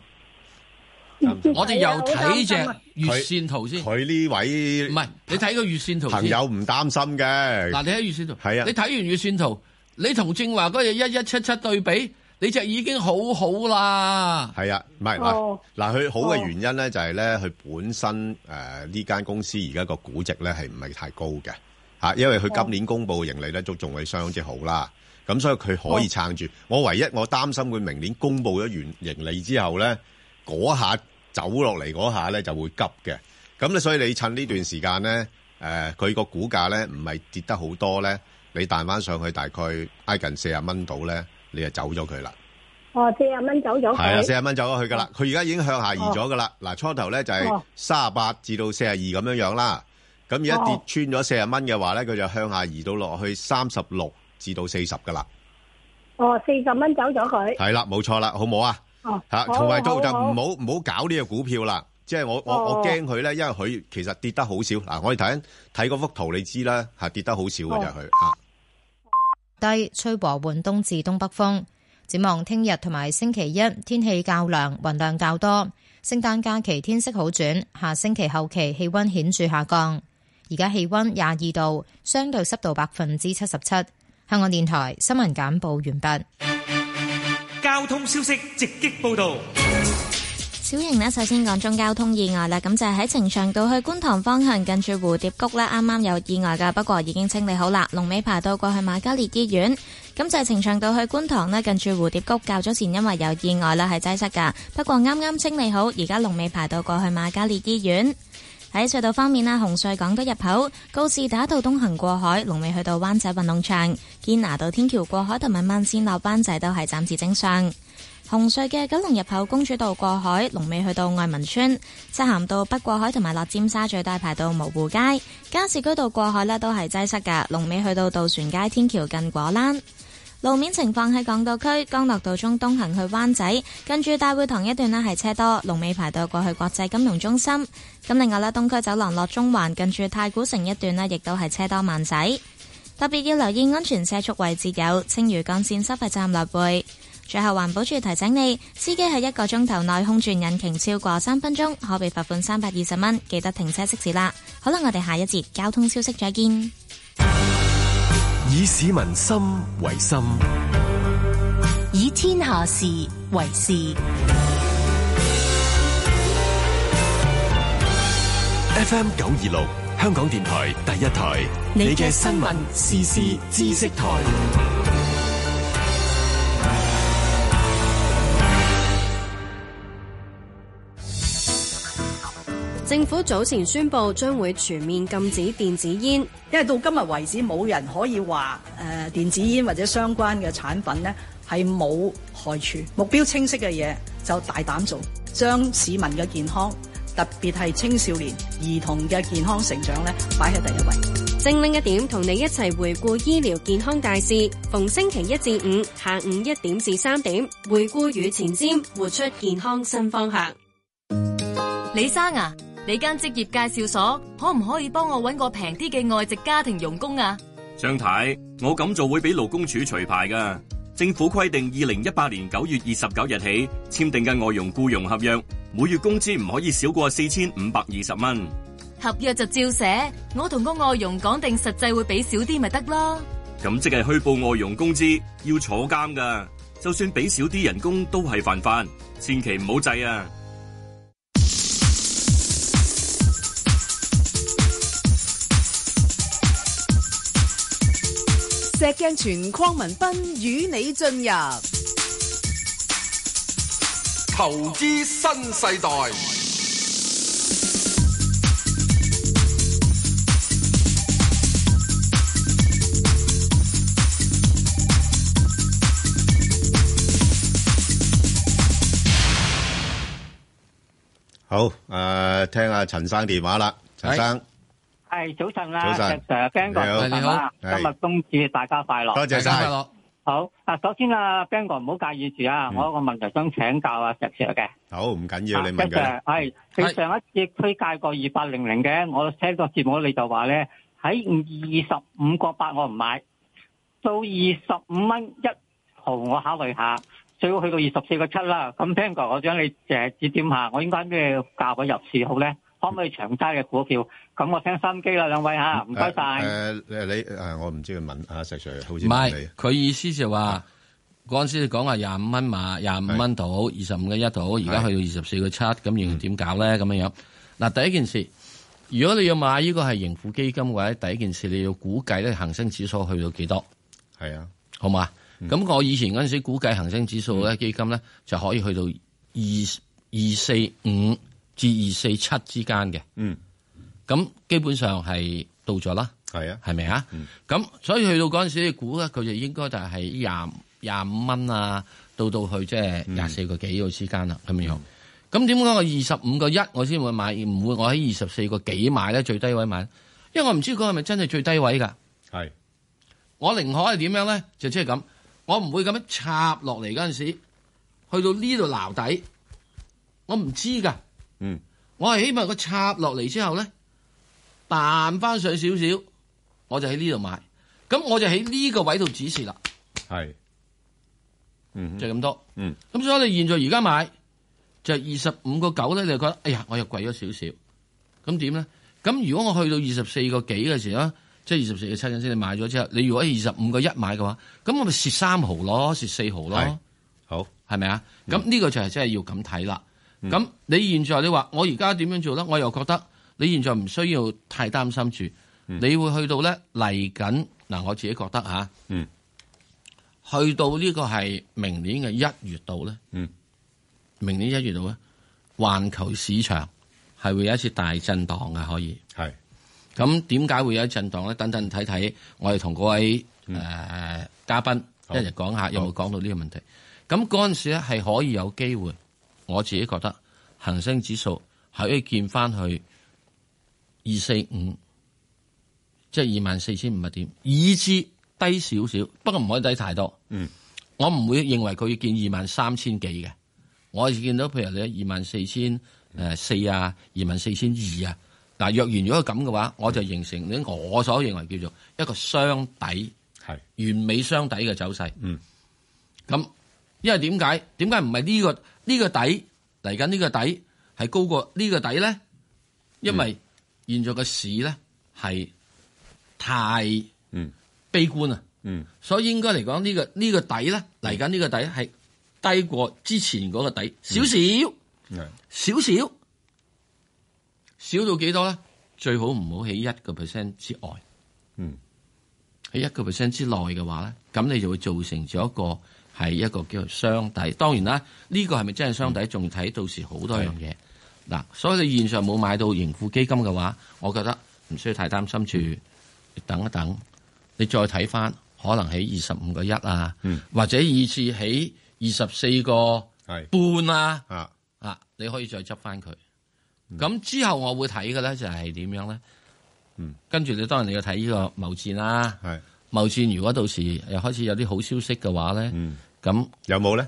Speaker 1: 我
Speaker 2: 啊
Speaker 1: 哋又睇隻月線圖先。
Speaker 2: 佢呢位
Speaker 1: 唔係你睇個月線圖先。
Speaker 2: 朋友唔擔心嘅。
Speaker 1: 嗱，你喺月線圖，
Speaker 2: 係啊
Speaker 1: 你睇完月線圖，你同正話嗰隻一一七七對比，你就已經好好啦。
Speaker 2: 係啊，唔係嗱
Speaker 1: 哦
Speaker 2: 嗱，佢好嘅
Speaker 1: 哦
Speaker 2: 原因咧就係咧，佢本身誒呢間公司而家個估值咧係唔係太高嘅嚇，因為佢
Speaker 1: 哦
Speaker 2: 今年公布嘅盈利咧都仲係相當之好啦。咁所以佢可以撐住。我唯一我擔心佢明年公布咗完盈利之後咧，嗰下走落嚟嗰下咧就會急嘅。咁咧，所以你趁呢段時間咧，誒佢個股價咧唔係跌得好多咧，你彈翻上去大概挨近四十蚊度咧，你就走咗佢啦。
Speaker 21: 哦，四啊蚊走咗佢，
Speaker 2: 係啦，四十蚊走咗去噶啦，佢而家已經向下移咗噶啦。嗱，初頭咧就係
Speaker 21: 哦
Speaker 2: 三十八至到四十二咁樣樣啦。咁而家
Speaker 21: 哦
Speaker 2: 跌穿咗四十蚊嘅話咧，佢就向下移到落去三十六至到四十噶啦。
Speaker 21: 哦，四十蚊走咗佢，
Speaker 2: 係啦，冇錯啦，好唔好啊？
Speaker 21: 哦，
Speaker 2: 吓，
Speaker 21: 好
Speaker 2: 同埋做就
Speaker 21: 好啊哦
Speaker 2: 唔好唔好搞呢個股票啦。即係我我我驚佢咧，因為佢其實跌得好少。嗱，我哋睇睇嗰幅圖，你知啦，嚇跌得好
Speaker 21: 哦
Speaker 2: 少嘅就佢嚇。
Speaker 6: 低，吹和緩東至東北風。展望聽日同埋星期一天氣較涼，雲量較多。聖誕假期天色好轉，下星期後期氣温顯著下降。而家氣温廿二度，相對濕度百分之七十七。香港電台新聞簡報完畢。
Speaker 5: 交通消息直擊報道。
Speaker 7: 小型呢，首先講中交通意外啦，咁就係喺呈祥道去觀塘方向近住蝴蝶谷呢，啱啱有意外㗎，不過已經清理好啦，龍尾排到過去瑪嘉烈醫院。咁就係呈祥道去觀塘呢，近住蝴蝶谷，較早前因為有意外啦，係擠塞㗎，不過啱啱清理好，而家龍尾排到過去瑪嘉烈醫院。喺隧道方面啦，紅隧港島入口告士打道東行過海，龍尾去到灣仔運動場；堅拿道天橋過海同埋慢線落灣仔都係暫時正常。紅隧嘅九龍入口公主道過海，龍尾去到愛民村；漆咸道北過海同埋落尖沙咀大排到蕪湖街；加士居道過海呢都係擠塞㗎，龍尾去到渡船街天橋近果欄。路面情況喺港島區，干諾道中東行去灣仔，近住大會堂一段呢係車多，龍尾排到過去國際金融中心。咁另外呢，東區走廊落中環，近住太古城一段呢亦都係車多慢駛。特別要留意安全車速位置有青嶼幹線收費站來回。最後環保署提醒你，司機喺一個鐘頭內空轉引擎超過三分鐘，可被罰款三百二十蚊。記得停車熄匙啦。好啦，我哋下一節交通消息再見。
Speaker 9: 以市民心為心，
Speaker 8: 以天下事為事。
Speaker 9: FM 九二六，香港電台第一台，你嘅新聞、時事、知識台。
Speaker 3: 政府早前宣布將會全面禁止電子煙，
Speaker 22: 因為到今日為止冇人可以話誒、呃、電子煙或者相關嘅產品呢係冇害處。目標清晰嘅嘢就大膽做，將市民嘅健康，特別係青少年兒童嘅健康成長呢擺喺第一位。
Speaker 3: 精靈一點同你一齊回顧醫療健康大事，逢星期一至五下午一點至三點，回顧與前瞻，活出健康新方向。
Speaker 23: 李生啊！你間職業介紹所可唔可以幫我揾個平啲嘅外籍家庭傭工啊？
Speaker 24: 張太，我咁做會俾勞工處除牌噶。政府規定，二零一八年九月二十九日起簽訂嘅外傭僱傭合約，每月工資唔可以少過四千五百二十蚊。
Speaker 23: 合約就照寫，我同個外傭講定實際會俾少啲咪得咯。
Speaker 24: 咁即係虛報外傭工資，要坐監噶。就算俾少啲人工都係犯法，千祈唔好制啊！
Speaker 14: 石鏡泉鄺民彬與你進入
Speaker 15: 投資新世代。
Speaker 2: 好，誒，聽下陳生電話啦，陳生。
Speaker 25: 係哎早晨啦，
Speaker 2: 早晨
Speaker 25: 石 Sir、Ben 哥
Speaker 2: 你好
Speaker 25: 早晨啦，
Speaker 2: 你
Speaker 25: 今
Speaker 2: 好
Speaker 25: 日恭祝大家快樂，
Speaker 2: 多謝晒大家快樂。
Speaker 25: 好啊，首先啊，Ben 哥唔好介意住啊，我有個問題想請教啊石 Sir 嘅。
Speaker 2: 嗯好，唔緊
Speaker 21: 啊
Speaker 2: 要，你問佢
Speaker 25: 啊係
Speaker 2: 啦。
Speaker 25: 你上一次推介過二八零零嘅，我聽個節目你就話咧喺二十五個八我唔買，到二十五蚊一毫我考慮下，最好去到二十四個七啦。咁 Ben 哥，我想你誒指點下，我應該咩價位入市好咧？可唔可以長揸嘅股票？咁我聽心機啦，兩位嚇，啊唔該晒。
Speaker 2: 嗯誒誒，你誒，我唔知佢問阿石 Sir，好似啊
Speaker 1: 唔
Speaker 2: 問
Speaker 1: 係
Speaker 2: 你。，
Speaker 1: 佢意思就話嗰陣時你講話廿五蚊買，廿五蚊到，二十五個一到，而家去到二十四個七，咁
Speaker 2: 嗯
Speaker 1: 然後點搞咧？咁樣樣嗱，第一件事，如果你要買呢個係盈富基金嘅話，第一件事你要估計咧恒生指數去到幾多？
Speaker 2: 係啊，
Speaker 1: 好嘛？咁我以前嗰陣時估計恒生指數咧基金咧就可以去到二二四五至二四七之間嘅。
Speaker 2: 嗯，
Speaker 1: 咁基本上係到咗啦。
Speaker 2: 係啊，
Speaker 1: 係咪啊？咁所以去到嗰陣時，你估咧佢就應該就係廿廿五蚊啊，到到去即係
Speaker 2: 嗯
Speaker 1: 廿四個幾個之間啦，咁樣。咁點解我二十五個一我先會買，唔會我喺二十四個幾買咧最低位買？因為我唔知佢係咪真係最低位㗎。
Speaker 2: 係。
Speaker 1: 我寧可係點樣咧？就即係咁，我唔會咁樣插落嚟嗰陣時，去到呢度撈底，我唔知㗎。
Speaker 2: 嗯，
Speaker 1: 我係希望佢插落嚟之後咧，彈翻上少少，我就喺呢度買。咁我就喺呢個位度指示啦。
Speaker 2: 係，嗯，
Speaker 1: 就係咁多。
Speaker 2: 嗯，
Speaker 1: 咁所以你現在而家買就二十五個九咧，你就覺得哎呀，我又貴咗少少。咁點咧？咁如果我去到二十四個幾嘅時候咧，即係二十四個七緊先，你買咗之後，你如果二十五個一買嘅話，咁我咪蝕三毫咯，蝕四毫
Speaker 2: 係
Speaker 1: 咯。
Speaker 2: 好，嗯
Speaker 1: 係咪啊？咁呢個就係真係要咁睇啦。咁、你現在你話我而家點樣做咧？我又覺得你現在唔需要太擔心住，你會去到咧嚟緊嗱，我自己覺得吓，
Speaker 2: 嗯，
Speaker 1: 去到呢個係明年嘅一月度咧，
Speaker 2: 嗯，
Speaker 1: 明年一月度咧，環球市場係會有一次大震盪嘅，可以
Speaker 2: 係。
Speaker 1: 咁點解會有一震盪咧？等等睇睇，我哋同嗰位誒、
Speaker 2: 嗯
Speaker 1: 呃嘉賓一人講下有冇講到呢個問題。咁嗰陣時咧係可以有機會，我自己覺得恒生指數係可以見翻去二四五，即係二萬四千五百點，以至低少少，不過唔可以低太多。
Speaker 2: 嗯，
Speaker 1: 我唔會認為佢要見二萬三千幾嘅，我係見到譬如你二萬四千誒四啊，二萬四千二啊。嗱，若然如果係咁嘅話，我就形成咧我所認為叫做一個雙底，
Speaker 2: 係
Speaker 1: 完美雙底嘅走勢。
Speaker 2: 嗯，
Speaker 1: 咁因為點解？點解唔係呢個呢、個底嚟緊呢個底係高過呢個底咧？因為現
Speaker 2: 嗯
Speaker 1: 在嘅市咧係太
Speaker 2: 嗯
Speaker 1: 悲觀啊，
Speaker 2: 嗯
Speaker 1: 所以應該嚟講呢個呢、個底咧嚟緊呢個底係低過之前嗰個底少少。
Speaker 2: 係
Speaker 1: 少少，少到幾多咧？最好唔好喺一個 percent 之外，
Speaker 2: 嗯，
Speaker 1: 喺一個 percent 之內嘅話咧，咁你就會造成咗一個係一個叫做雙底。當然啦，呢、個係咪真係雙底，仲要睇到時好多樣嘢。嗱，所以你現在冇買到盈富基金嘅話，我覺得唔需要太擔心住，你等一等，你再睇翻，可能喺二十五個一啊，
Speaker 26: 嗯
Speaker 1: 或者以至喺二十四個半啊，
Speaker 2: 啊
Speaker 1: 你可以再執翻佢。咁之後我會睇嘅咧就係點樣咧？
Speaker 2: 嗯，
Speaker 1: 跟住你當然你要睇呢個貿戰啦。
Speaker 2: 係
Speaker 1: 貿戰，如果到時又開始有啲好消息嘅話咧，咁
Speaker 2: 嗯有冇咧？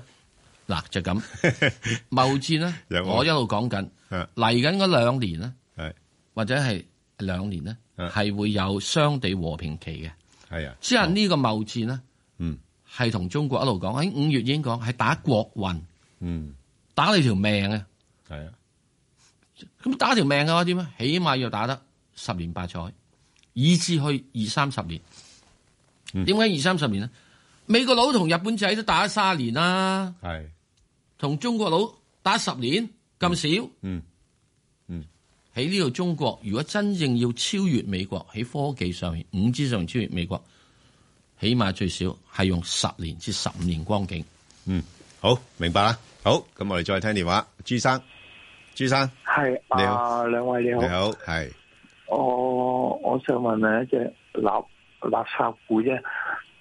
Speaker 1: 嗱就咁
Speaker 2: (laughs)
Speaker 1: 貿戰咧，
Speaker 2: 有冇
Speaker 1: 我一路講緊
Speaker 2: 啊
Speaker 1: 嚟緊嗰兩年咧，
Speaker 2: 係啊
Speaker 1: 或者係兩年咧，係會有相地和平期嘅。
Speaker 2: 係啊，
Speaker 1: 之後呢個貿戰咧，
Speaker 2: 嗯，
Speaker 1: 係同中國一路講喺哎五月已經講係打國運，
Speaker 2: 嗯，
Speaker 1: 打你條命啊！
Speaker 2: 係啊，
Speaker 1: 咁打條命嘅話點啊？起碼要打得十年八載，以至去二三十年。
Speaker 2: 嗯
Speaker 1: 點解二三十年咧？美國佬同日本仔都打咗卅年啦，
Speaker 2: 係，
Speaker 1: 同中國佬打十年咁少。
Speaker 2: 嗯，
Speaker 1: 喺呢度中國如果真正要超越美國喺科技上面五 G 上面超越美國，起碼最少係用十年至十五年光景。
Speaker 2: 嗯，好，明白啦。好，咁我哋再聽電話，朱生，朱生，
Speaker 4: 系
Speaker 2: 你好
Speaker 4: 啊，两位你好，
Speaker 2: 你好，係
Speaker 4: 我我想问下一只垃垃圾股啫，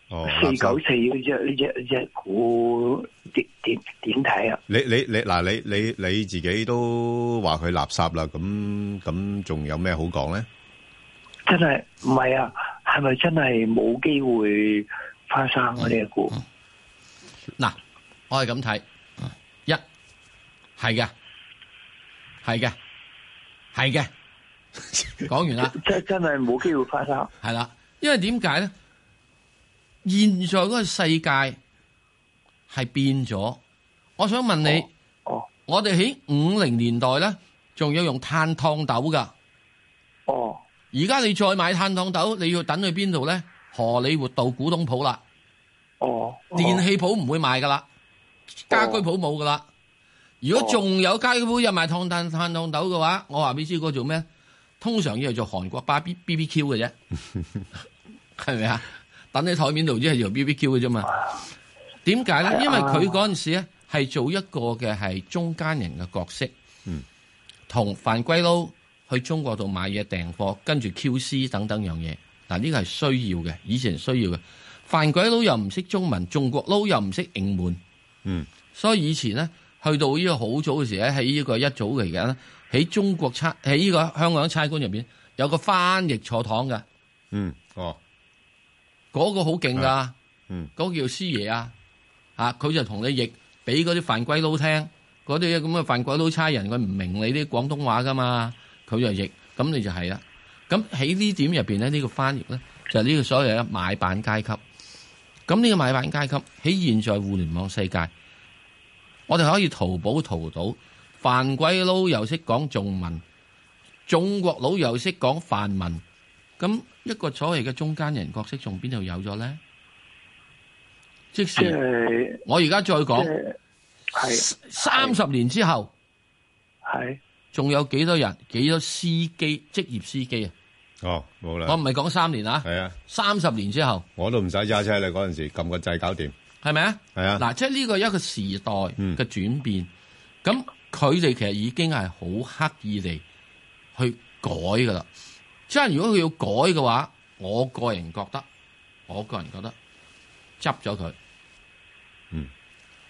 Speaker 2: 哦，
Speaker 4: 四九四嗰只呢只呢只股点点点睇啊？
Speaker 2: 你你你嗱，你你你自己都話佢垃圾啦，咁咁仲有咩好講咧？
Speaker 4: 真系唔系啊？系咪真系冇机会翻生啊？呢只股
Speaker 2: 嗯
Speaker 1: 嗱，我係咁睇，一係嘅，係嘅，係
Speaker 2: (laughs)
Speaker 1: 嘅，講完啦。
Speaker 4: 真真系冇机會翻生。
Speaker 1: 係啦，因為點解咧？現在嗰個世界係變咗。我想問你，
Speaker 4: 哦
Speaker 1: 我哋喺五零年代咧，仲要用碳燙斗噶。
Speaker 4: 哦，
Speaker 1: 而家你再買碳燙斗，你要等去邊度咧？荷里活道古董鋪啦。
Speaker 4: 哦，
Speaker 1: 電器鋪唔會賣噶啦，家居鋪冇噶啦。如果仲有家居鋪有賣燙碳碳燙斗嘅話，我話俾你知嗰個做咩？通常要係做韓國巴 B B B Q 嘅啫，係咪啊？等喺台面度只係做 B B Q 嘅啫嘛。
Speaker 2: 啊
Speaker 1: 點解咧？因為佢嗰陣時咧係做一個嘅係中間人嘅角色，
Speaker 2: 嗯，
Speaker 1: 同犯規佬去中國度買嘢訂貨，跟住 QC 等等樣嘢。嗱，呢個係需要嘅，以前需要嘅。犯鬼佬又唔識中文，中國佬又唔識英文，
Speaker 2: 嗯，
Speaker 1: 所以以前咧去到呢個好早嘅時咧，喺呢個一早嚟緊咧，喺中國差喺呢個香港差館入邊有個翻譯坐堂嘅，
Speaker 2: 嗯，哦，
Speaker 1: 嗰、個好勁㗎，
Speaker 2: 嗯，
Speaker 1: 嗰、個叫師爺啊，啊佢就同你譯俾嗰啲犯鬼佬聽，嗰啲咁嘅犯鬼佬差人，佢唔明你啲廣東話噶嘛，佢就譯，咁你就係啦。咁喺呢點入邊咧，呢、個翻譯咧就係呢個所謂嘅買辦階級。咁呢個買辦階級喺現在互聯網世界，我哋可以淘寶淘到犯鬼佬又識講仲文，中國佬又識講泛文，咁一個所謂嘅中間人角色仲邊度有咗咧？即
Speaker 4: 即
Speaker 1: 時。
Speaker 4: 係
Speaker 1: 我而家再
Speaker 4: 即
Speaker 1: 講，
Speaker 4: 係係
Speaker 1: 三十年之後，
Speaker 4: 係
Speaker 1: 仲有幾多人？幾多司機？職業司機啊？
Speaker 2: 哦，冇啦。
Speaker 1: 我唔係講三年啊，
Speaker 2: 係啊，
Speaker 1: 三十年之後，
Speaker 2: 我都唔使揸車啦，嗰陣時撳個掣搞掂。
Speaker 1: 係咪啊？
Speaker 2: 係啊嗯
Speaker 1: 嗱，即係呢個一個時代嘅轉變。咁佢哋其實已經係好刻意地去改噶啦。即係如果佢要改嘅話，我個人覺得，我個人覺得執咗佢，
Speaker 2: 嗯，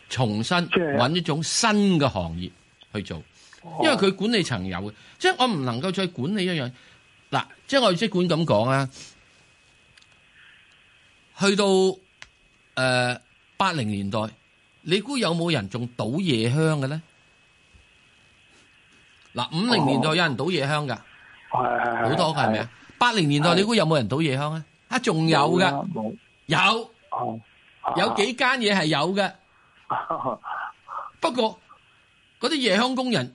Speaker 1: 重新揾一種新嘅行業去做。因為佢管理層有嘅，即係我唔能夠再管理一樣。嗱，即係我即管咁講啊，去到誒八零年代，你估有冇人仲倒夜香嘅咧？嗱，五零年代有人倒夜香噶，
Speaker 4: 係係係
Speaker 1: 好多㗎係咪啊？八零年代你估有冇人倒夜香啊？啊，仲有
Speaker 4: 冇
Speaker 1: 㗎
Speaker 4: 啦，冇哦
Speaker 1: 有
Speaker 4: 啊
Speaker 1: 有幾間嘢係有嘅。不過嗰啲夜香工人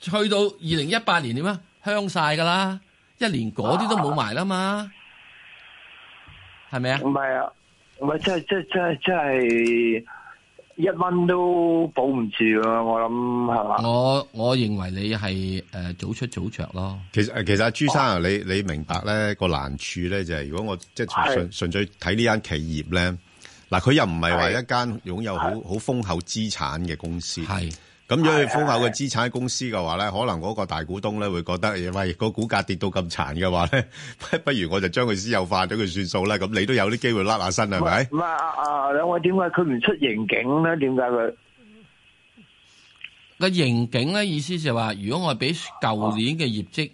Speaker 1: 去到二零一八年點啊？香晒㗎啦，一年嗰啲都冇埋啦嘛，係咪啊？
Speaker 4: 唔係啊，唔係真係真真真係一蚊都保唔住啊！我諗係嘛？
Speaker 1: 我我認為你係誒早出早着咯。
Speaker 2: 其實其實阿朱生啊，你你明白咧個難處咧，就係如果我即係純純粹睇呢間企業咧，嗱佢又唔係話一間擁有好好豐厚資產嘅公司，
Speaker 1: 係
Speaker 2: 咁如果佢豐厚嘅資產公司嘅話咧，可能嗰個大股東咧會覺得，咦喂個股價跌到咁殘嘅話咧， (laughs) 不不如我就將佢私有化咗佢算數啦，咁你都有啲機會甩下身係咪？
Speaker 4: 唔係啊啊！兩位點解佢唔出刑警咧？點解佢？
Speaker 1: 個刑警咧意思就係話，如果我係
Speaker 2: 哦
Speaker 1: 比舊年嘅業績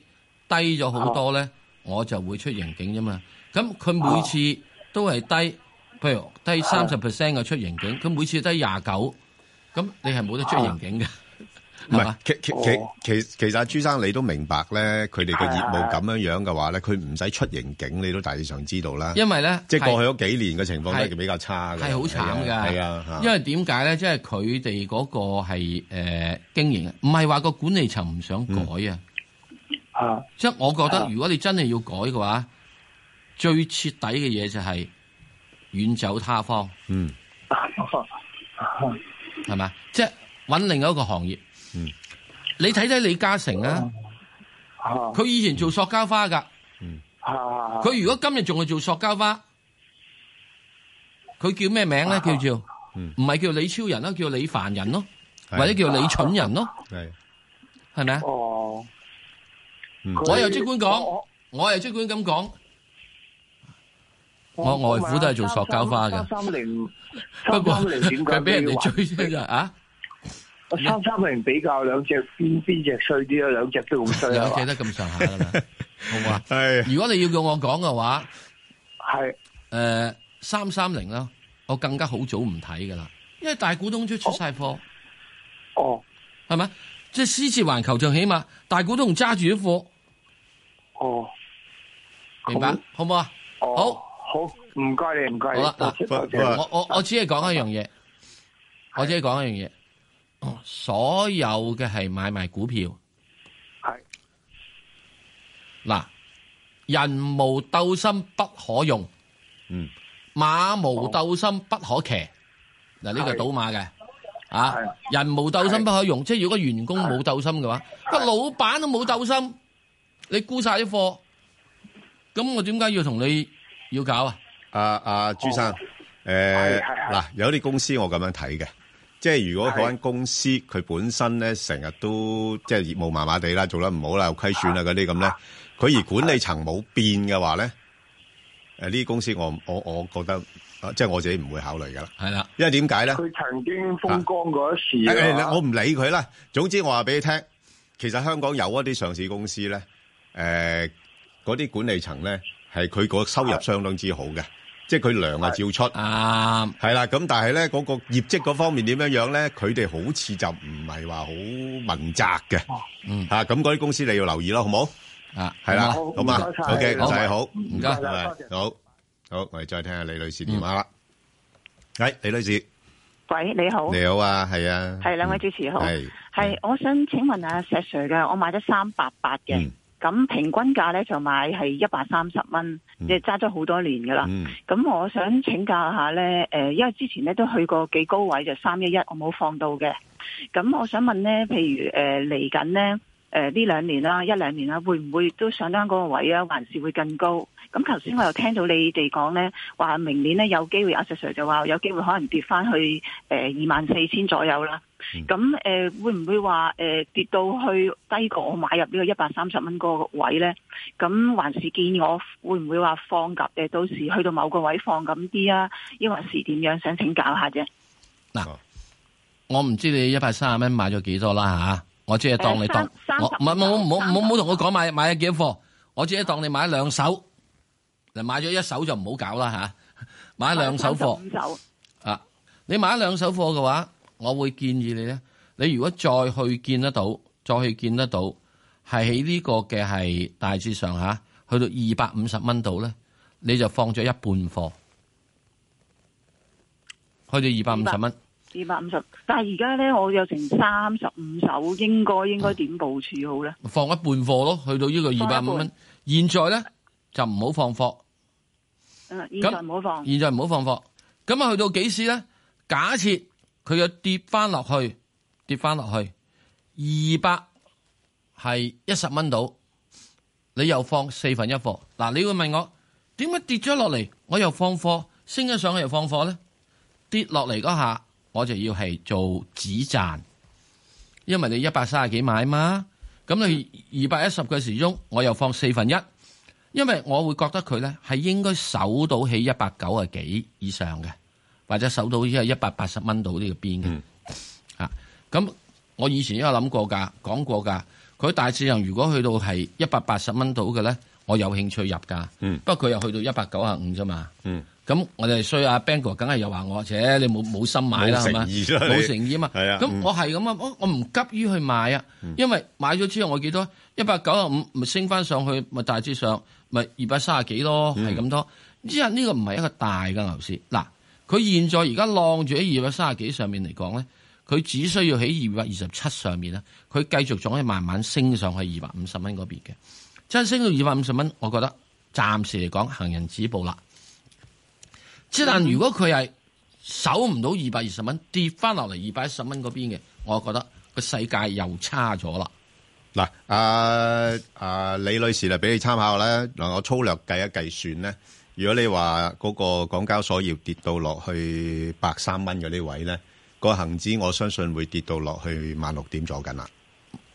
Speaker 1: 低咗好多咧，
Speaker 2: 哦
Speaker 1: 我就會出刑警啫嘛。咁佢每次都係低，譬如
Speaker 2: 啊
Speaker 1: 低三十 percent 嘅出刑警，佢每次低廿九，咁你係冇得出刑警嘅。
Speaker 2: 唔係，其其其
Speaker 1: 哦
Speaker 2: 其其實阿朱生你都明白咧，佢哋嘅業務咁樣樣嘅話咧，佢唔使出刑警，你都大致上知道啦。
Speaker 1: 因為咧
Speaker 2: 即係
Speaker 1: 係
Speaker 2: 過去嗰幾年嘅情況都
Speaker 1: 係
Speaker 2: 係比較差嘅，
Speaker 1: 係好慘
Speaker 2: 係
Speaker 1: 㗎，
Speaker 2: 啊係啊，
Speaker 1: 因為點解咧？即係佢哋嗰個係誒、呃、經營，唔係話個管理層唔想改啊。
Speaker 2: 嗯
Speaker 4: 啊，
Speaker 1: 即係我覺得，如果你真係要改嘅話，最徹底嘅嘢就係遠走他方，
Speaker 2: 嗯，
Speaker 1: (laughs) 係咪？即係揾另一個行業。
Speaker 2: 嗯，
Speaker 1: 你睇睇李嘉誠啊，
Speaker 4: 啊哦
Speaker 1: 佢以前做塑膠花㗎，佢如果今日仲係做塑膠花，佢叫咩名
Speaker 4: 啊
Speaker 1: 咧？叫做
Speaker 4: 嗯
Speaker 1: 唔係叫李超人咯，叫李凡人咯，
Speaker 2: 係
Speaker 1: 或者叫李蠢人咯，
Speaker 2: 係
Speaker 1: 係咪啊？嗯
Speaker 4: 哦，
Speaker 1: 我又即管講，我又即管咁講，我我外父都係做塑膠花嘅
Speaker 4: 啊三三零，
Speaker 1: 不過
Speaker 4: 三三零點解
Speaker 1: 佢俾人哋追啫就啊，
Speaker 4: 啊三三零比較兩隻邊邊隻衰啲啊？兩隻都咁衰啊
Speaker 1: 兩？隻得咁上下㗎啦，好唔好啊？
Speaker 2: 係。
Speaker 1: 如果你要叫我講嘅話，
Speaker 4: 係
Speaker 1: 誒三三零啦，我更加好早唔睇㗎啦，因為大股東出出晒貨，
Speaker 4: 哦，
Speaker 1: 係咪？即係私自環球就起碼大股東揸住啲貨，
Speaker 4: 哦，
Speaker 1: 明白好唔好啊？
Speaker 4: 好，好，唔該你，唔該
Speaker 1: 好
Speaker 4: 你。
Speaker 1: 啦，
Speaker 4: 多謝
Speaker 1: 嗱，
Speaker 4: 多謝
Speaker 1: 我我我只係講一樣嘢，我只係講一樣嘢，哦所有嘅係買賣股票，
Speaker 4: 係
Speaker 1: 嗱，人無鬥心不可用，
Speaker 2: 嗯，
Speaker 1: 馬無鬥心不可騎，嗱呢個係賭馬嘅。啊！人無鬥心不可用，即係如果員工冇鬥心嘅話，個老闆都冇鬥心，你沽晒啲貨，咁我點解要同你要搞啊？
Speaker 2: 阿阿朱生，誒嗱，有啲公司我咁樣睇嘅，即係如果嗰間公司佢本身咧成日都即係業務麻麻地啦，做得唔好啦，有虧損啊啦嗰啲咁咧，佢而管理層冇變嘅話咧，誒呢啲公司我我我覺得，啊即係我自己唔會考慮噶啦，
Speaker 1: 係啦，啊
Speaker 2: 因為點解咧？
Speaker 4: 佢曾經風光嗰一時
Speaker 2: 誒誒
Speaker 4: 啊
Speaker 2: 嗱我唔理佢啦。總之我話俾你聽，其實香港有一啲上市公司咧，誒嗰啲管理層咧係佢個收入相當之好嘅，即係佢糧啊照出，
Speaker 1: 啊，
Speaker 2: 係啦。咁但係咧嗰個業績嗰方面點樣樣咧，佢哋好似就唔係話好問責嘅，
Speaker 1: 嗯
Speaker 2: 嚇咁嗰啲公司你要留意咯，好冇？
Speaker 1: 啊，
Speaker 2: 係啦，
Speaker 1: 好
Speaker 2: 好嘛
Speaker 1: 唔該晒
Speaker 2: ，OK，唔使好，
Speaker 1: 唔該
Speaker 2: 拜拜好好，我哋再聽下李女士電話啦。係李女士，
Speaker 10: 喂，你好，
Speaker 2: 你好嗯啊，係啊，
Speaker 10: 系兩位主持好，
Speaker 2: 係
Speaker 10: 係我想請問下石 Sir 嘅，我買咗三百八
Speaker 2: 嗯
Speaker 10: 嘅，咁、平均價咧就買係一百三十蚊，
Speaker 2: 嗯
Speaker 10: 即係揸咗好多年噶啦。咁、我想請教下咧，诶、因為之前咧都去過幾高位，就三一一，我冇放到嘅。咁我想問咧，譬如诶嚟緊咧，诶呢兩年啦，一兩年啦，會唔會都上翻嗰個位啊？還是會更高？咁頭先我又聽到你哋講咧，話明年咧有機會，阿石 Sir 就話有機會可能跌翻去誒二萬四千左右啦。咁誒、呃、會唔會話誒、呃跌到去低過我買入呢個一百三十蚊嗰個位咧？咁還是建議我會唔會話放及誒到時去到某個位放咁啲啊？抑或是點樣？想請教下啫。
Speaker 1: 我唔知你一百三十蚊買咗幾多啦吓，我只係當你
Speaker 10: 誒
Speaker 1: 當
Speaker 10: 三
Speaker 1: 我唔係冇冇冇冇同我講買買咗幾多貨，我只係當你買咗兩手，嗱買咗一手就唔好搞啦吓， (laughs) 買咗兩手貨
Speaker 10: 五手
Speaker 1: 啊，你買咗兩手貨嘅話，我會建議你咧，你如果再去見得到，再去見得到，係喺呢個嘅係大致上吓，去到二百五十蚊度咧，你就放咗一半貨，去到二百五十蚊。
Speaker 10: 二百五十，但係而家咧我有成三十五手，應該應該點部署好咧？
Speaker 1: 放一半貨咯，去到呢個二百
Speaker 10: 放一
Speaker 1: 五
Speaker 10: 半
Speaker 1: 蚊。現在咧就唔好放貨，
Speaker 10: 嗯，現在唔好放。
Speaker 1: 現在唔好放貨。咁啊，去到幾時咧？假設佢又跌翻落去，跌翻落去二百係一十蚊到，你又放四分一貨。嗱，你會問我點解跌咗落嚟，我又放貨，升咗上去又放貨咧？跌落嚟嗰下，我就要係做止賺，因為你一百三十幾買嘛，咁你二百一十嘅時鐘，我又放四分一，因為我會覺得佢咧係應該守到起一百九啊幾以上嘅，或者守到依係一百八十蚊到呢個邊
Speaker 2: 嗯
Speaker 1: 嘅，啊，咁我以前都有諗過㗎，講過㗎，佢大致上如果去到係一百八十蚊到嘅咧，我有興趣入㗎，
Speaker 2: 嗯
Speaker 1: 不過佢又去到一百九啊五啫嘛。
Speaker 2: 嗯，
Speaker 1: 咁我哋衰阿 Bang 哥，梗係又話我，且你冇冇心買啦，
Speaker 2: 冇誠
Speaker 1: 係嘛？
Speaker 2: 意啦
Speaker 1: 冇
Speaker 2: 你
Speaker 1: 誠意啊嘛。
Speaker 2: 係啊
Speaker 1: 咁
Speaker 2: 嗯
Speaker 1: 我係咁啊，我我唔急於去買啊，因為買咗之後我幾多一百九十五，咪升翻上去，咪大致上咪二百三十幾咯，係咁多。之後呢個唔係一個大嘅牛市，嗱，佢現在而家浪住喺二百三十幾上面嚟講咧，佢只需要喺二百二十七上面咧，啊佢繼續仲可以慢慢升上去二百五十蚊嗰邊嘅。真係升到二百五十蚊，我覺得暫時嚟講行人止步啦。之但如果佢係守唔到二百二十蚊，跌翻落嚟二百一十蚊嗰邊嘅，我覺得個世界又差咗啦。
Speaker 2: 嗱，阿阿啊李女士嚟俾你參考啦。嗱，我粗略計一計算咧，如果你話嗰個港交所要跌到落去百三蚊嗰啲位咧，個恒指我相信會跌到落去萬六點左近啦。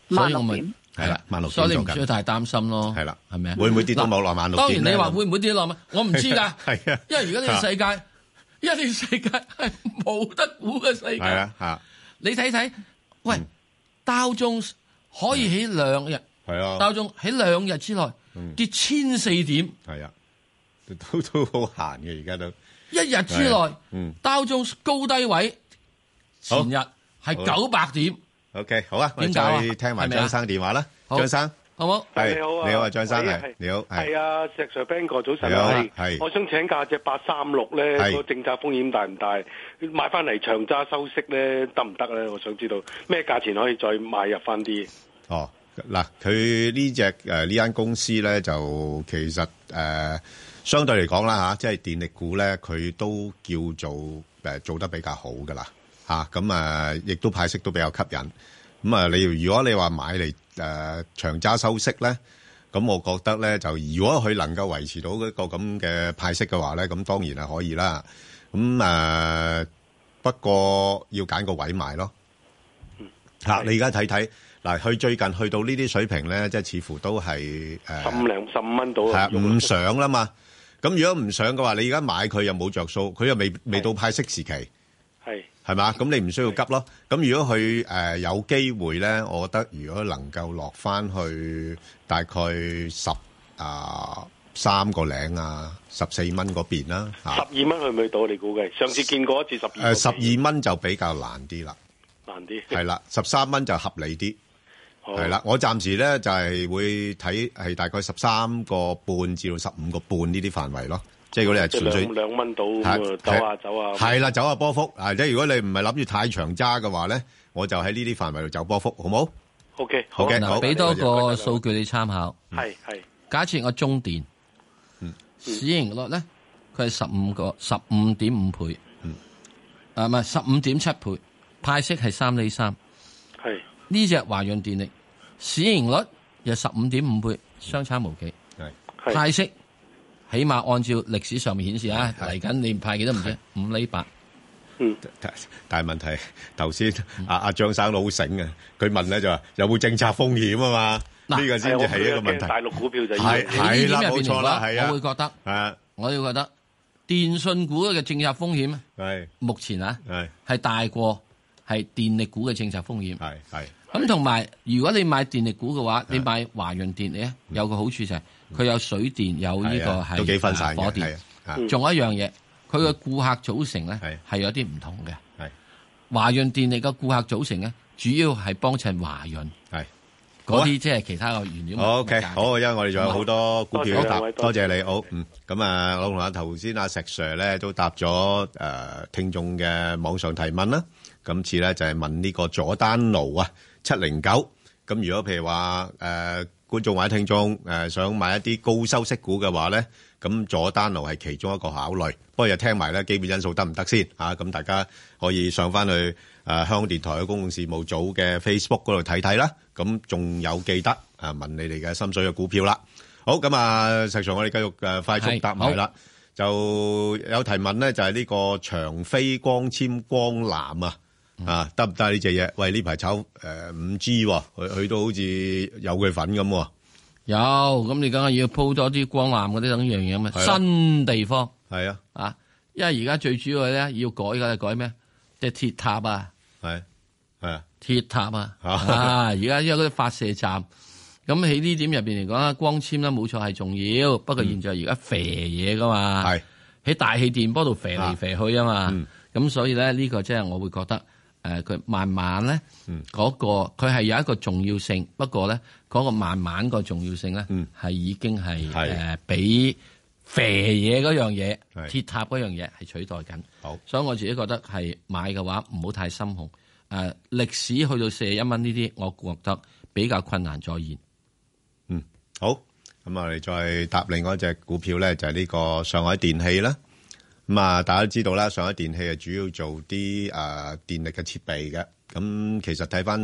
Speaker 1: 所以我咪
Speaker 2: 係啦，萬六
Speaker 1: 所
Speaker 2: 點
Speaker 1: 以你
Speaker 2: 左
Speaker 1: 唔需要
Speaker 2: 近。
Speaker 1: 太擔心咯。係啦，係咪啊？
Speaker 2: 會唔會跌到網絡萬六
Speaker 1: 當
Speaker 2: 點
Speaker 1: 然
Speaker 2: 咧
Speaker 1: 你話會唔會跌落萬？我唔知㗎。
Speaker 2: (laughs) 係啊
Speaker 1: 因為而家呢個世界，因為呢個世界係冇得估嘅世界。
Speaker 2: 係嗯啊，嚇，
Speaker 1: 你睇睇，喂，道中可以喺兩日，
Speaker 2: 係啊嗯
Speaker 1: 道中喺兩日之內跌千四點，
Speaker 2: 係啊，都都好閒嘅，而家都
Speaker 1: 一日之
Speaker 2: 係
Speaker 1: 內
Speaker 2: 啊。嗯
Speaker 1: 道中高低位前日係
Speaker 2: 好
Speaker 1: 九百點，
Speaker 2: ，OK，好啊，我哋
Speaker 1: 點搞啊
Speaker 2: 再聽埋
Speaker 1: 係咪啊
Speaker 2: 張生電話啦。
Speaker 1: 好
Speaker 2: 張生，
Speaker 1: 好冇？
Speaker 2: 係
Speaker 11: 你好啊，
Speaker 2: 你好啊，張生
Speaker 11: 喂
Speaker 2: 係，你好，係
Speaker 11: 係啊，石 Sir Ben 哥早晨
Speaker 2: 你好
Speaker 11: 啊，
Speaker 2: 係
Speaker 11: 我想請教只八三六咧
Speaker 2: 係
Speaker 11: 個政策風險大唔大？買翻嚟長揸收息咧得唔得咧？我想知道咩價錢可以再買入翻啲？
Speaker 2: 哦，嗱，佢呢只誒呢間公司咧，就其實誒、呃相對嚟講啦嚇，即係電力股咧，佢都叫做誒、呃做得比較好噶啦嚇，咁啊亦都派息都比較吸引。咁啊，你如果你話買嚟誒、呃、長揸收息咧，咁我覺得咧就如果佢能夠維持到一個咁嘅派息嘅話咧，咁當然係可以啦。咁誒、呃不過要揀個位賣咯。吓，你而家睇睇嗱，佢最近去到呢啲水平咧，即係似乎都係诶
Speaker 11: 十五零十五蚊到
Speaker 2: 係啊，唔上啦嘛。咁如果唔上嘅話，你而家買佢又冇着數，佢又未未到派息時期，
Speaker 11: 係
Speaker 2: 係嘛？咁你唔需要急咯。咁如果佢诶有機會咧，我覺得如果能夠落翻去大概十啊三個零啊，十四蚊嗰邊啦
Speaker 11: 十
Speaker 2: 嚇。
Speaker 11: 二蚊去唔去到？你估計上次見過一次十二，
Speaker 2: 誒十二蚊就比較難啲啦，
Speaker 11: 難啲。
Speaker 2: 係啦，十三蚊就合理啲。
Speaker 11: 好，
Speaker 2: 係啦，我暫時咧就係會睇係大概十三個半至到十五個半呢啲範圍咯，即係如果你係
Speaker 11: 即係
Speaker 2: 純粹
Speaker 11: 兩兩蚊到咁
Speaker 2: 係
Speaker 11: 啊，走下走下。
Speaker 2: 係啦，走下波幅啊！即係如果你唔係諗住太長揸嘅話咧，我就喺呢啲範圍度走波幅，好冇？
Speaker 11: O K，
Speaker 2: 好嘅，
Speaker 1: 嗱，
Speaker 2: 好，
Speaker 1: 俾多嗯個數據你參考。
Speaker 11: 係係
Speaker 1: 假設我中電，嗯市盈率咧，佢係十五個十五點五倍，啊唔係十五點七倍，派息係三厘三。
Speaker 11: 係
Speaker 1: 呢只華潤電力市盈率又十五點五倍，相差無幾。
Speaker 11: 係
Speaker 1: 派息起碼按照歷史上面顯示啊，嚟
Speaker 2: 係
Speaker 1: 緊你唔派幾多唔知五厘八。
Speaker 11: 嗯，
Speaker 2: 但係問題頭先阿阿張生好醒啊，佢問咧就話有冇政策風險啊嘛？呢個先至係一個問題。
Speaker 11: 啊大陸股票就要
Speaker 2: 係係啦，
Speaker 1: 呢啲入
Speaker 2: 冇
Speaker 1: 邊
Speaker 2: 錯啦，
Speaker 1: 嚟講
Speaker 2: 係啊，
Speaker 1: 我會覺得
Speaker 2: 啊，
Speaker 1: 我要覺得電信股嘅政策風險啊
Speaker 2: 係
Speaker 1: 目前啊
Speaker 2: 係
Speaker 1: 係大過係電力股嘅政策風險。
Speaker 2: 係係
Speaker 1: 咁同埋，如果你買電力股嘅話，你買華潤電力咧，有個好處就係佢有水電，有呢個
Speaker 2: 嗯係啊
Speaker 1: 係
Speaker 2: 都幾分散嘅
Speaker 1: 火
Speaker 2: 係
Speaker 1: 電
Speaker 2: 啊係啊。
Speaker 1: 仲有一樣嘢，佢嘅顧客組成咧係有啲唔同嘅。華潤電力嘅顧客組成咧，主要係幫襯華潤。
Speaker 2: 係好
Speaker 1: 嗰
Speaker 2: 啊
Speaker 1: 啲即係其他嘅原料物。
Speaker 2: OK，
Speaker 1: 物價
Speaker 2: 好，因為我哋仲有好多股票要答，
Speaker 1: 多
Speaker 2: 多
Speaker 1: 謝
Speaker 2: 謝
Speaker 1: 兩位
Speaker 2: 你，好，嗯，咁啊，我同阿頭先阿石 Sir 咧都答咗誒聽眾嘅網上提問啦。今次咧就係問呢個佐丹奴啊，七零九。咁如果譬如話誒觀眾或者聽眾誒想買一啲高收息股嘅話咧，咁佐丹奴係其中一個考慮。不過又聽埋咧基本因素得唔得先啊？咁大家可以上翻去誒香港電台嘅公共事務組嘅 Facebook 嗰度睇睇啦。咁仲有記得啊問你哋嘅心水嘅股票啦。好，咁啊石 Sir，我哋繼續誒快速答埋啦。就有提問咧，就係呢個長飛光纖光纜啊，啊得唔得呢只嘢？喂，呢排炒誒呃五 G 喎，佢佢都好似有佢份咁喎。
Speaker 1: 有，咁你梗係要鋪多啲光纜嗰啲等樣嘢嘛，
Speaker 2: 係啊
Speaker 1: 新地方
Speaker 2: 係啊，
Speaker 1: 啊，因為而家最主要咧要改嘅係改咩？即係鐵塔啊，
Speaker 2: 係係啊，
Speaker 1: 鐵塔啊，啊，而家因為嗰啲發射站，咁喺呢點入邊嚟講啦，光纖咧冇錯係重要，不
Speaker 2: 嗯
Speaker 1: 過現在而家肥嘢噶嘛，係喺大氣電波度肥嚟肥去啊
Speaker 2: 嗯
Speaker 1: 嘛，咁所以咧呢個即係我會覺得誒佢慢慢咧。
Speaker 2: 嗯
Speaker 1: 嗰、個佢係有一個重要性，不過咧嗰、個慢慢個重要性咧，係、已經係誒俾肥嘢嗰樣嘢、鐵塔嗰樣嘢係取代緊。
Speaker 2: 好，
Speaker 1: 所以我自己覺得係買嘅話唔好太心紅。誒、歷史去到四十一蚊呢啲，我覺得比較困難再現。
Speaker 2: 好，咁啊我哋再答另外一隻股票咧，就係呢個上海電器啦。咁啊，大家都知道啦，上海電器係主要做啲誒、呃、電力嘅設備嘅。咁其實睇翻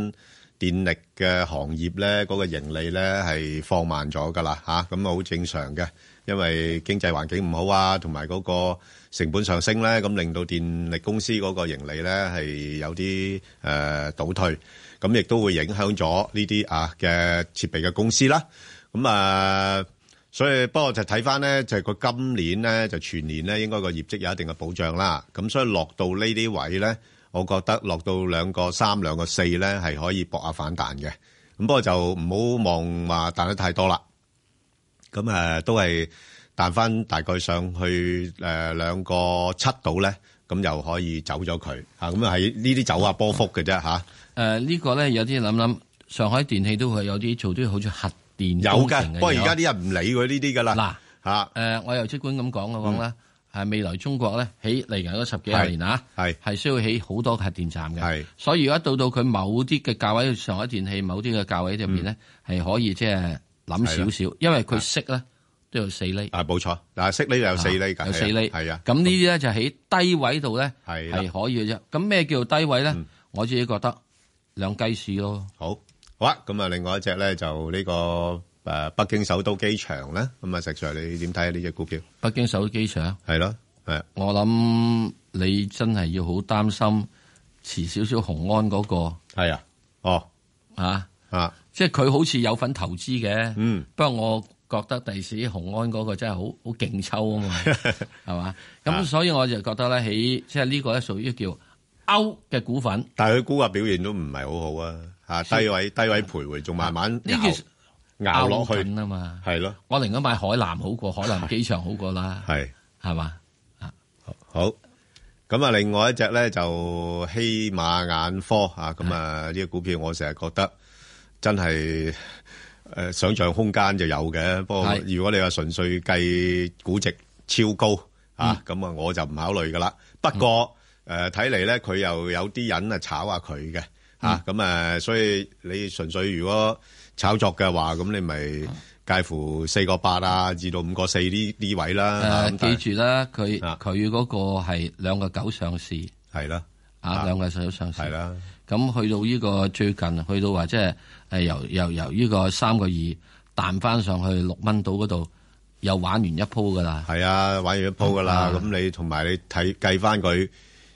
Speaker 2: 電力嘅行業咧，嗰、個盈利咧係放慢咗㗎啦嚇，咁啊好正常嘅，因為經濟環境唔好啊，同埋嗰個成本上升咧，咁令到電力公司嗰個盈利咧係有啲誒、呃倒退，咁亦都會影響咗呢啲啊嘅設備嘅公司啦。咁啊，所以不過就睇翻咧，就係佢今年咧就全年咧應該個業績有一定嘅保障啦。咁所以落到呢啲位咧，我覺得落到兩個三、兩個四咧係可以搏下反彈嘅。咁不過就唔好望話彈得太多啦。咁誒、呃都係彈翻大概上去誒兩個七度咧，咁又可以走咗佢啊。咁啊喺呢啲走下波幅嘅啫嚇。
Speaker 1: 誒、呃呢個咧有啲諗諗，上海電器都會有啲做啲好似核電
Speaker 2: 有
Speaker 1: 工
Speaker 2: 嘅
Speaker 1: 程，
Speaker 2: 不過而家啲人唔理佢呢啲㗎啦。嗱嚇嗯
Speaker 1: 誒，呃我又即管咁講嘅講啦，係未來中國咧喺嚟緊嗰十幾廿年啊，
Speaker 2: 係
Speaker 1: 係需要起好多核電站嘅。
Speaker 2: 係，
Speaker 1: 所以而家到到佢某啲嘅價位，上海電器某啲嘅價位入邊咧，
Speaker 2: 嗯
Speaker 1: 係可以即係諗少少，因為佢息咧都有四厘。
Speaker 2: 啊，冇錯，嗱息呢有四厘㗎，
Speaker 1: 啊有四厘。
Speaker 2: 係啊。
Speaker 1: 咁呢啲咧就喺低位度咧係
Speaker 2: 啦嗯
Speaker 1: 可以嘅啫。咁咩叫低位咧？我自己覺得兩雞市咯。
Speaker 2: 好，好啊。咁啊，另外一隻咧就呢、個誒、呃北京首都機場咧。咁啊，石 Sir 你點睇呢只股票？
Speaker 1: 北京首都機場
Speaker 2: 係咯，係。
Speaker 1: 我諗你真係要好擔心，遲少少紅安嗰、個。
Speaker 2: 係啊，哦，
Speaker 1: 啊
Speaker 2: 啊，
Speaker 1: 即係佢好似有份投資嘅。
Speaker 2: 嗯，
Speaker 1: 不過我覺得第時紅安嗰個真係好好勁抽啊
Speaker 2: (laughs)
Speaker 1: 嘛，係嘛？
Speaker 2: 啊
Speaker 1: 咁所以我就覺得咧，喺即係呢個咧屬於叫勾嘅股份。
Speaker 2: 但係佢股價表現都唔係好好啊，嚇低位低位徘徊，仲慢慢
Speaker 1: 呢
Speaker 2: 拗
Speaker 1: 件事
Speaker 2: 熬落去
Speaker 1: 啊嘛，
Speaker 2: 系咯，
Speaker 1: 我寧願買海南好過海南機場好過啦，
Speaker 2: 係
Speaker 1: 係嘛？啊
Speaker 2: 好。咁啊，另外一隻咧就希馬眼科啊，咁啊呢個股票我成日覺得真係誒、呃想像空間就有嘅，不過
Speaker 1: 係
Speaker 2: 如果你話純粹計估值超高啊，
Speaker 1: 嗯
Speaker 2: 咁啊我就唔考慮噶啦。不過誒睇嚟咧，佢、又有啲人啊炒下佢嘅嚇，
Speaker 1: 嗯
Speaker 2: 咁啊所以你純粹如果炒作嘅話，咁你
Speaker 1: 嗯
Speaker 2: 咪介乎四個八啊，至到五個四呢呢位啦。啊
Speaker 1: 誒，
Speaker 2: 咁但係啊
Speaker 1: 記住啦，佢佢嗰個係兩個九上市，
Speaker 2: 係啦，
Speaker 1: 啊
Speaker 2: 啊
Speaker 1: 兩個九上市，
Speaker 2: 係啦。
Speaker 1: 咁去到呢個最近，啊去到話即係誒由由由呢個三個二彈翻上去六蚊到嗰度，又玩完一鋪噶啦。
Speaker 2: 係啊，玩完一鋪噶啦。
Speaker 1: 啊
Speaker 2: 咁、你同埋你睇計翻佢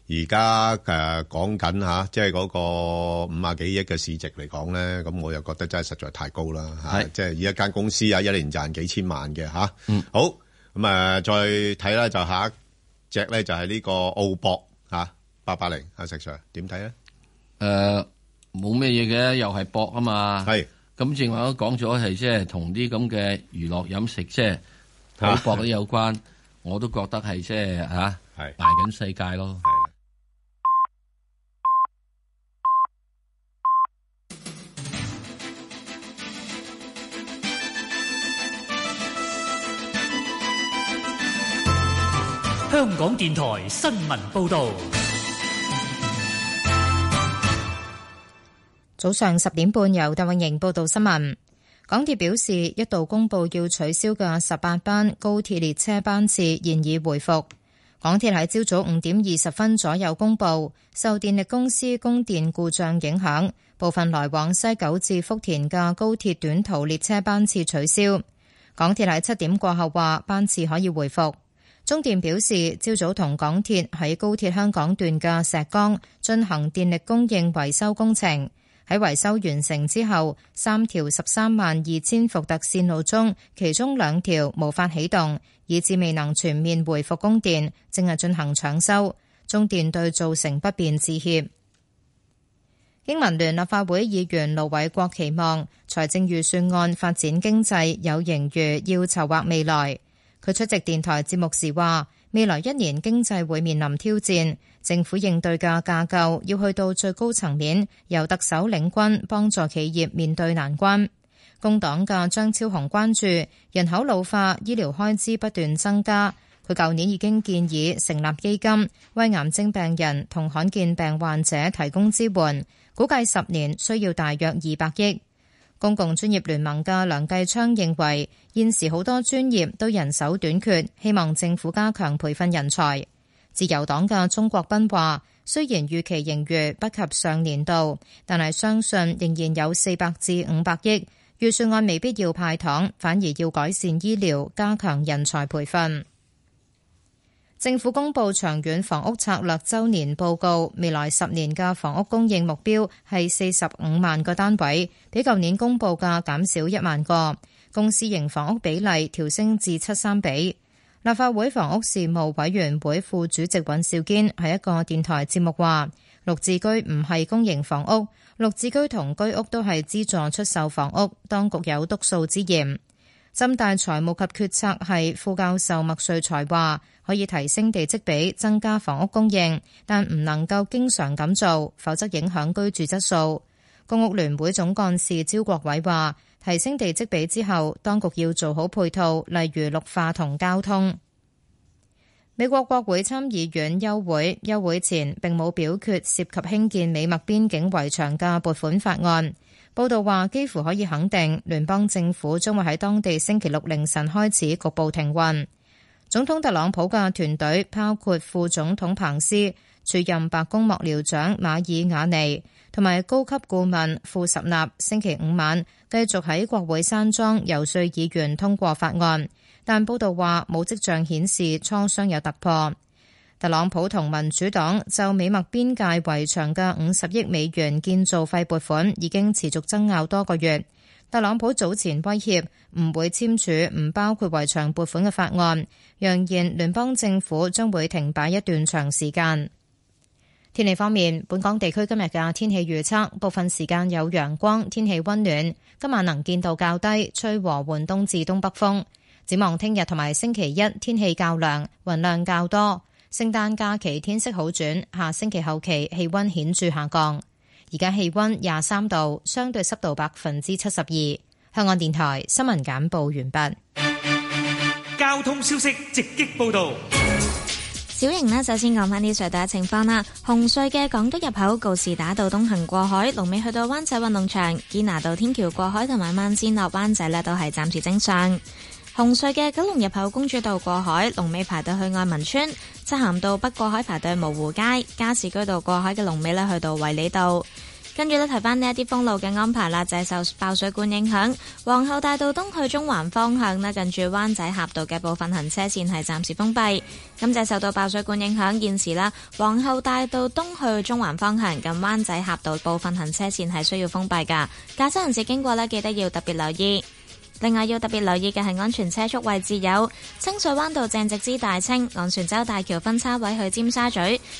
Speaker 2: 而家誒講緊嚇，即係嗰個五啊幾億嘅市值嚟講咧，咁我又覺得真係實在太高啦嚇。
Speaker 1: 係
Speaker 2: 即係以一間公司啊，一年賺幾千萬嘅嚇。好咁啊，再睇啦，就下一隻咧就係呢個澳博嚇八八零啊，石 Sir 點睇咧？
Speaker 1: 誒呃冇咩嘢嘅，又係搏啊嘛。
Speaker 2: 係。
Speaker 1: 咁正話都講咗係即係同啲咁嘅娛樂飲食即係賭博都有關，我都覺得係即係嚇捱緊世界咯。
Speaker 5: 香港電台新聞報導，
Speaker 6: 早上十點半，由鄧永瑩報道新聞。港鐵表示，一度公佈要取消嘅十八班高鐵列車班次現已回復。港鐵喺朝早五點二十分左右公佈，受電力公司供電故障影響，部分來往西九至福田嘅高鐵短途列車班次取消。港鐵喺七點過後話，班次可以回復。中電表示，朝早同港鐵喺高鐵香港段嘅石崗進行電力供應維修工程。喺維修完成之後，三條十三萬二千伏特線路中，其中兩條無法起動，以致未能全面回復供電，正係進行搶修。中電對造成不便致歉。英文聯立法會議員盧偉國期望財政預算案發展經濟有盈餘，要籌劃未來。佢出席電台節目時話：未來一年經濟會面臨挑戰，政府應對嘅架構要去到最高層面，由特首領軍幫助企業面對難關。工黨嘅張超雄關注人口老化、醫療開支不斷增加。佢舊年已經建議成立基金，為癌症病人同罕見病患者提供支援，估計十年需要大約二百億。公共專業聯盟嘅梁繼昌認為，現時好多專業都人手短缺，希望政府加強培訓人才。自由黨嘅鍾國斌話：雖然預期盈餘不及上年度，但係相信仍然有四百至五百億預算案未必要派糖，反而要改善醫療，加強人才培訓。政府公布長遠房屋策略周年報告，未來十年嘅房屋供應目標係四十五萬個單位，比舊年公布嘅減少一萬個。公私營房屋比例調升至七三比。立法會房屋事務委員會副主席尹兆堅喺一個電台節目話：綠置居唔係公營房屋，綠置居同居屋都係資助出售房屋，當局有督數之嫌。浸大財務及決策系副教授麥瑞才話：可以提升地積比，增加房屋供應，但唔能夠經常咁做，否則影響居住質素。公屋聯會總幹事招國偉話：提升地積比之後，當局要做好配套，例如綠化同交通。美國國會參議院休會，休會前並冇表決涉及興建美墨邊境圍牆嘅撥款法案。報道話，幾乎可以肯定聯邦政府將會喺當地星期六凌晨開始局部停運。總統特朗普嘅團隊包括副總統彭斯、署任白宮幕僚長馬爾瓦尼同埋高級顧問庫什納，星期五晚繼續喺國會山莊遊說議員通過法案，但報道話冇跡象顯示磋商有突破。特朗普同民主黨就美墨邊界圍牆嘅五十億美元建造費撥款已經持續爭拗多個月。特朗普早前威脅唔會簽署唔包括圍牆撥款嘅法案，揚言聯邦政府將會停擺一段長時間。天氣方面，本港地區今日嘅天氣預測，部分時間有陽光，天氣温暖。今晚能見度較低，吹和緩東至東北風。展望聽日同埋星期一，天氣較涼，雲量較多。聖誕假期天色好轉，下星期後期氣温顯著下降。而家氣温廿三度，相對濕度百分之七十二。香港電台新聞簡報完畢。
Speaker 5: 交通消息直擊報道。
Speaker 7: 小瑩呢，首先講翻啲隧道嘅情況啦。紅隧嘅港島入口告士打道東行過海，龍尾去到灣仔運動場；堅拿道天橋過海同埋慢線落灣仔呢，都係暫時正常。紅隧嘅九龍入口公主道過海，龍尾排到去愛民村；漆咸道北過海排到去蕪湖街；加士居道過海嘅龍尾呢，去到衛理道。跟住呢，提翻呢一啲封路嘅安排啦，就係、是、受爆水管影響，皇后大道東去中環方向呢，近住灣仔峽道嘅部分行車線係暫時封閉。咁就係受到爆水管影響，現時啦，皇后大道東去中環方向近灣仔峽道部分行車線係需要封閉㗎。駕車人士經過呢，記得要特別留意。另外要特別留意嘅係安全車速位置有清水灣道正直之大清、昂船洲大橋分叉位去尖沙咀、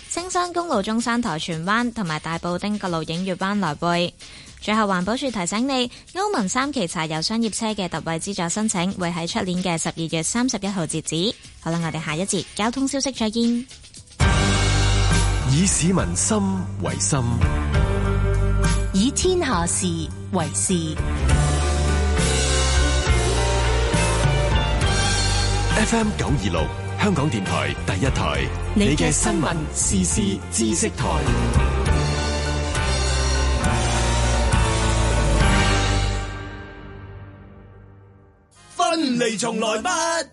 Speaker 7: 青山公路中山台荃灣同埋大埔汀角路映月灣來回。最後環保署提醒你，歐盟三期柴油商業車嘅特惠資助申請會喺出年嘅十二月三十一號截止。好啦，我哋下一節交通消息再見。
Speaker 9: 以市民心為心，
Speaker 8: 以天下事為事。
Speaker 9: FM 九二六，香港電台第一台，你嘅新聞、時事、知識台。
Speaker 12: 分離從來不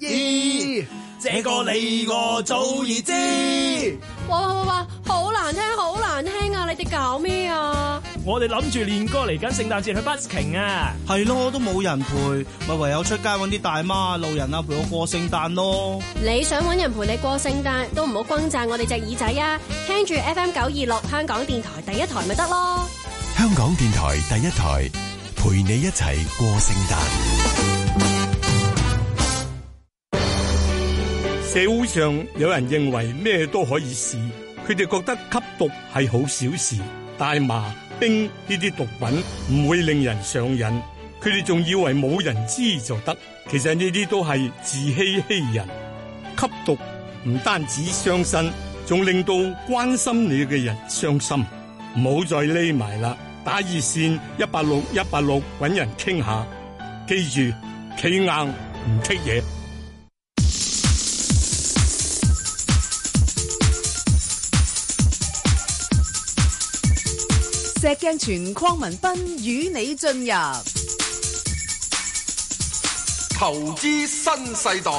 Speaker 12: 易，這個你我早已知。
Speaker 13: 哇哇哇！好難聽，好難聽啊！你哋搞咩啊？
Speaker 16: 我哋諗住練歌嚟緊聖誕節去 busking 啊！
Speaker 17: 係咯，都冇人陪，咪唯有出街揾啲大媽、路人啊陪我過聖誕咯。
Speaker 13: 你想揾人陪你過聖誕，都唔好轟炸我哋隻耳仔啊！聽住 FM 九二六香港電台第一台咪得咯。
Speaker 9: 香港電台第一台，陪你一齊過聖誕。
Speaker 18: 社會上有人認為咩都可以試，佢哋覺得吸毒係好小事，大麻、冰呢啲毒品唔會令人上癮，佢哋仲以為冇人知就得，其實呢啲都係自欺欺人。吸毒唔單止傷身，仲令到關心你嘅人傷心。唔好再匿埋啦，打熱線一八六一八六揾人傾下，記住企硬唔剔嘢。
Speaker 14: 石鏡泉鄺民彬與你進入
Speaker 15: 投資新世代。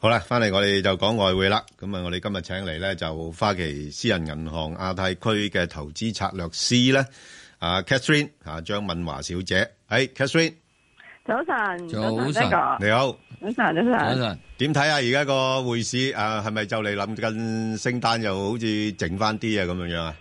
Speaker 2: 好啦，翻嚟我哋就講外匯啦。咁啊，我哋今日請嚟咧就花旗私人銀行亞太區嘅投資策略師咧，啊 Catherine 啊張敏華小姐，誒 Catherine，
Speaker 26: 早晨，
Speaker 1: 早
Speaker 26: 呢
Speaker 1: 晨
Speaker 26: 個
Speaker 2: 你好，
Speaker 26: 早晨，早晨，
Speaker 1: 晨，
Speaker 2: 點睇啊？而家個匯市啊，係咪就嚟臨近聖誕又好似剩翻啲啊咁樣樣啊？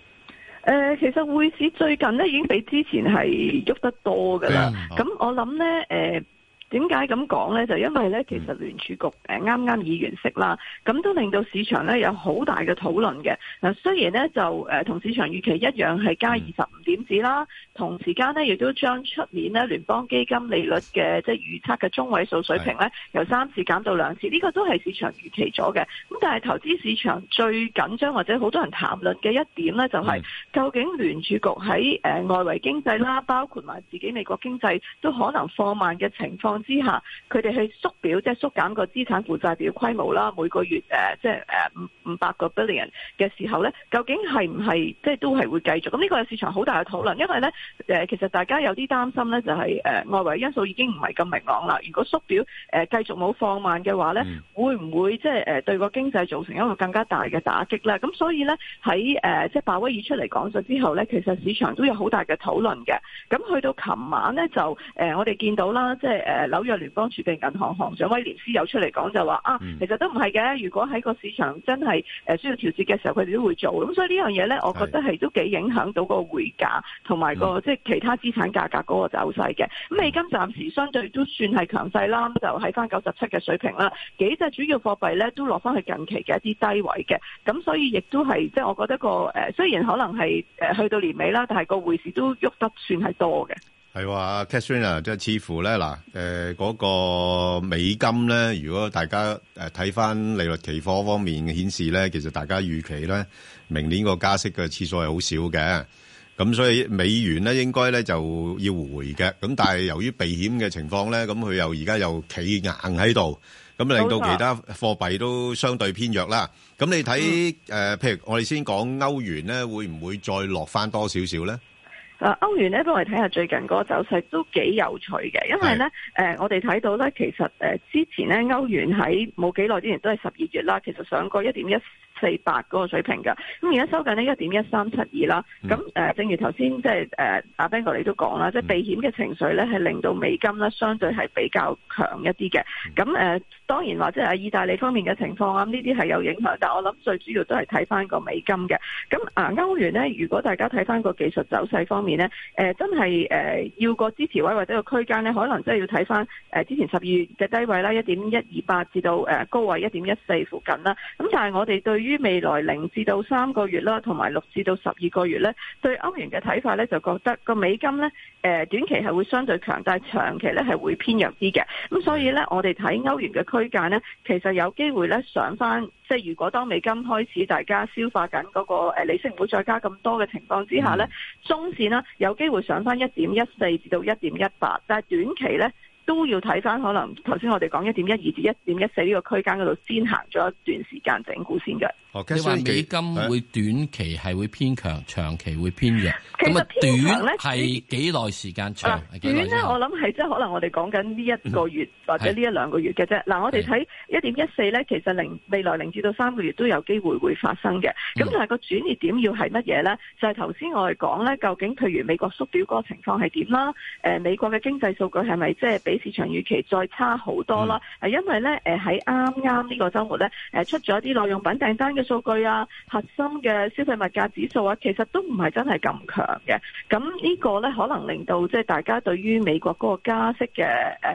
Speaker 26: 誒、呃其實匯市最近咧已經比之前係喐得多㗎啦。咁我諗咧，誒、點解咁講呢？就因為呢，其實聯儲局誒啱啱議完息啦，咁都令到市場呢有好大嘅討論嘅。嗱，雖然呢就誒同市場預期一樣係加二十五點子啦，同時間呢亦都將出年呢聯邦基金利率嘅即係預測嘅中位數水平呢由三次減到兩次，呢個都係市場預期咗嘅。咁但係投資市場最緊張或者好多人談論嘅一點呢，就係究竟聯儲局喺誒外圍經濟啦，包括埋自己美國經濟都可能放慢嘅情況之下，佢哋去縮表，即係縮減個資產負債表規模啦，每個月誒、呃即係誒五五百個 billion 嘅時候咧，究竟係唔係即係都係會繼續？咁呢個係市場好大嘅討論，因為咧誒、呃其實大家有啲擔心咧，就係、誒外圍因素已經唔係咁明朗啦。如果縮表誒、呃、繼續冇放慢嘅話咧，會唔會即係誒呃對個經濟造成一個更加大嘅打擊咧？咁所以咧喺誒即係鮑威爾出嚟講咗之後咧，其實市場都有好大嘅討論嘅。咁去到琴晚咧就誒、呃我哋見到啦，即係誒。呃紐約聯邦儲備銀行行長威廉斯有出嚟講就話啊，其實都唔係嘅。如果喺個市場真係誒需要調節嘅時候，佢哋都會做。咁所以呢樣嘢咧，我覺得係都幾影響到個匯價同埋個即係其他資產價格嗰個走勢嘅。咁美金暫時相對都算係強勢啦，咁就喺翻九十七嘅水平啦。幾隻主要貨幣咧都落翻去近期嘅一啲低位嘅，咁所以亦都係即係我覺得個誒雖然可能係誒去到年尾啦，但係個匯市都喐得算係多嘅。
Speaker 2: 係話 Catherine 啊，即係似乎咧嗱，誒、呃、嗰、個美金咧，如果大家誒睇翻利率期貨方面嘅顯示咧，其實大家預期咧明年個加息嘅次數係好少嘅，咁所以美元咧應該咧就要回嘅，咁但係由於避險嘅情況咧，咁佢又而家又企硬喺度，咁令到
Speaker 26: 冇錯
Speaker 2: 其他貨幣都相對偏弱啦。咁你睇誒、呃譬如我哋先講歐元咧，會唔會再落翻多少少咧？
Speaker 26: 誒呃歐元咧，幫我哋睇下最近嗰個走勢都幾有趣嘅，因為咧誒、呃我哋睇到咧，其實誒、呃之前咧歐元喺冇幾耐之前都係十二月啦，其實上過一點一四八嗰個水平嘅，咁而家收緊呢一點一三七二啦，咁誒、呃正如頭先即係誒阿 Ben 哥你都講啦，即係避險嘅情緒咧係令到美金咧相對係比較強一啲嘅，咁誒、呃、當然話即係喺意大利方面嘅情況啊，呢啲係有影響，但我諗最主要都係睇翻個美金嘅，咁啊歐元咧，如果大家睇翻個技術走勢方面咧，誒、真係誒、呃要個支持位或者個區間咧，可能真係要睇翻誒之前十二月嘅低位啦，一點一二八至到誒、呃高位一點一四附近啦。咁但係我哋對於未來零至到三個月啦，同埋六至到十二個月咧，對歐元嘅睇法咧，就覺得個美金咧誒、呃短期係會相對強，但係長期咧係會偏弱啲嘅。咁所以咧，我哋睇歐元嘅區間咧，其實有機會咧上翻。即係如果當美金開始大家消化緊嗰個誒利息唔會再加咁多嘅情況之下咧，中線啦有機會上翻一點一四至到一點一八，但係短期咧都要睇翻可能頭先我哋講一點一二至一點一四呢個區間嗰度先行咗一段時間整固先嘅。
Speaker 2: 哦
Speaker 1: 你話美金
Speaker 2: 啊
Speaker 1: 會短期係會偏強，長期會偏弱。
Speaker 26: 其實
Speaker 1: 咁啊，
Speaker 26: 偏強
Speaker 1: 短
Speaker 26: 咧
Speaker 1: 係幾耐時間？長
Speaker 2: 啊
Speaker 1: 係幾
Speaker 26: 啊短
Speaker 1: 耐
Speaker 26: 咧，
Speaker 1: 時嗯間？
Speaker 26: 我諗係即係可能我哋講緊呢一個月或者呢一兩個月嘅啫。嗱，我哋睇一點一四咧，其實零未來零至到三個月都有機會會發生嘅。
Speaker 1: 嗯
Speaker 26: 咁但係個轉捩點要係乜嘢咧？就係頭先我哋講咧，究竟譬如美國縮表嗰個情況係點啦？誒，美國嘅經濟數據係咪即係比市場預期再差好多啦？
Speaker 1: 嗯
Speaker 26: 係因為咧誒喺啱啱呢個週末咧誒出咗啲耐用品訂單嘅數據啊、核心嘅消費物價指數啊，其實都唔係真係咁強嘅。咁呢個呢，可能令到即係大家對於美國嗰個加息嘅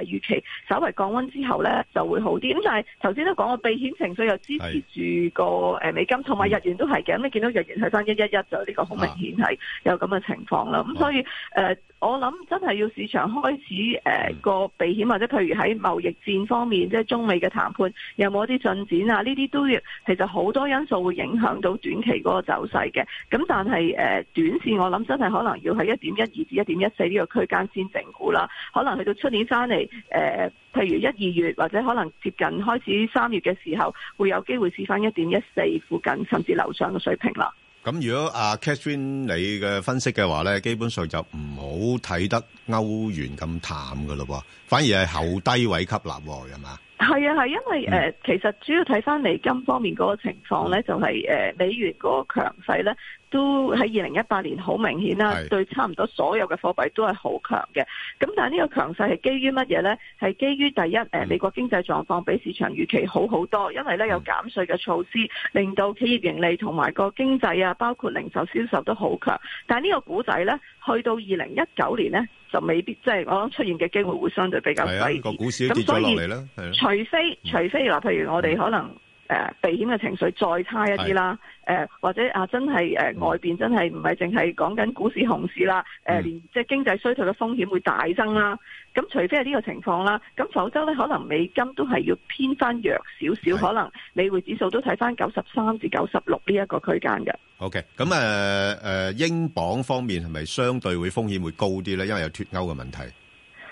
Speaker 26: 誒預期稍為降溫之後呢，就會好啲。咁但係頭先都講過，避險情緒又支持住個誒美金，同埋日元都係嘅。咁你見到日元係翻一一一就呢個好明顯係有咁嘅情況啦。咁所以誒、呃我諗真係要市場開始誒個、避險，或者譬如喺貿易戰方面，即係中美嘅談判有冇一啲進展啊？呢啲都要其實好多因素會影響到短期嗰個走勢嘅。咁但係誒、呃短線我諗真係可能要喺一點一二至一點一四呢個區間先整固啦。可能去到出年翻嚟誒，呃譬如一二月或者可能接近開始三月嘅時候，會有機會試翻一點一四附近甚至樓上嘅水平啦。
Speaker 2: 咁如果阿 Catherine 你嘅分析嘅話咧，基本上就唔好睇得歐元咁淡噶咯喎，反而係後低位吸納喎，係嘛？
Speaker 26: 係啊，係因為誒、呃其實主要睇翻美金方面嗰個情況咧，就係、誒、美元嗰個強勢咧，都喺二零一八年好明顯啦，對差唔多所有嘅貨幣都係好強嘅。咁但係呢個強勢係基於乜嘢咧？係基於第一誒、呃美國經濟狀況比市場預期好好多，因為咧有減税嘅措施，令到企業盈利同埋個經濟啊，包括零售銷售都好強。但係呢個股仔咧，去到二零一九年咧。就未必即係我諗出現嘅機會會相對比較
Speaker 2: 係啊
Speaker 26: 細，
Speaker 2: 個股市都
Speaker 26: 咁
Speaker 2: 跌咗
Speaker 26: 所以
Speaker 2: 落嚟啦，係啊啦。
Speaker 26: 除非除非嗱，譬如我哋可能誒、呃避險嘅情緒再差一啲啦，誒、或者啊真係誒、呃外邊真係唔係淨係講緊股市熊市啦，誒、呃、連即係經濟衰退嘅風險會大增啦。咁除非係呢個情況啦，咁否則咧可能美金都係要偏翻弱少少，可能美匯指數都睇翻九十三至九十六呢一個區間嘅。
Speaker 2: OK，咁誒誒，英鎊方面係咪相對會風險會高啲咧？因為有脱歐嘅問題。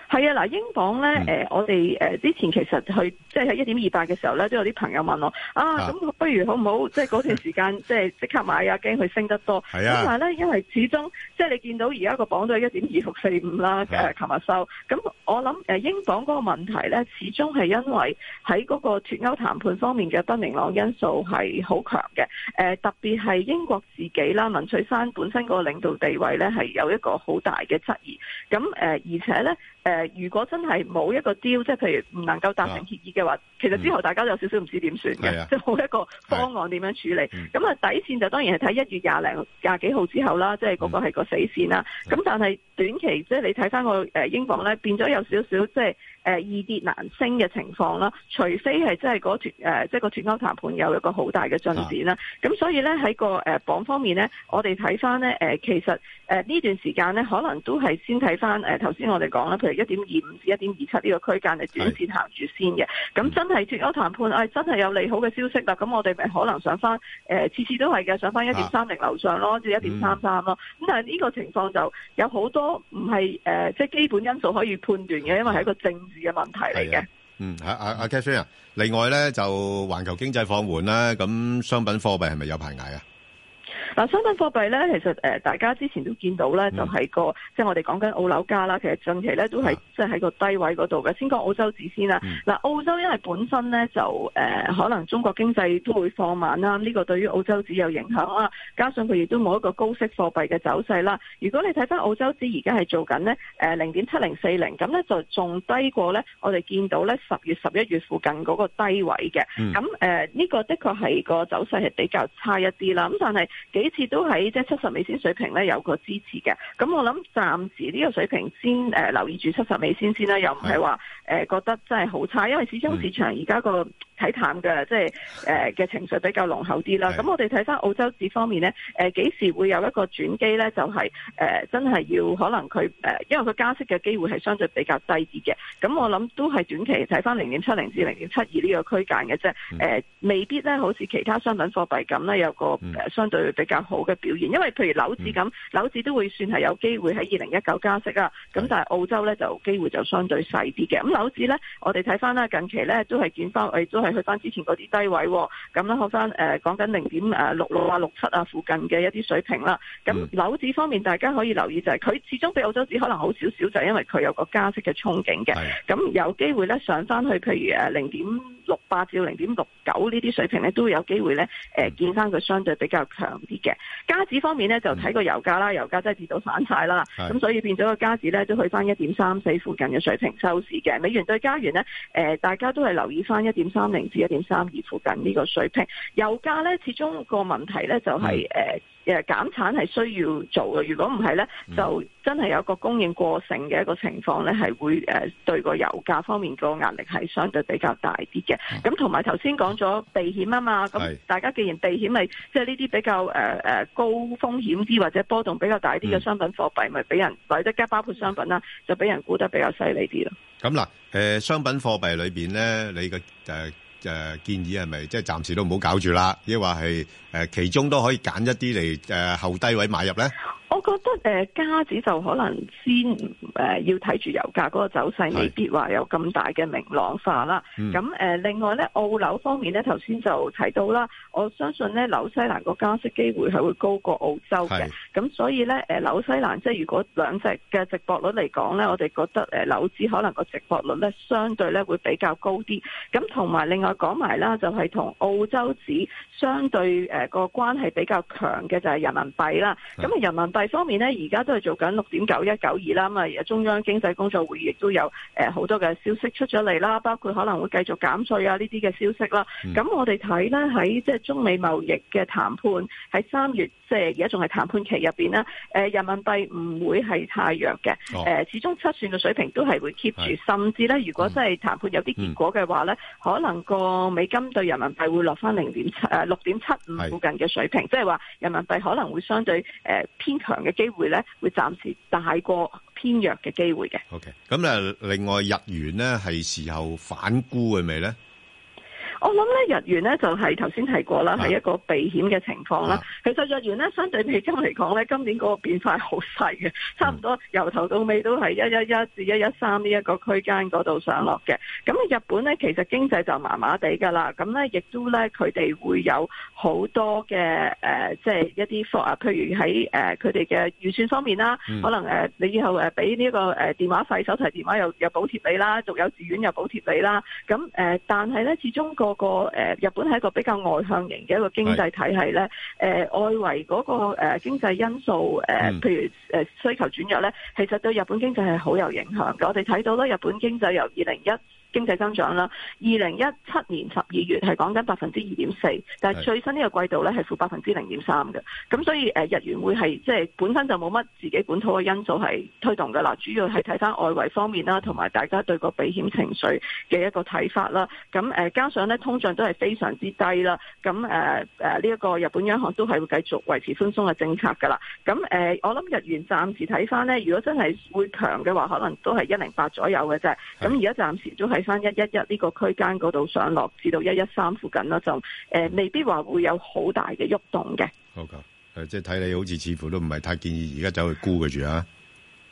Speaker 26: 係啊，嗱，英鎊咧，誒、
Speaker 2: 嗯
Speaker 26: 我哋誒、之前其實去即係喺一點二八嘅時候咧，都有啲朋友問我啊，
Speaker 2: 啊
Speaker 26: 咁不如好唔好即係嗰段時間即係即刻買啊，驚佢升得多。
Speaker 2: 係啊
Speaker 26: 咁但係咧，因為始終即係你見到而家個鎊都係一點二六四五啦，誒、
Speaker 2: 啊
Speaker 26: 琴日收。咁我諗誒、英鎊嗰個問題咧，始終係因為喺嗰個脱歐談判方面嘅不明朗因素係好強嘅。誒、特別係英國自己啦，文翠珊本身個領導地位咧係有一個好大嘅質疑。咁誒、而且咧。誒、呃如果真係冇一個 deal，即係譬如唔能夠達成協議嘅話，其實之後大家都有少少唔知點算
Speaker 2: 嗯係啊
Speaker 26: 嘅，即係冇一個方案點樣處理。咁啊底線就當然係睇一月廿零廿幾號之後啦，即係嗰個係個死線啦。咁但係短期即係你睇翻個誒英鎊咧，變咗有少少即係誒易跌難升嘅情況啦。除非係真係嗰脱誒即係個脱歐談判有一個好大嘅進展啦。咁所以咧喺個誒榜方面咧，我哋睇翻咧誒其實誒呢段時間咧，可能都係先睇翻誒頭先我哋講啦，譬如一點二五至一點二七呢個區間係短線行住先嘅。咁真係脱歐談判，誒、哎、真係有利好嘅消息啦。咁我哋咪可能上翻誒、呃次次都係嘅，上翻一點三零樓上咯，至一點三三咯。咁但係呢個情況就有好多唔係誒即係基本因素可以判斷嘅，因為係一個政治嘅問題嚟嘅。
Speaker 2: 嗯，阿阿阿 Catherine 啊，另外咧就環球經濟放緩啦，咁商品貨幣係咪有排捱啊？
Speaker 26: 嗱，商品貨幣咧，其實誒、呃大家之前都見到咧，就係、個即係我哋講緊澳樓價啦。其實近期咧都係即係喺個低位嗰度嘅。先講澳洲紙先啦。嗱、澳洲因為本身咧就誒、呃可能中國經濟都會放慢啦，呢、個對於澳洲紙有影響啦。加上佢亦都冇一個高息貨幣嘅走勢啦。如果你睇翻澳洲紙而家係做緊咧誒零點七零四零，咁咧就仲低過咧我哋見到咧十月十一月附近嗰個低位嘅。
Speaker 3: 嗯
Speaker 26: 咁誒呢個的確係個走勢係比較差一啲啦，咁但係幾次都喺即係七十美仙水平咧有個支持嘅，咁我諗暫時呢個水平先誒、呃留意住七十美仙先啦，又唔係話誒覺得真係好差，因為始終市場而家個睇淡嘅即係誒嘅情緒比較濃厚啲啦。咁我哋睇翻澳洲市方面咧，誒、呃幾時會有一個轉機咧？就係、呃真係要可能佢誒、呃因為佢加息嘅機會係相對比較低啲嘅，咁我諗都係短期睇翻零點七零至零點七二呢個區間嘅啫。誒、呃未必咧好似其他商品貨幣咁咧有個誒、呃相對比較好嘅表現，因為譬如樓指咁，樓指都會算係有機會喺二零一九加息啊。咁但係澳洲咧就機會就相對細啲嘅。咁樓指咧，我哋睇翻啦，近期咧都係見翻，我哋都係去翻之前嗰啲低位喎。咁啦，去翻誒講緊零點誒六六啊、六七啊附近嘅一啲水平啦。咁樓指方面，大家可以留意就係佢始終比澳洲指可能好少少，就係因為佢有個加息嘅憧憬嘅。咁有機會咧上翻去，譬如誒零點六八至零點六九呢啲水平咧，都有機會咧誒見翻佢相對比較強啲嘅。加指方面咧，就睇個油價啦，油價真係跌到反晒啦，
Speaker 19: 係
Speaker 26: 咁所以變咗個加指咧都去翻一點三四附近嘅水平收市嘅。美元對加元咧，誒、呃大家都係留意翻一點三零至一點三二附近呢個水平。油價咧，始終個問題咧就係、誒。誒減產係需要做嘅，如果唔係呢，就真係有個供應過剩嘅一個情況呢，係會誒對個油價方面個壓力係相對比較大啲嘅。咁同埋頭先講咗避險啊嘛，咁
Speaker 3: 係
Speaker 26: 大家既然避險咪即係呢啲比較誒誒、呃高風險啲或者波動比較大啲嘅商品貨幣，咪俾人或者加包括商品啦，就俾人估得比較犀利啲咯。
Speaker 2: 咁嗱，誒商品貨幣裏邊咧，你嘅誒誒建議係咪即係暫時都唔好搞住啦？抑或係誒其中都可以揀一啲嚟誒後低位買入咧？
Speaker 26: 我覺得誒、呃、加指就可能先誒、呃要睇住油價嗰個走勢，未必話有咁大嘅明朗化啦。
Speaker 3: 嗯
Speaker 26: 咁誒、呃另外咧，澳樓方面咧，頭先就提到啦，我相信咧紐西蘭個加息機會係會高過澳洲嘅
Speaker 3: 係。
Speaker 26: 咁所以咧誒、呃、紐西蘭即係如果兩隻嘅直播率嚟講咧，我哋覺得誒紐指可能個直播率咧相對咧會比較高啲。咁同埋另外講埋啦，就係、同澳洲指相對誒個、關係比較強嘅就係人民幣啦。咁啊人民幣方面咧，而家都係做緊六點九一九二啦。咁啊中央經濟工作會議亦都有誒好、多嘅消息出咗嚟啦，包括可能會繼續減稅啊呢啲嘅消息啦。咁、我哋睇咧喺即係中美貿易嘅談判喺三月，即係而家仲係談判期入邊啦。誒、人民幣唔會係太弱嘅，誒、
Speaker 3: 哦
Speaker 26: 始終七算嘅水平都係會 keep 住，甚至咧如果真係談判有啲結果嘅話咧，可能個美金對人民幣會落翻零點七誒六點七五附近嘅水平，即係話人民幣可能會相對誒、呃偏強嘅機會咧，會暫時大過偏弱嘅機會嘅。
Speaker 2: OK，咁誒另外日元咧係時候反沽嘅未咧？
Speaker 26: 我諗咧日元咧就係頭先提過啦，係一個避險嘅情況啦。其實日元咧相對美金嚟講咧，今年嗰個變化係好細嘅，差唔多由頭到尾都係一一一至一一三呢一個區間嗰度上落嘅。咁日本咧其實經濟就麻麻地㗎啦，咁咧亦都咧佢哋會有好多嘅誒、呃即係一啲貨啊，譬如喺誒佢哋嘅預算方面啦，
Speaker 3: 嗯
Speaker 26: 可能誒、呃你以後誒俾呢個誒電呃話費、手提電話又又補貼你啦，續有自願又補貼你啦。咁誒、呃但係咧始終個個個誒日本係一個比較外向型嘅一個經濟體系咧，誒、外圍嗰、個誒、經濟因素誒、呃
Speaker 3: 嗯
Speaker 26: 譬如誒需求轉弱咧，其實對日本經濟係好有影響嘅。我哋睇到咧，日本經濟由二零一經濟增長啦，二零一七年十二月係講緊百分之二點四，但係
Speaker 19: 係
Speaker 26: 最新呢個季度咧係負百分之零點三嘅，咁所以誒、呃日元會係即係本身就冇乜自己本土嘅因素係推動嘅啦，主要係睇翻外圍方面啦，同埋大家對個避險情緒嘅一個睇法啦，咁誒、加上咧通脹都係非常之低啦，咁誒誒呢一個日本央行都係會繼續維持寬鬆嘅政策㗎啦，咁誒、我諗日元暫時睇翻咧，如果真係會強嘅話，可能都係一零八左右嘅啫，咁而家暫時都喺翻一一一呢個區間嗰度上落，至到一一三附近啦，就誒、未必話會有好大嘅喐動嘅。
Speaker 2: 呃好㗎。誒，即係睇你好似似乎都唔係太建議而家走去沽佢住啊。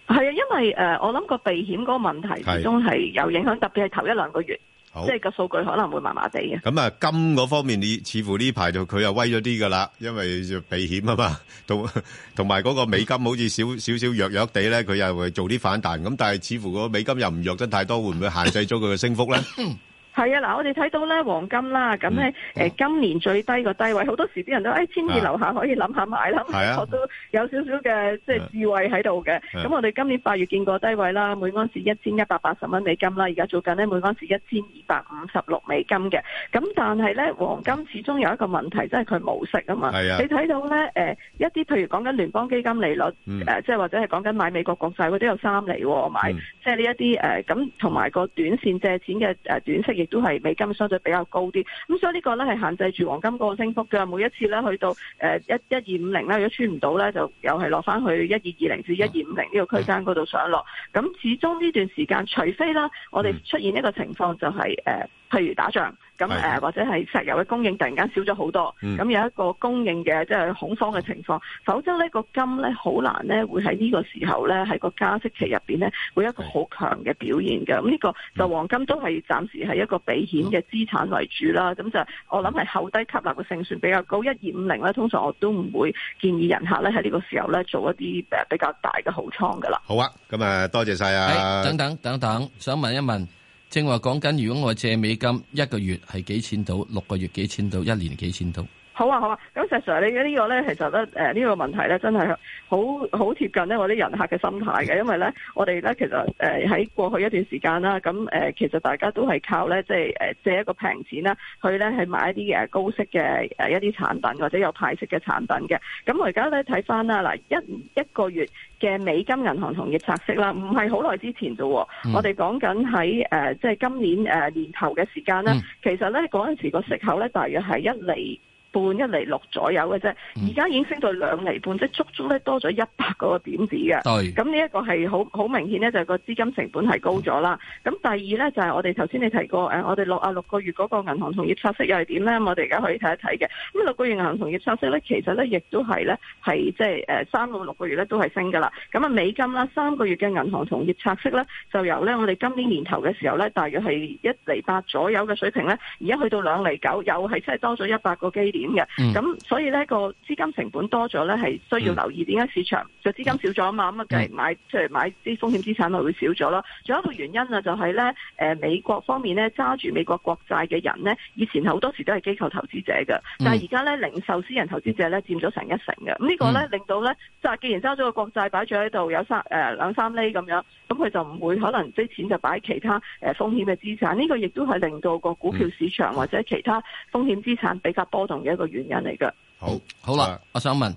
Speaker 26: 係啊，因為誒、呃我諗個避險嗰個問題
Speaker 2: 係
Speaker 26: 始終係有影響，特別係頭一兩個月，
Speaker 2: 好
Speaker 26: 即係個數據可能會麻麻地嘅。
Speaker 2: 咁啊，金嗰方面，你似乎呢排就佢又威咗啲噶啦，因為就避險啊嘛， (laughs) 同同埋嗰個美金好似少少少弱弱地咧，佢又會做啲反彈，咁但係似乎個美金又唔弱得太多，會唔會限制咗佢嘅升幅咧？
Speaker 26: (laughs) 係啊，嗱，我哋睇到咧黃金啦，咁咧
Speaker 19: 嗯
Speaker 26: 誒今年最低個低位，好多時啲人都誒千二樓下可以諗下買啦，
Speaker 19: 係
Speaker 26: (laughs)
Speaker 19: 啊啊
Speaker 26: 我都有少少嘅即係智慧喺度嘅。
Speaker 19: 嗯
Speaker 26: 咁我哋今年八月見過低位啦，每安士一千一百八十蚊美金啦，而家做緊呢，每安士一千二百五十六美金嘅。咁但係咧黃金始終有一個問題，即係佢冇息啊嘛。
Speaker 19: 係啊
Speaker 26: 你睇到咧誒、一啲譬如講緊聯邦基金利率誒、
Speaker 19: 嗯
Speaker 26: 呃即係或者係講緊買美國國債，佢都有三厘喎買。即係呢一啲誒咁，同埋個短線借錢嘅誒短息，亦都係美金相對比較高啲。咁所以呢個咧係限制住黃金嗰個升幅嘅。每一次咧去到誒一一二五零咧，如果穿唔到咧，就又係落翻去一二二零至一二五零呢個區間嗰度上落。咁始終呢段時間，除非啦，我哋出現一個情況就係、誒。譬如打仗，咁誒、或者係石油嘅供應突然間少咗好多，咁、
Speaker 19: 嗯
Speaker 26: 有一個供應嘅即係恐慌嘅情況，否則呢個金呢，好難呢會喺呢個時候呢，喺個加息期入邊呢，會有一個好強嘅表現嘅。咁呢個就黃金都係暫時係一個避險嘅資產為主啦。咁就我諗係後低吸納嘅勝算比較高，一二五零呢，通常我都唔會建議人客呢喺呢個時候呢做一啲誒比較大嘅好倉噶啦。
Speaker 2: 好啊，咁啊，多謝晒啊，
Speaker 1: 等等等等，想問一問，正話講緊，如果我借美金一個月係幾錢到，六個月幾錢到，一年幾錢到？
Speaker 26: 好啊，好啊。咁石 Sir，你呢個咧，其實咧，誒、呢、個問題咧，真係好好貼近咧我啲人客嘅心態嘅，因為咧，我哋咧其實誒喺、過去一段時間啦，咁誒、其實大家都係靠咧，即係誒借一個平錢啦，去咧係買一啲誒高息嘅誒一啲產品或者有派息嘅產品嘅。咁我而家咧睇翻啦，嗱一一個月嘅美金銀行同業拆息啦，唔係好耐之前啫喎，
Speaker 19: 嗯
Speaker 26: 我哋講緊喺誒即係今年誒、呃年頭嘅時間咧，其實咧嗰陣時個息口咧大約係一厘。半一厘六左右嘅啫，而家已經升到兩厘半，即係足足咧多咗一百個點子嘅。
Speaker 19: 對
Speaker 26: 咁呢一個係好好明顯咧，就係個資金成本係高咗啦。咁第二咧就係、我哋頭先你提過誒、呃我哋六啊六個月嗰個銀行同業拆息又係點咧？咁我哋而家可以睇一睇嘅。咁六個月銀行同業拆息咧，其實咧亦都係咧係即係誒三到六個月咧都係升㗎啦。咁啊美金啦，三個月嘅銀行同業拆息咧，就由咧我哋今年年頭嘅時候咧，大約係一厘八左右嘅水平咧，而家去到兩厘九，又係真係多咗一百個基點嘅。
Speaker 19: 嗯
Speaker 26: 咁、所以咧個資金成本多咗咧，係需要留意點解市場就資金少咗啊嘛，咁啊計買即係買啲風險資產咪會少咗咯。仲有一個原因啊，就係咧誒美國方面咧揸住美國國債嘅人咧，以前好多時都係機構投資者嘅，但係而家咧零售私人投資者咧佔咗成一成嘅。咁呢個咧
Speaker 19: 嗯
Speaker 26: 令到咧揸既然揸咗個國債擺咗喺度有三誒兩三厘咁樣，咁佢就唔會可能啲錢就擺其他誒風險嘅資產。呢個亦都係令到個股票市場或者其他風險資產比較波動嘅一個原因嚟嘅。
Speaker 2: 好，
Speaker 1: 好啦，我想問，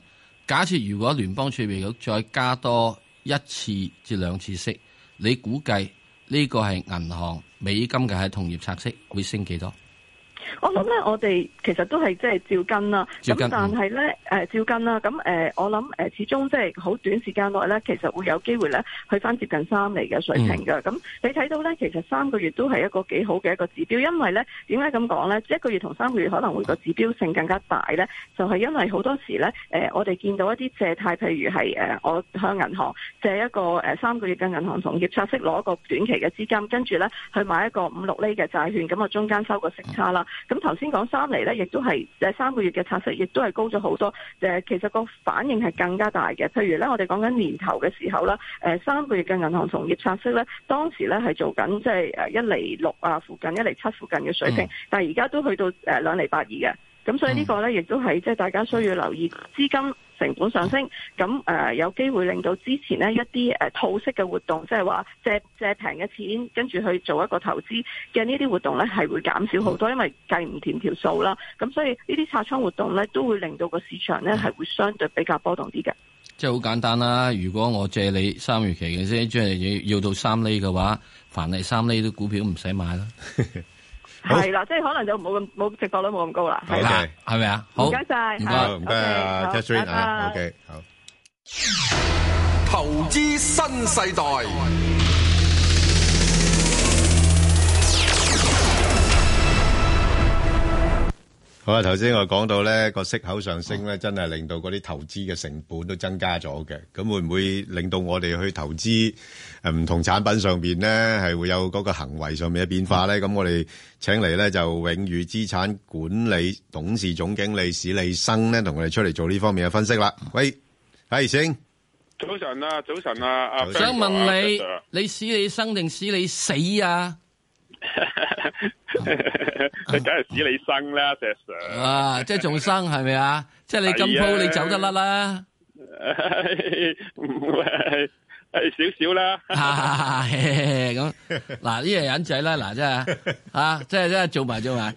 Speaker 1: 假設如果聯邦儲備局再加多一次至兩次息，你估計呢個係銀行美金嘅係同業拆息會升幾多？
Speaker 26: 我諗咧，我哋其實都係即係照跟啦。
Speaker 1: 照
Speaker 26: 咁
Speaker 1: 跟嗯
Speaker 26: 但係咧，誒照跟啦。咁誒，我諗誒，始終即係好短時間內咧，其實會有機會咧去翻接近三厘嘅水平
Speaker 1: 嗯
Speaker 26: 嘅。咁你睇到咧，其實三個月都係一個幾好嘅一個指標，因為咧點解咁講咧？一個月同三個月可能會個指標性更加大咧，就係因為好多時咧，誒我哋見到一啲借貸，譬如係誒我向銀行借一個誒三個月嘅銀行同業拆息攞一個短期嘅資金，跟住咧去買一個五六厘嘅債券，咁啊中間收個息差啦。咁頭先講三厘咧，亦都係誒三個月嘅拆息，亦都係高咗好多。誒，其實個反應係更加大嘅。譬如咧，我哋講緊年頭嘅時候啦，誒三個月嘅銀行同業拆息咧，當時咧係做緊即係誒一厘六啊附近、一厘七附近嘅水平，
Speaker 3: 嗯
Speaker 26: 但係而家都去到誒兩厘八二嘅。咁所以呢個呢，亦都係即係大家需要留意資金成本上升，咁誒、呃有機會令到之前呢一啲誒、呃套息嘅活動，即係話借借平嘅錢，跟住去做一個投資嘅呢啲活動呢，係會減少好多，因為計唔掂條數啦。咁所以呢啲拆倉活動呢，都會令到個市場呢係會相對比較波動啲嘅。
Speaker 1: 即係好簡單啦。如果我借你三月期嘅啫，即係要要到三厘嘅話，凡係三厘啲股票唔使買
Speaker 26: (laughs)
Speaker 1: 啦。
Speaker 26: 係啦，即係可能就冇咁冇直播率冇咁高啦。係啦，
Speaker 1: 係咪啊？好，
Speaker 26: 唔該晒
Speaker 1: 唔
Speaker 26: 係
Speaker 1: 該，
Speaker 26: 唔該啊 OK，好 Catherine 拜拜啊，OK，
Speaker 2: 好。
Speaker 15: 投資新世代，
Speaker 2: 好啊啦，頭先我講到咧個息口上升咧，真係令到嗰啲投資嘅成本都增加咗嘅。咁會唔會令到我哋去投資誒唔嗯同產品上邊咧，係會有嗰個行為上面嘅變化咧？咁我哋請嚟咧就永宇資產管理董事總經理史利生咧，同我哋出嚟做呢方面嘅分析啦。喂，係先，
Speaker 19: 早晨啊，早晨啊，阿
Speaker 2: 早晨
Speaker 19: Frank
Speaker 1: 想問
Speaker 19: 哥啊
Speaker 1: 你
Speaker 19: Sir， (laughs)
Speaker 1: 你使你生定使你死啊？
Speaker 19: 你梗係指你生啦，石 Sir。
Speaker 1: 啊，即係仲生係咪啊？即係你咁
Speaker 19: 係啊
Speaker 1: 鋪你走得
Speaker 19: (laughs)
Speaker 1: 甩啦，
Speaker 19: 係少
Speaker 1: (laughs)
Speaker 19: 少啦，
Speaker 1: 係咁嗱呢個人仔咧，嗱真係啊，即係真係做埋做
Speaker 2: (laughs)
Speaker 1: 埋。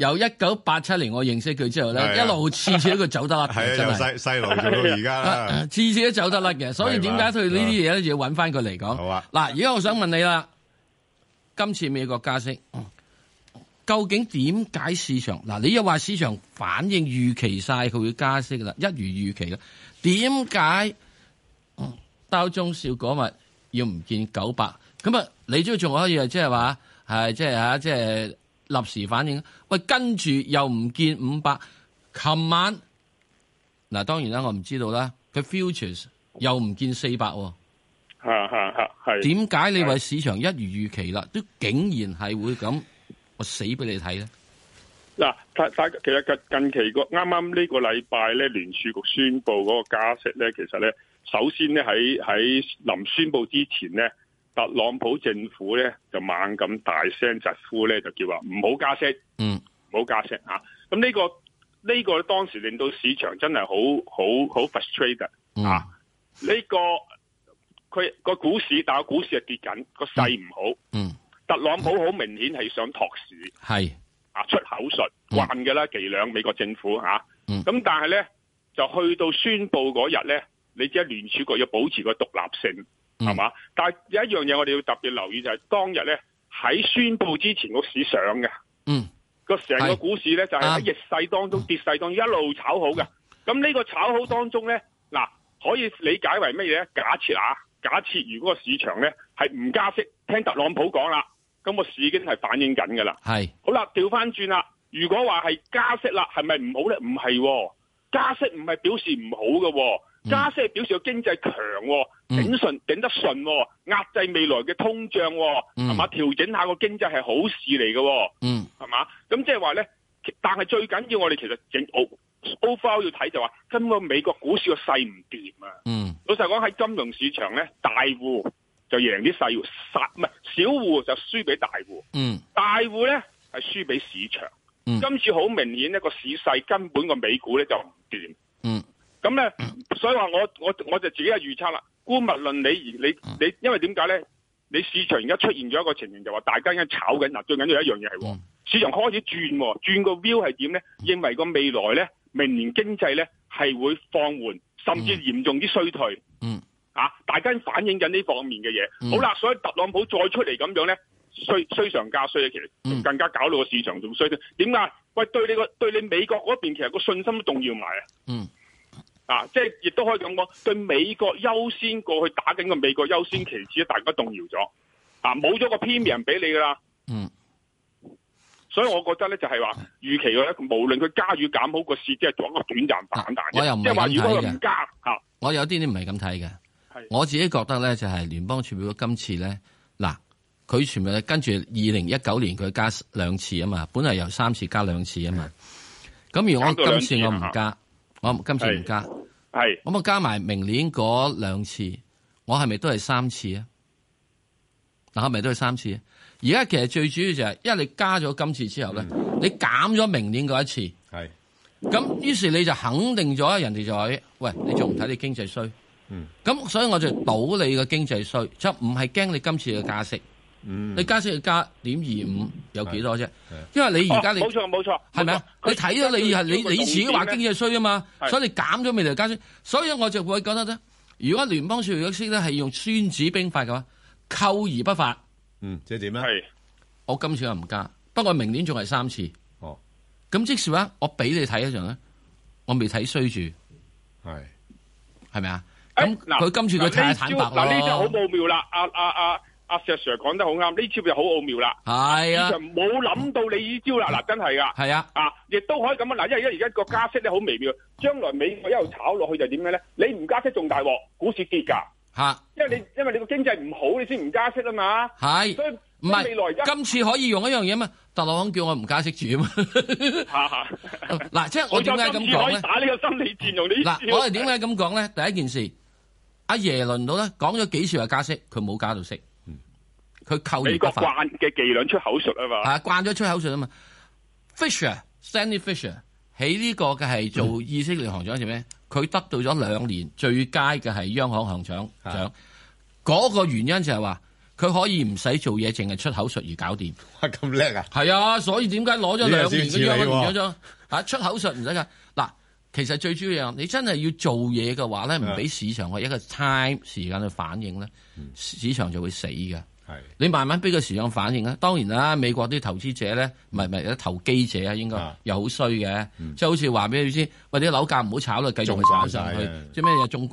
Speaker 1: 由一九八七年我認識佢之後咧，
Speaker 2: 啊係啊
Speaker 1: 一路次次都佢走得甩
Speaker 2: (laughs) 係啊
Speaker 1: 嘅，真
Speaker 2: 由細
Speaker 1: 係
Speaker 2: 細路做到而家啦
Speaker 1: 啊 (laughs) 啊次次都走得甩嘅。所以點解佢呢啲嘢咧要揾翻佢嚟講？好啊！嗱，而家我想問你啦，今次美國加息，嗯究竟點解市場嗱？你又話市場反應預期晒佢會加息啦，一如預期啦，點解兜中兆嗰日要唔見九百？咁啊，你都仲可以啊，即係話係即係嚇，即係立時反應。喂，跟住又唔見五百，琴晚嗱當然啦，我唔知道啦，佢 futures 又唔見四百喎。
Speaker 19: 吓吓吓，係
Speaker 1: 點解你話市場一如預期啦，都竟然係會咁，我死俾你睇咧？
Speaker 19: 嗱，大大其實近近期個啱啱呢個禮拜咧，聯儲局宣布嗰個加息咧，其實咧，首先咧喺喺臨宣布之前咧，特朗普政府咧就猛咁大聲疾呼咧，就叫話唔好加息，
Speaker 1: 嗯，
Speaker 19: 唔好加息啊！咁呢、個呢、個當時令到市場真係好好好 frustrated。
Speaker 1: 啊，
Speaker 19: 呢、個佢個股市，但係股市係跌緊，個勢唔好。
Speaker 1: 嗯，
Speaker 19: 特朗普好明顯係想托市
Speaker 1: 係
Speaker 19: 啊，出口術慣嘅啦，伎倆美國政府嚇。啊
Speaker 1: 嗯
Speaker 19: 咁、但係咧，就去到宣佈嗰日咧，你知啦聯儲局要保持個獨立性
Speaker 1: 嗯
Speaker 19: 係嘛、但係有一樣嘢我哋要特別留意就係、當日咧喺宣佈之前個市上嘅。
Speaker 1: 嗯，
Speaker 19: 個成個股市咧就係喺
Speaker 1: 啱
Speaker 19: 逆勢當中、跌勢當中一路炒好嘅。咁呢個炒好當中咧，嗱可以理解為乜嘢咧？假設啊，假設如果個市場咧係唔加息，聽特朗普講啦，咁個市已經係反映緊㗎啦。
Speaker 1: 係
Speaker 19: 好啦，調翻轉啦，如果話係加息啦，係咪唔好咧？唔係喎，加息唔係表示唔好嘅喎。
Speaker 1: 嗯
Speaker 19: 加息係表示個經濟強喎，頂順頂得順喎，壓制未來嘅通脹喎，
Speaker 1: 嗯
Speaker 19: 係嘛？調整下個經濟係好事嚟嘅喎。
Speaker 1: 嗯
Speaker 19: 係嘛？咁即係話咧，其但係最緊要我哋其實整 o- overall 要睇就話，根本美國股市個勢唔掂啊！
Speaker 1: 嗯
Speaker 19: 老實講喺金融市場咧，大戶就贏啲細戶，殺唔係小戶就輸俾大戶，
Speaker 1: 嗯
Speaker 19: 大戶咧係輸俾市場。
Speaker 1: 嗯
Speaker 19: 今次好明顯呢個市勢根本個美股咧就唔掂。
Speaker 1: 嗯
Speaker 19: 咁咧，所以話我我我就自己嘅預測啦。姑勿論你而你
Speaker 1: 嗯
Speaker 19: 你，因為點解咧？你市場而家出現咗一個情形，就話大家已經炒緊。嗱，最緊要一樣嘢係
Speaker 1: 嗯
Speaker 19: 喎，市場開始轉喎，轉個 view 係點咧？認為個未來咧，明年經濟咧係會放緩，甚至嚴重啲衰退。
Speaker 1: 嗯，
Speaker 19: 啊，大家反映緊呢方面嘅嘢。
Speaker 1: 嗯
Speaker 19: 好啦，所以特朗普再出嚟咁樣咧，衰衰上加衰，啊其
Speaker 1: 嗯
Speaker 19: 實更加搞到個市場仲衰。點解？喂，對你個對你美國嗰邊其實個信心都動搖埋啊！
Speaker 1: 嗯
Speaker 19: 啊，即係亦都可以咁講，對美國優先過去打緊個美國優先旗幟，大家動搖咗，啊，冇咗個 premium 俾你噶啦。
Speaker 1: 嗯。
Speaker 19: 所以我覺得咧就係話，預期嘅咧，無論佢加與減好，個市只係做一個短暫反彈啫。
Speaker 1: 我又唔
Speaker 19: 即
Speaker 1: 係
Speaker 19: 係話，
Speaker 1: 咁
Speaker 19: 如果佢
Speaker 1: 睇嘅
Speaker 19: 唔加啊嚇，
Speaker 1: 我有啲啲唔係咁睇嘅。我自己覺得咧，就係聯邦儲備局今次咧，嗱，佢全部係跟住二零一九年佢加兩次啊嘛，本嚟由三次加兩次啊嘛。咁如果
Speaker 19: 加到
Speaker 1: 我
Speaker 19: 兩
Speaker 1: 今
Speaker 19: 次啊
Speaker 1: 次我唔加，我今次唔加，
Speaker 19: 係
Speaker 1: 咁我啊加埋明年嗰兩次，我係咪都係三次啊？嗱，係咪都係三次啊？而家其實最主要就係、因為你加咗今次之後咧，
Speaker 19: 嗯
Speaker 1: 你減咗明年嗰一次，
Speaker 2: 係
Speaker 1: 咁於是你就肯定咗人哋就話：喂，你仲唔睇你經濟衰？
Speaker 2: 嗯，
Speaker 1: 咁所以我就賭你嘅經濟衰，就唔係驚你今次嘅加息。
Speaker 2: 嗯
Speaker 1: 你加息要加點二五有幾多啫？因為你而家你
Speaker 19: 哦冇錯冇錯，
Speaker 1: 係咪啊？
Speaker 19: 冇錯
Speaker 1: 你睇咗你係你你自己話經濟衰啊嘛，
Speaker 19: 係
Speaker 1: 所以你減咗未來加息，所以我就會覺得咧，如果聯邦儲備局息咧係用孫子兵法嘅話，扣而不發。
Speaker 2: 嗯，即係點咧？
Speaker 19: 係
Speaker 1: 我今次又唔加，不過明年仲係三次。
Speaker 2: 哦，
Speaker 1: 咁即是話我俾你睇一樣咧，我未睇衰住，
Speaker 2: 係
Speaker 1: 係咪啊？咁佢今次佢
Speaker 19: 嗱
Speaker 1: 太
Speaker 19: 呢
Speaker 1: 坦
Speaker 19: 招
Speaker 1: 白
Speaker 19: 嗱呢就好
Speaker 1: 咯，
Speaker 19: 奧妙啦，阿阿阿阿石 Sir 講得好啱，呢招就好奧妙啦。
Speaker 1: 係啊
Speaker 19: 市場冇諗到你呢招啦，嗱真係噶。
Speaker 1: 係啊，
Speaker 19: 啊，亦都可以咁樣嗱，因為因為而家個加息咧好微妙，將來美國一路炒落去就點嘅咧？你唔加息仲大鑊，股市跌㗎。
Speaker 1: 嚇。
Speaker 19: 因為你因為你個經濟唔好，你先唔加息啊嘛。
Speaker 1: 係
Speaker 19: 所以
Speaker 1: 唔
Speaker 19: 未來而家
Speaker 1: 係，今次可以用一樣嘢嘛？特朗普叫我唔加息住啊嘛。
Speaker 19: 嚇嚇，
Speaker 1: 嗱，即係我點解咁講
Speaker 19: 可以
Speaker 1: 咧？
Speaker 19: 打呢個心理戰用呢招？
Speaker 1: 嗱，我係點解咁講咧？第一件事，阿耶倫到咧講咗幾次話加息，佢冇加到息，佢
Speaker 19: 嗯
Speaker 1: 扣
Speaker 19: 美
Speaker 1: 而
Speaker 19: 國
Speaker 1: 不發，
Speaker 19: 慣嘅伎倆出口術啊嘛。
Speaker 1: 啊慣咗出口術啊嘛。Fisher Stanley Fisher 喺呢個嘅係做
Speaker 2: 嗯
Speaker 1: 以色列行長前咩？佢得到咗兩年最佳嘅係央行行長
Speaker 2: 啊
Speaker 1: 獎。嗰個原因就係話佢可以唔使做嘢，淨係出口術而搞掂。
Speaker 2: (laughs) 咁叻啊！
Speaker 1: 係啊，所以點解攞咗兩年
Speaker 2: 呢個先似
Speaker 1: 嘅央行年
Speaker 2: 你喎
Speaker 1: 咗嚇出口術唔使㗎。嗱，其實最主要樣，你真係要做嘢嘅話咧，唔
Speaker 2: 啊
Speaker 1: 俾市場去一個 time 時間去反應咧，
Speaker 2: 嗯
Speaker 1: 市場就會死嘅。
Speaker 2: 係
Speaker 1: 你慢慢俾個市場反應啦。啊當然啦，美國啲投資者咧，唔係唔係，啲投機者啊，應該又好衰嘅，即係好似話俾你知，喂啲樓價唔好炒啦，繼續去炒上去
Speaker 2: 嗯中晒啊，
Speaker 1: 即係咩嘢中貴。